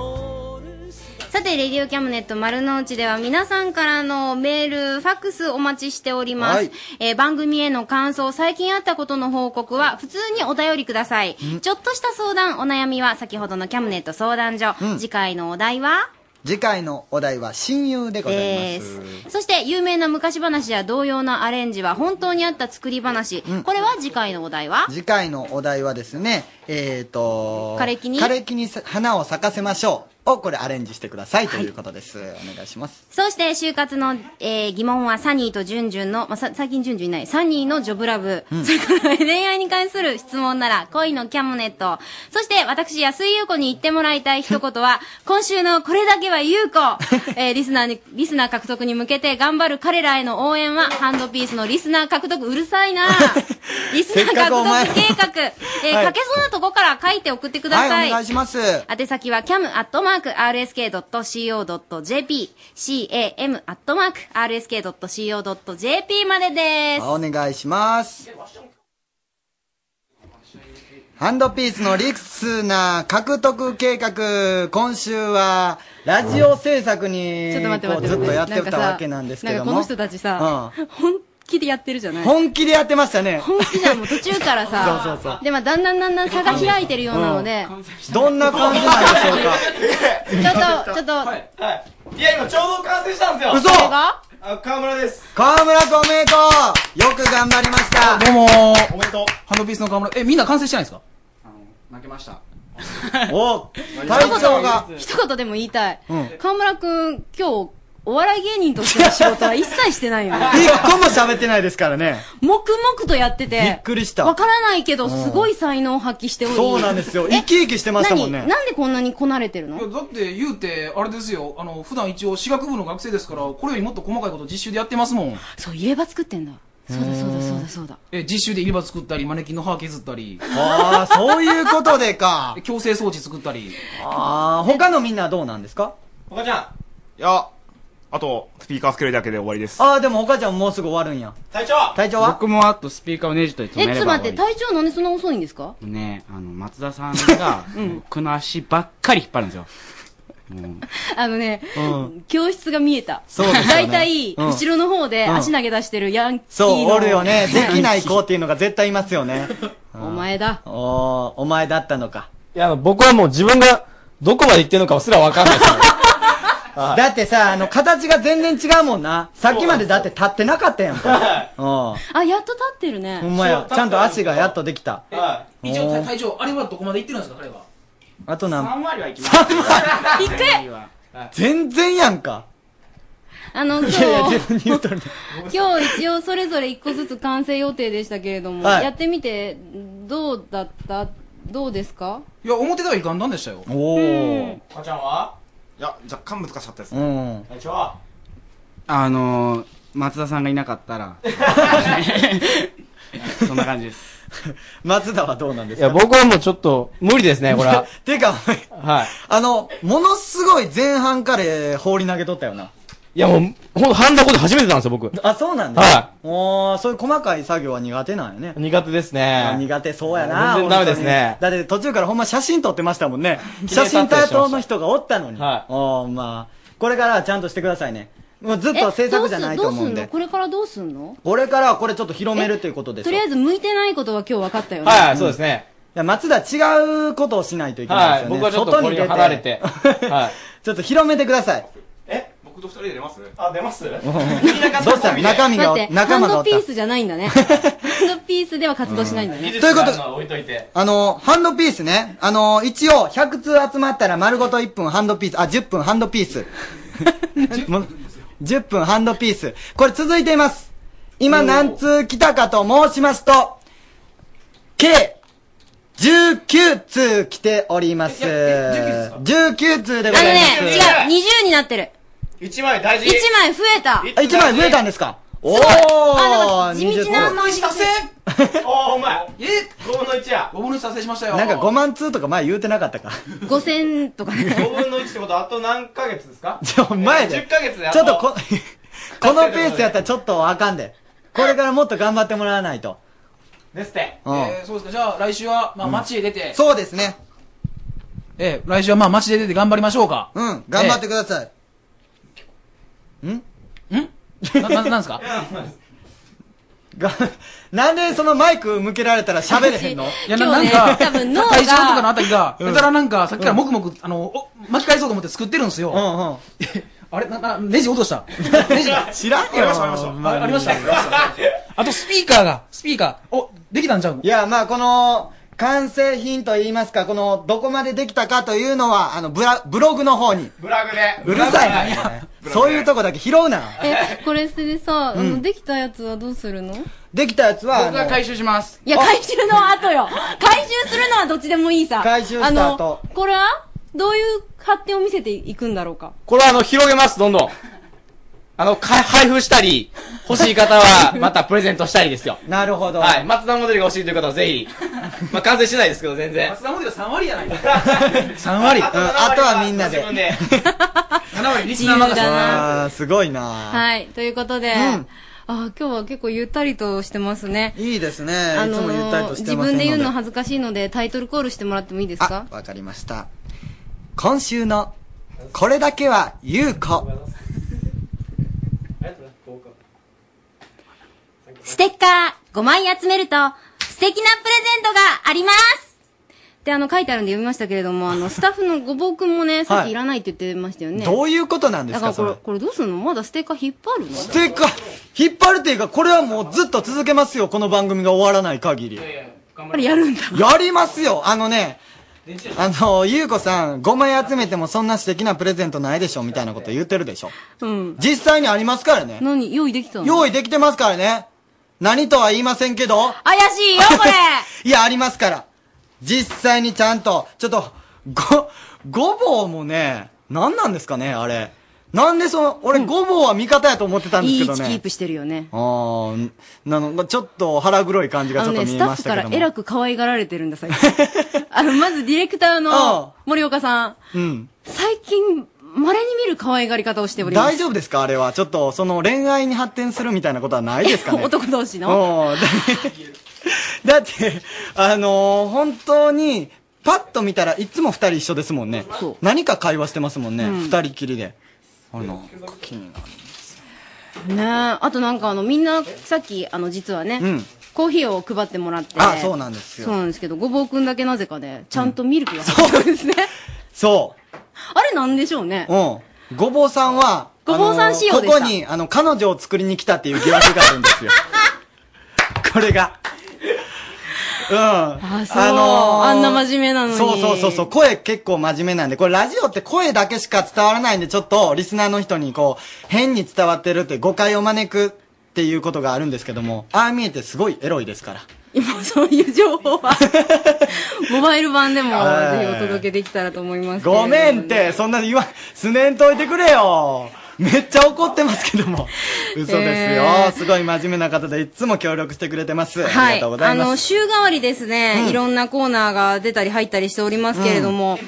るさて、レディオキャムネット丸の内では皆さんからのメール、ファックスお待ちしております。はいえー番組への感想、最近あったことの報告は普通にお便りください。ちょっとした相談、お悩みは先ほどのキャムネット相談所。次回のお題は次回のお題は親友でございまですそして、有名な昔話や同様のアレンジは本当にあった作り話。これは次回のお題は次回のお題はですねえっ、と枯れ木に枯れ木に花を咲かせましょうをこれアレンジしてくださいということです、お願いしますそして、就活の、えー疑問はサニーとジュンジュンの、まあ、さ最近ジュンジュンいない、サニーのジョブラブ。それから 恋愛に関する質問なら、恋のキャムネット。そして、私、安井優子に言ってもらいたい一言 は、今週のこれだけは優子。えーリスナーに、リスナー獲得に向けて頑張る彼らへの応援は、ハンドピースのリスナー獲得、うるさい なリスナー獲得計画。えーはい書けそうなとこから書いて送ってください。はいお願いします宛先は cam.rsk.co.jp、cam.rsk.co.jp までです。お願いしますハンドピースのリスナー獲得計画、今週は、ラジオ制作に、ちょっと待って待って待って。こうずっとやってなんかたさわけなんですけども。なんかこの人たちさ、本気でやってるじゃうなんい本気でやってましたね。 本気じゃんもう途中からさ、そうそうそうで、まあ、だんだんだんだん差が開いてるようなので、どんな感じなんでしょう か。ちょっと、ちょっと、いや、今ちょうど完成したんですよ。嘘誰があ、川村です。河村君おめでとうよく頑張りましたどうもおめでとうハンドピースの川村。え、みんな完成してないんですか負けました。お一隊長が言、一言でも言いたい。うん河村くん、今日、お笑い芸人としての仕事は一切してないよ ね。一個も喋ってないですからね。黙々とやってて。びっくりしたわからないけど、うんすごい才能を発揮しており。そうなんですよ。え生き生きしてましたもんね何。なんでこんなにこなれてるのいやだって言うて、あれですよ、あの、普段一応、私学部の学生ですから、これよりもっと細かいこと実習でやってますもん。そう、入れ歯作ってんだ。そうだそうだそうだそうだ。え、実習で入れ歯作ったり、マネキンの歯削ったり。ああ、そういうことで か。矯正装置作ったり。ああ、他のみんなはどうなんですか岡ちゃいん。や、あと、スピーカーつけるだけで終わりです。ああ、でも岡ちゃんもうすぐ終わるんや。隊長隊長は僕もあとスピーカーをネジとえ、ちょっと待って、体調なんでそんな遅いんですかねあの、松田さん が、僕の足ばっかり引っ張るんですよ。あのね、うん教室が見えた。そうですよね大体、うん後ろの方でうん足投げ出してるヤンキーの。そう、おるよね。できない子っていうのが絶対いますよ ね。お前だ。おー、お前だったのか。いや、僕はもう自分がどこまで行ってるのかすらわか んないです。だってさ、あの、形が全然違うもんな。さっきまでだって立ってなかったやん か。うん。ほあ、やっと立ってるね。んまや。ちゃんと足がやっとできた。一お応、ー隊長、あれはどこまで行ってるんですか、彼は。あと何3割は行きます。行く全然やんか。あの、い今日、やいや、自分に言うとる。今日一応それぞれ一個ずつ完成予定でしたけれども、はいやってみて、どうだったどうですかいや、表では歪んだんでしたよ。おー。岡ちゃんはいや、若干難しかったです。うん。隊長はあのー、松田さんがいなかったら、そんな感じです。松田はどうなんでいや、僕はもうちょっと、無理ですね、これ は。てか、はい。あの、ものすごい前半から放り投げとったよな。いや、もう、ほんと、ハンダコで初めてなんですよ、僕。あ、そうなんだ。はおーそういう細かい作業は苦手なんよね。苦手ですね。苦手そうやな。全然ダメですね本当に。だって途中からほんま写真撮ってましたも んね。綺麗写撮影真担当の人がおったのに。はおーまあ、これからはちゃんとしてくださいね。もうずっと制作じゃないと思うんえで。どうすんのこれからどうすんのこれからはこれちょっと広めるということですとりあえず向いてないことは今日分かったよね。はい、そうですね。いや、松田違うことをしないといけないですよね。はい僕はちょっと 外に出これを離れて。ちょっと広めてください。僕と二人で出ますあ、出ますどうした中身が待って仲間がハンドおっピたースじゃないんだねハンドピースでは活動しないんだねということ置いといて。あの、ハンドピースね。あの、一応、100通集まったら丸ごと1分ハンドピース、あ、10分ハンドピース。もう10分 ハンドピース。これ続いています。今何通来たかと申しますと、計、19通来ております。19通でごあのざいねます。、違う、20になってる。 1枚大1枚増えた。あ一枚増えたんですかおーあ地道な20達成おー、お前え5分の1や5分の1達成しましたよなんか5万通とか前言うてなかったか。 5000とかね。 5分の1ってことはあと何ヶ月ですかちょ、前で。 10ヶ月であとちょっと こ、このペースやったらちょっとあかんで。これからもっと頑張ってもらわないと。ですってうんえーそうですかじゃあ来週はまあうん街へ出てそうですねえー来週はまあ街で出て頑張りましょうかうん頑張ってくださいなななんですかが、なんでそのマイク向けられたら喋れへん のいや、ななんか、多分脳が体調とかのあたりが、うんやたらなんか、さっきからもくもく、あの、お巻き返そうと思って作ってるんですよ。あれな、な、ネジ落とした。 ネジ。知らんよあありま した。あと、スピーカーが、スピーカー。お、できたんちゃうのいや、まあこの、完成品といいますか、この、どこまでできたかというのは、あの、ブラ、ブログの方に。ブラグで。うるさいな。いやそういうとこだけ拾うな。え、これ捨てでさ、あうの、んできたやつはどうするのいできたやつは、僕が回収しますや、回収の後よ回収するのはどっちでもいいさ。回収したあ後の、これはどういう発展を見せていくんだろうか。 これはあの、広げます、どんどん。あの、か配布したり、欲しい方 は、またプレゼントしたりですよ。なるほど。はい。松田モデルが欲しいという方はぜひ。まあ、完成してないですけど、全然。松田モデル3割やないか。 3割。うん、あとはみんなで。 7割リスナー任自由だなあーすごいなはい、ということで、あ、今日は結構ゆったりとしてますね。いいですね。あいつもゆったりのー、として自ます分のでで。言うの恥ずかしいので、タイトルコールしてもらってもいいですかわかりました。今週の、これだけは、ゆうこ。ステッカー5枚集めると素敵なプレゼントがありますで、あの、書いてあるんで読みましたけれども、あの、スタッフのごぼうくんもね、さっきいらないって言ってましたよね。どういうことなんですかだからこそれ、これどうすんのまだステッカー引っ張るのステッカー、引っ張るっていうか、これはもうずっと続けますよ。この番組が終わらない限り。これやるんだ。やりますよあのね、あの、ゆうこさん、5枚集めてもそんな素敵なプレゼントないでしょみたいなこと言ってるでしょ。うん。実際にありますからね。何用意できたの用意できてますからね。何とは言いませんけど。怪しいよ、 これいや、ありますから。実際にちゃんと、ちょっと、ご、ごぼうもね、何なんですかね、あれ。なんでその、俺、ごぼうは味方やと思ってたんですいいけ位ど置キーね。プしてるよね。あーなの、まちょっと腹黒い感じがあちょのっとね、ス見えタまッしフたかけどらも。えらく可愛がられてるんだ、最近。 あの、まずディレクターの森岡さん、うん。最近、稀に見る可愛がり方をしております。大丈夫ですかあれは。ちょっと、その恋愛に発展するみたいなことはないですか ね男同士の。お だだって、あのー本当に、パッと見たらいつも二人一緒ですもんね。何か会話してますもんね。うん二、人きりで。あの、気になる。ねえあとなんかあのみんなさっきあの実はね、うんコーヒーを配ってもらってあそうなんですよそうなんですけどごぼうくんだけなぜかねちゃんとミルクが入ってるんですね、そあれなんでしょうねう。うん。ごぼうさんは、ごぼうさんあのー仕様でしたここに、あの、彼女を作りに来たっていう疑惑があるん ですよ。これが。うん。あそうあんな真面目なのにそうそうそうそう。声結構真面目なんで、これラジオって声だけしか伝わらないんで、ちょっとリスナーの人にこう、変に伝わってるって誤解を招くっていうことがあるんですけども、ああ見えてすごいエロいですから。今そういう情報はモバイル版でもぜはいひお届けできたらと思いますけれどもごめんって、そんな言わ、すねんといてくれよ。めっちゃ怒ってますけども。嘘ですよ。えーすごい真面目な方で、いつも協力してくれてます。ありがとうござあいます。の、週替わりですね、うんいろんなコーナーが出たり入ったりしておりますけれども、うん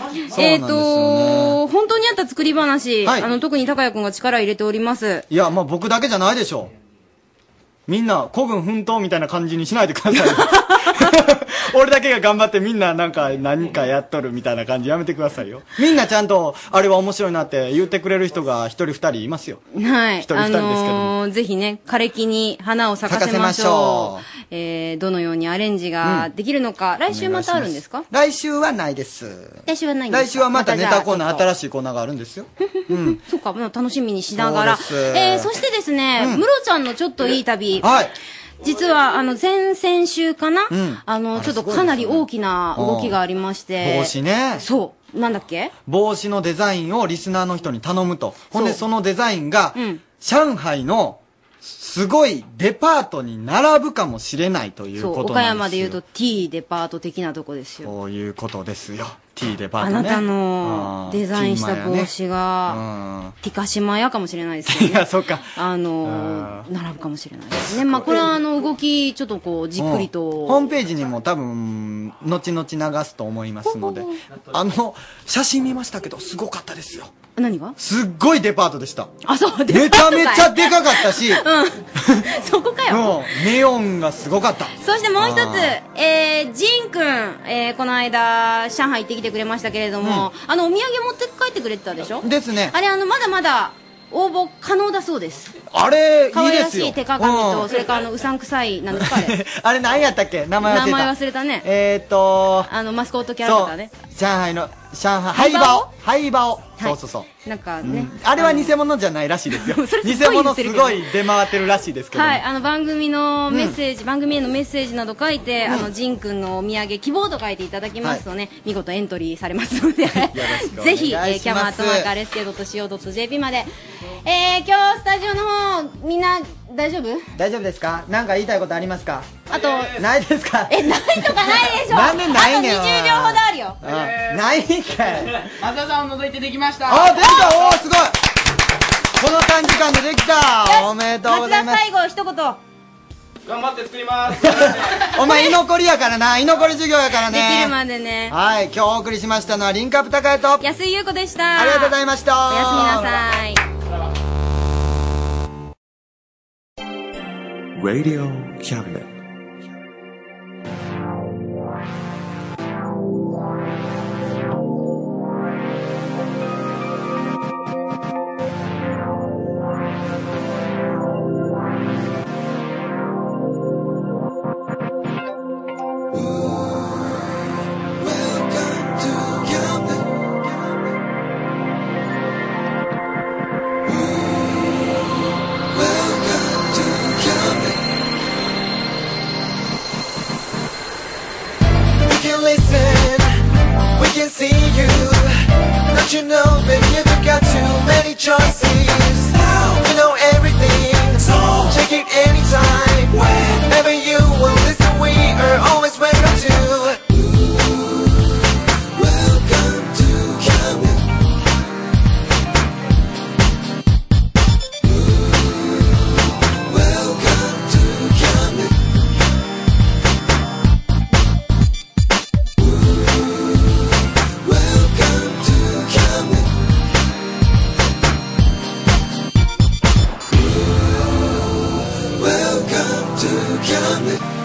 えっ、そうと、本当にあった作り話、はいあの、特に高谷くんが力入れております。いや、まあ僕だけじゃないで しょう。みんな、古軍奮闘みたいな感じにしないでください。俺だけが頑張ってみんななんか何かやっとるみたいな感じやめてくださいよ。みんなちゃんと、あれは面白いなって言ってくれる人が一人二人いますよ。はい。一人二人ですけどもあのーぜひね、枯れ木に花を咲かせまし咲ょかう。えー、どのようにアレンジができるのか、来週またあるんですか来週はないです。来週はないんです来か週はまたネタコーナー、じゃあ新しいコーナーがあるんですよ。そうか、もう楽しみにしながら。そうですえー、そしてですね、ム、ロ、ちゃんのちょっといい旅。はい。実は、あの、前々週かな、うんあの、ちょっとかなり大きな動きがありまして。帽子ね。そう。なんだっけ帽子のデザインをリスナーの人に頼むと。ほんで、そのデザインが、上海の、すごいデパートに並ぶかもしれないというそう、こと岡なんですよ。山で言うと T デパート的なとこですよ。こういうことですよ。T デパーあトね。なたのうんデザインした帽。テ子が、ティカシマヤかもしれないですけィどーマね。ヤねいや、そっか。あのー、並ぶかもしれないですね。まあ、これはあの、動き、ちょっとこう、じっくりうんホーと。ムページにも多分、後々流すと思いますので。あの、写真見ましたけど、すごかったですよ。何がすっごいデパートでした。あ、そうめちゃめちゃでかかったし、うん。そこかよ。うんネオンがすごかった。そしてもう一あつ、えー、ジンくん、えー、この間、上海行ってきてくれましたけれども、あの、お土産持って帰ってくれてたでしょですねあれ、あの、まだまだ、応募可能だそうです。あれ、いいですよ。可愛らしい手鏡うと、んそれからあの、うさんくさい、なんですかあれ。あれ何やったっけ名前忘名れた。前忘れたね。えーっと、あの、マスコットキャラクそターうね。、上海の、上海、ハイバオ。ハイバオ。そうそうそう。なんかうねん。あれは偽物じゃないらしいですよ。 それ偽すごい言物ってるすけどごい出回ってるらしいですけども。はい、あの番組のメッセージ、番組へのメッセージなど書いて、あのジンくんのお土産希望と書いていただきますとね、見事エントリーされますので、ぜひ、えーキャマートマークアレスケドと CO.jp まで。えー、今日スタジオの方、みんな大丈夫大丈夫ですか何か言いたいことありますかあと、ないですかえ、ないとかないでしょなんでないねんあと20秒ほどあるよ。うんないんかい。松田さんを除いてできましたあ、できたおー、すごいこの短時間でできたおめでとうご松ざい田ます。最後一言。頑張って作りますお前居残りやからな居残り授業やからできるねまでね。はい今日お送りしましたのはリンクアップ高谷と安井優子でした。ありがとうございましたおやすみなさい。 Radio Cabinet. We can listen, we can see you. Don't you know, baby, you've got too many choices. You know everything, so check it anytime. Whenever you will listen, we are always welcome to. Welcome to Camden. Welcome to Camden. Welcome to Camden. Welcome to Camden.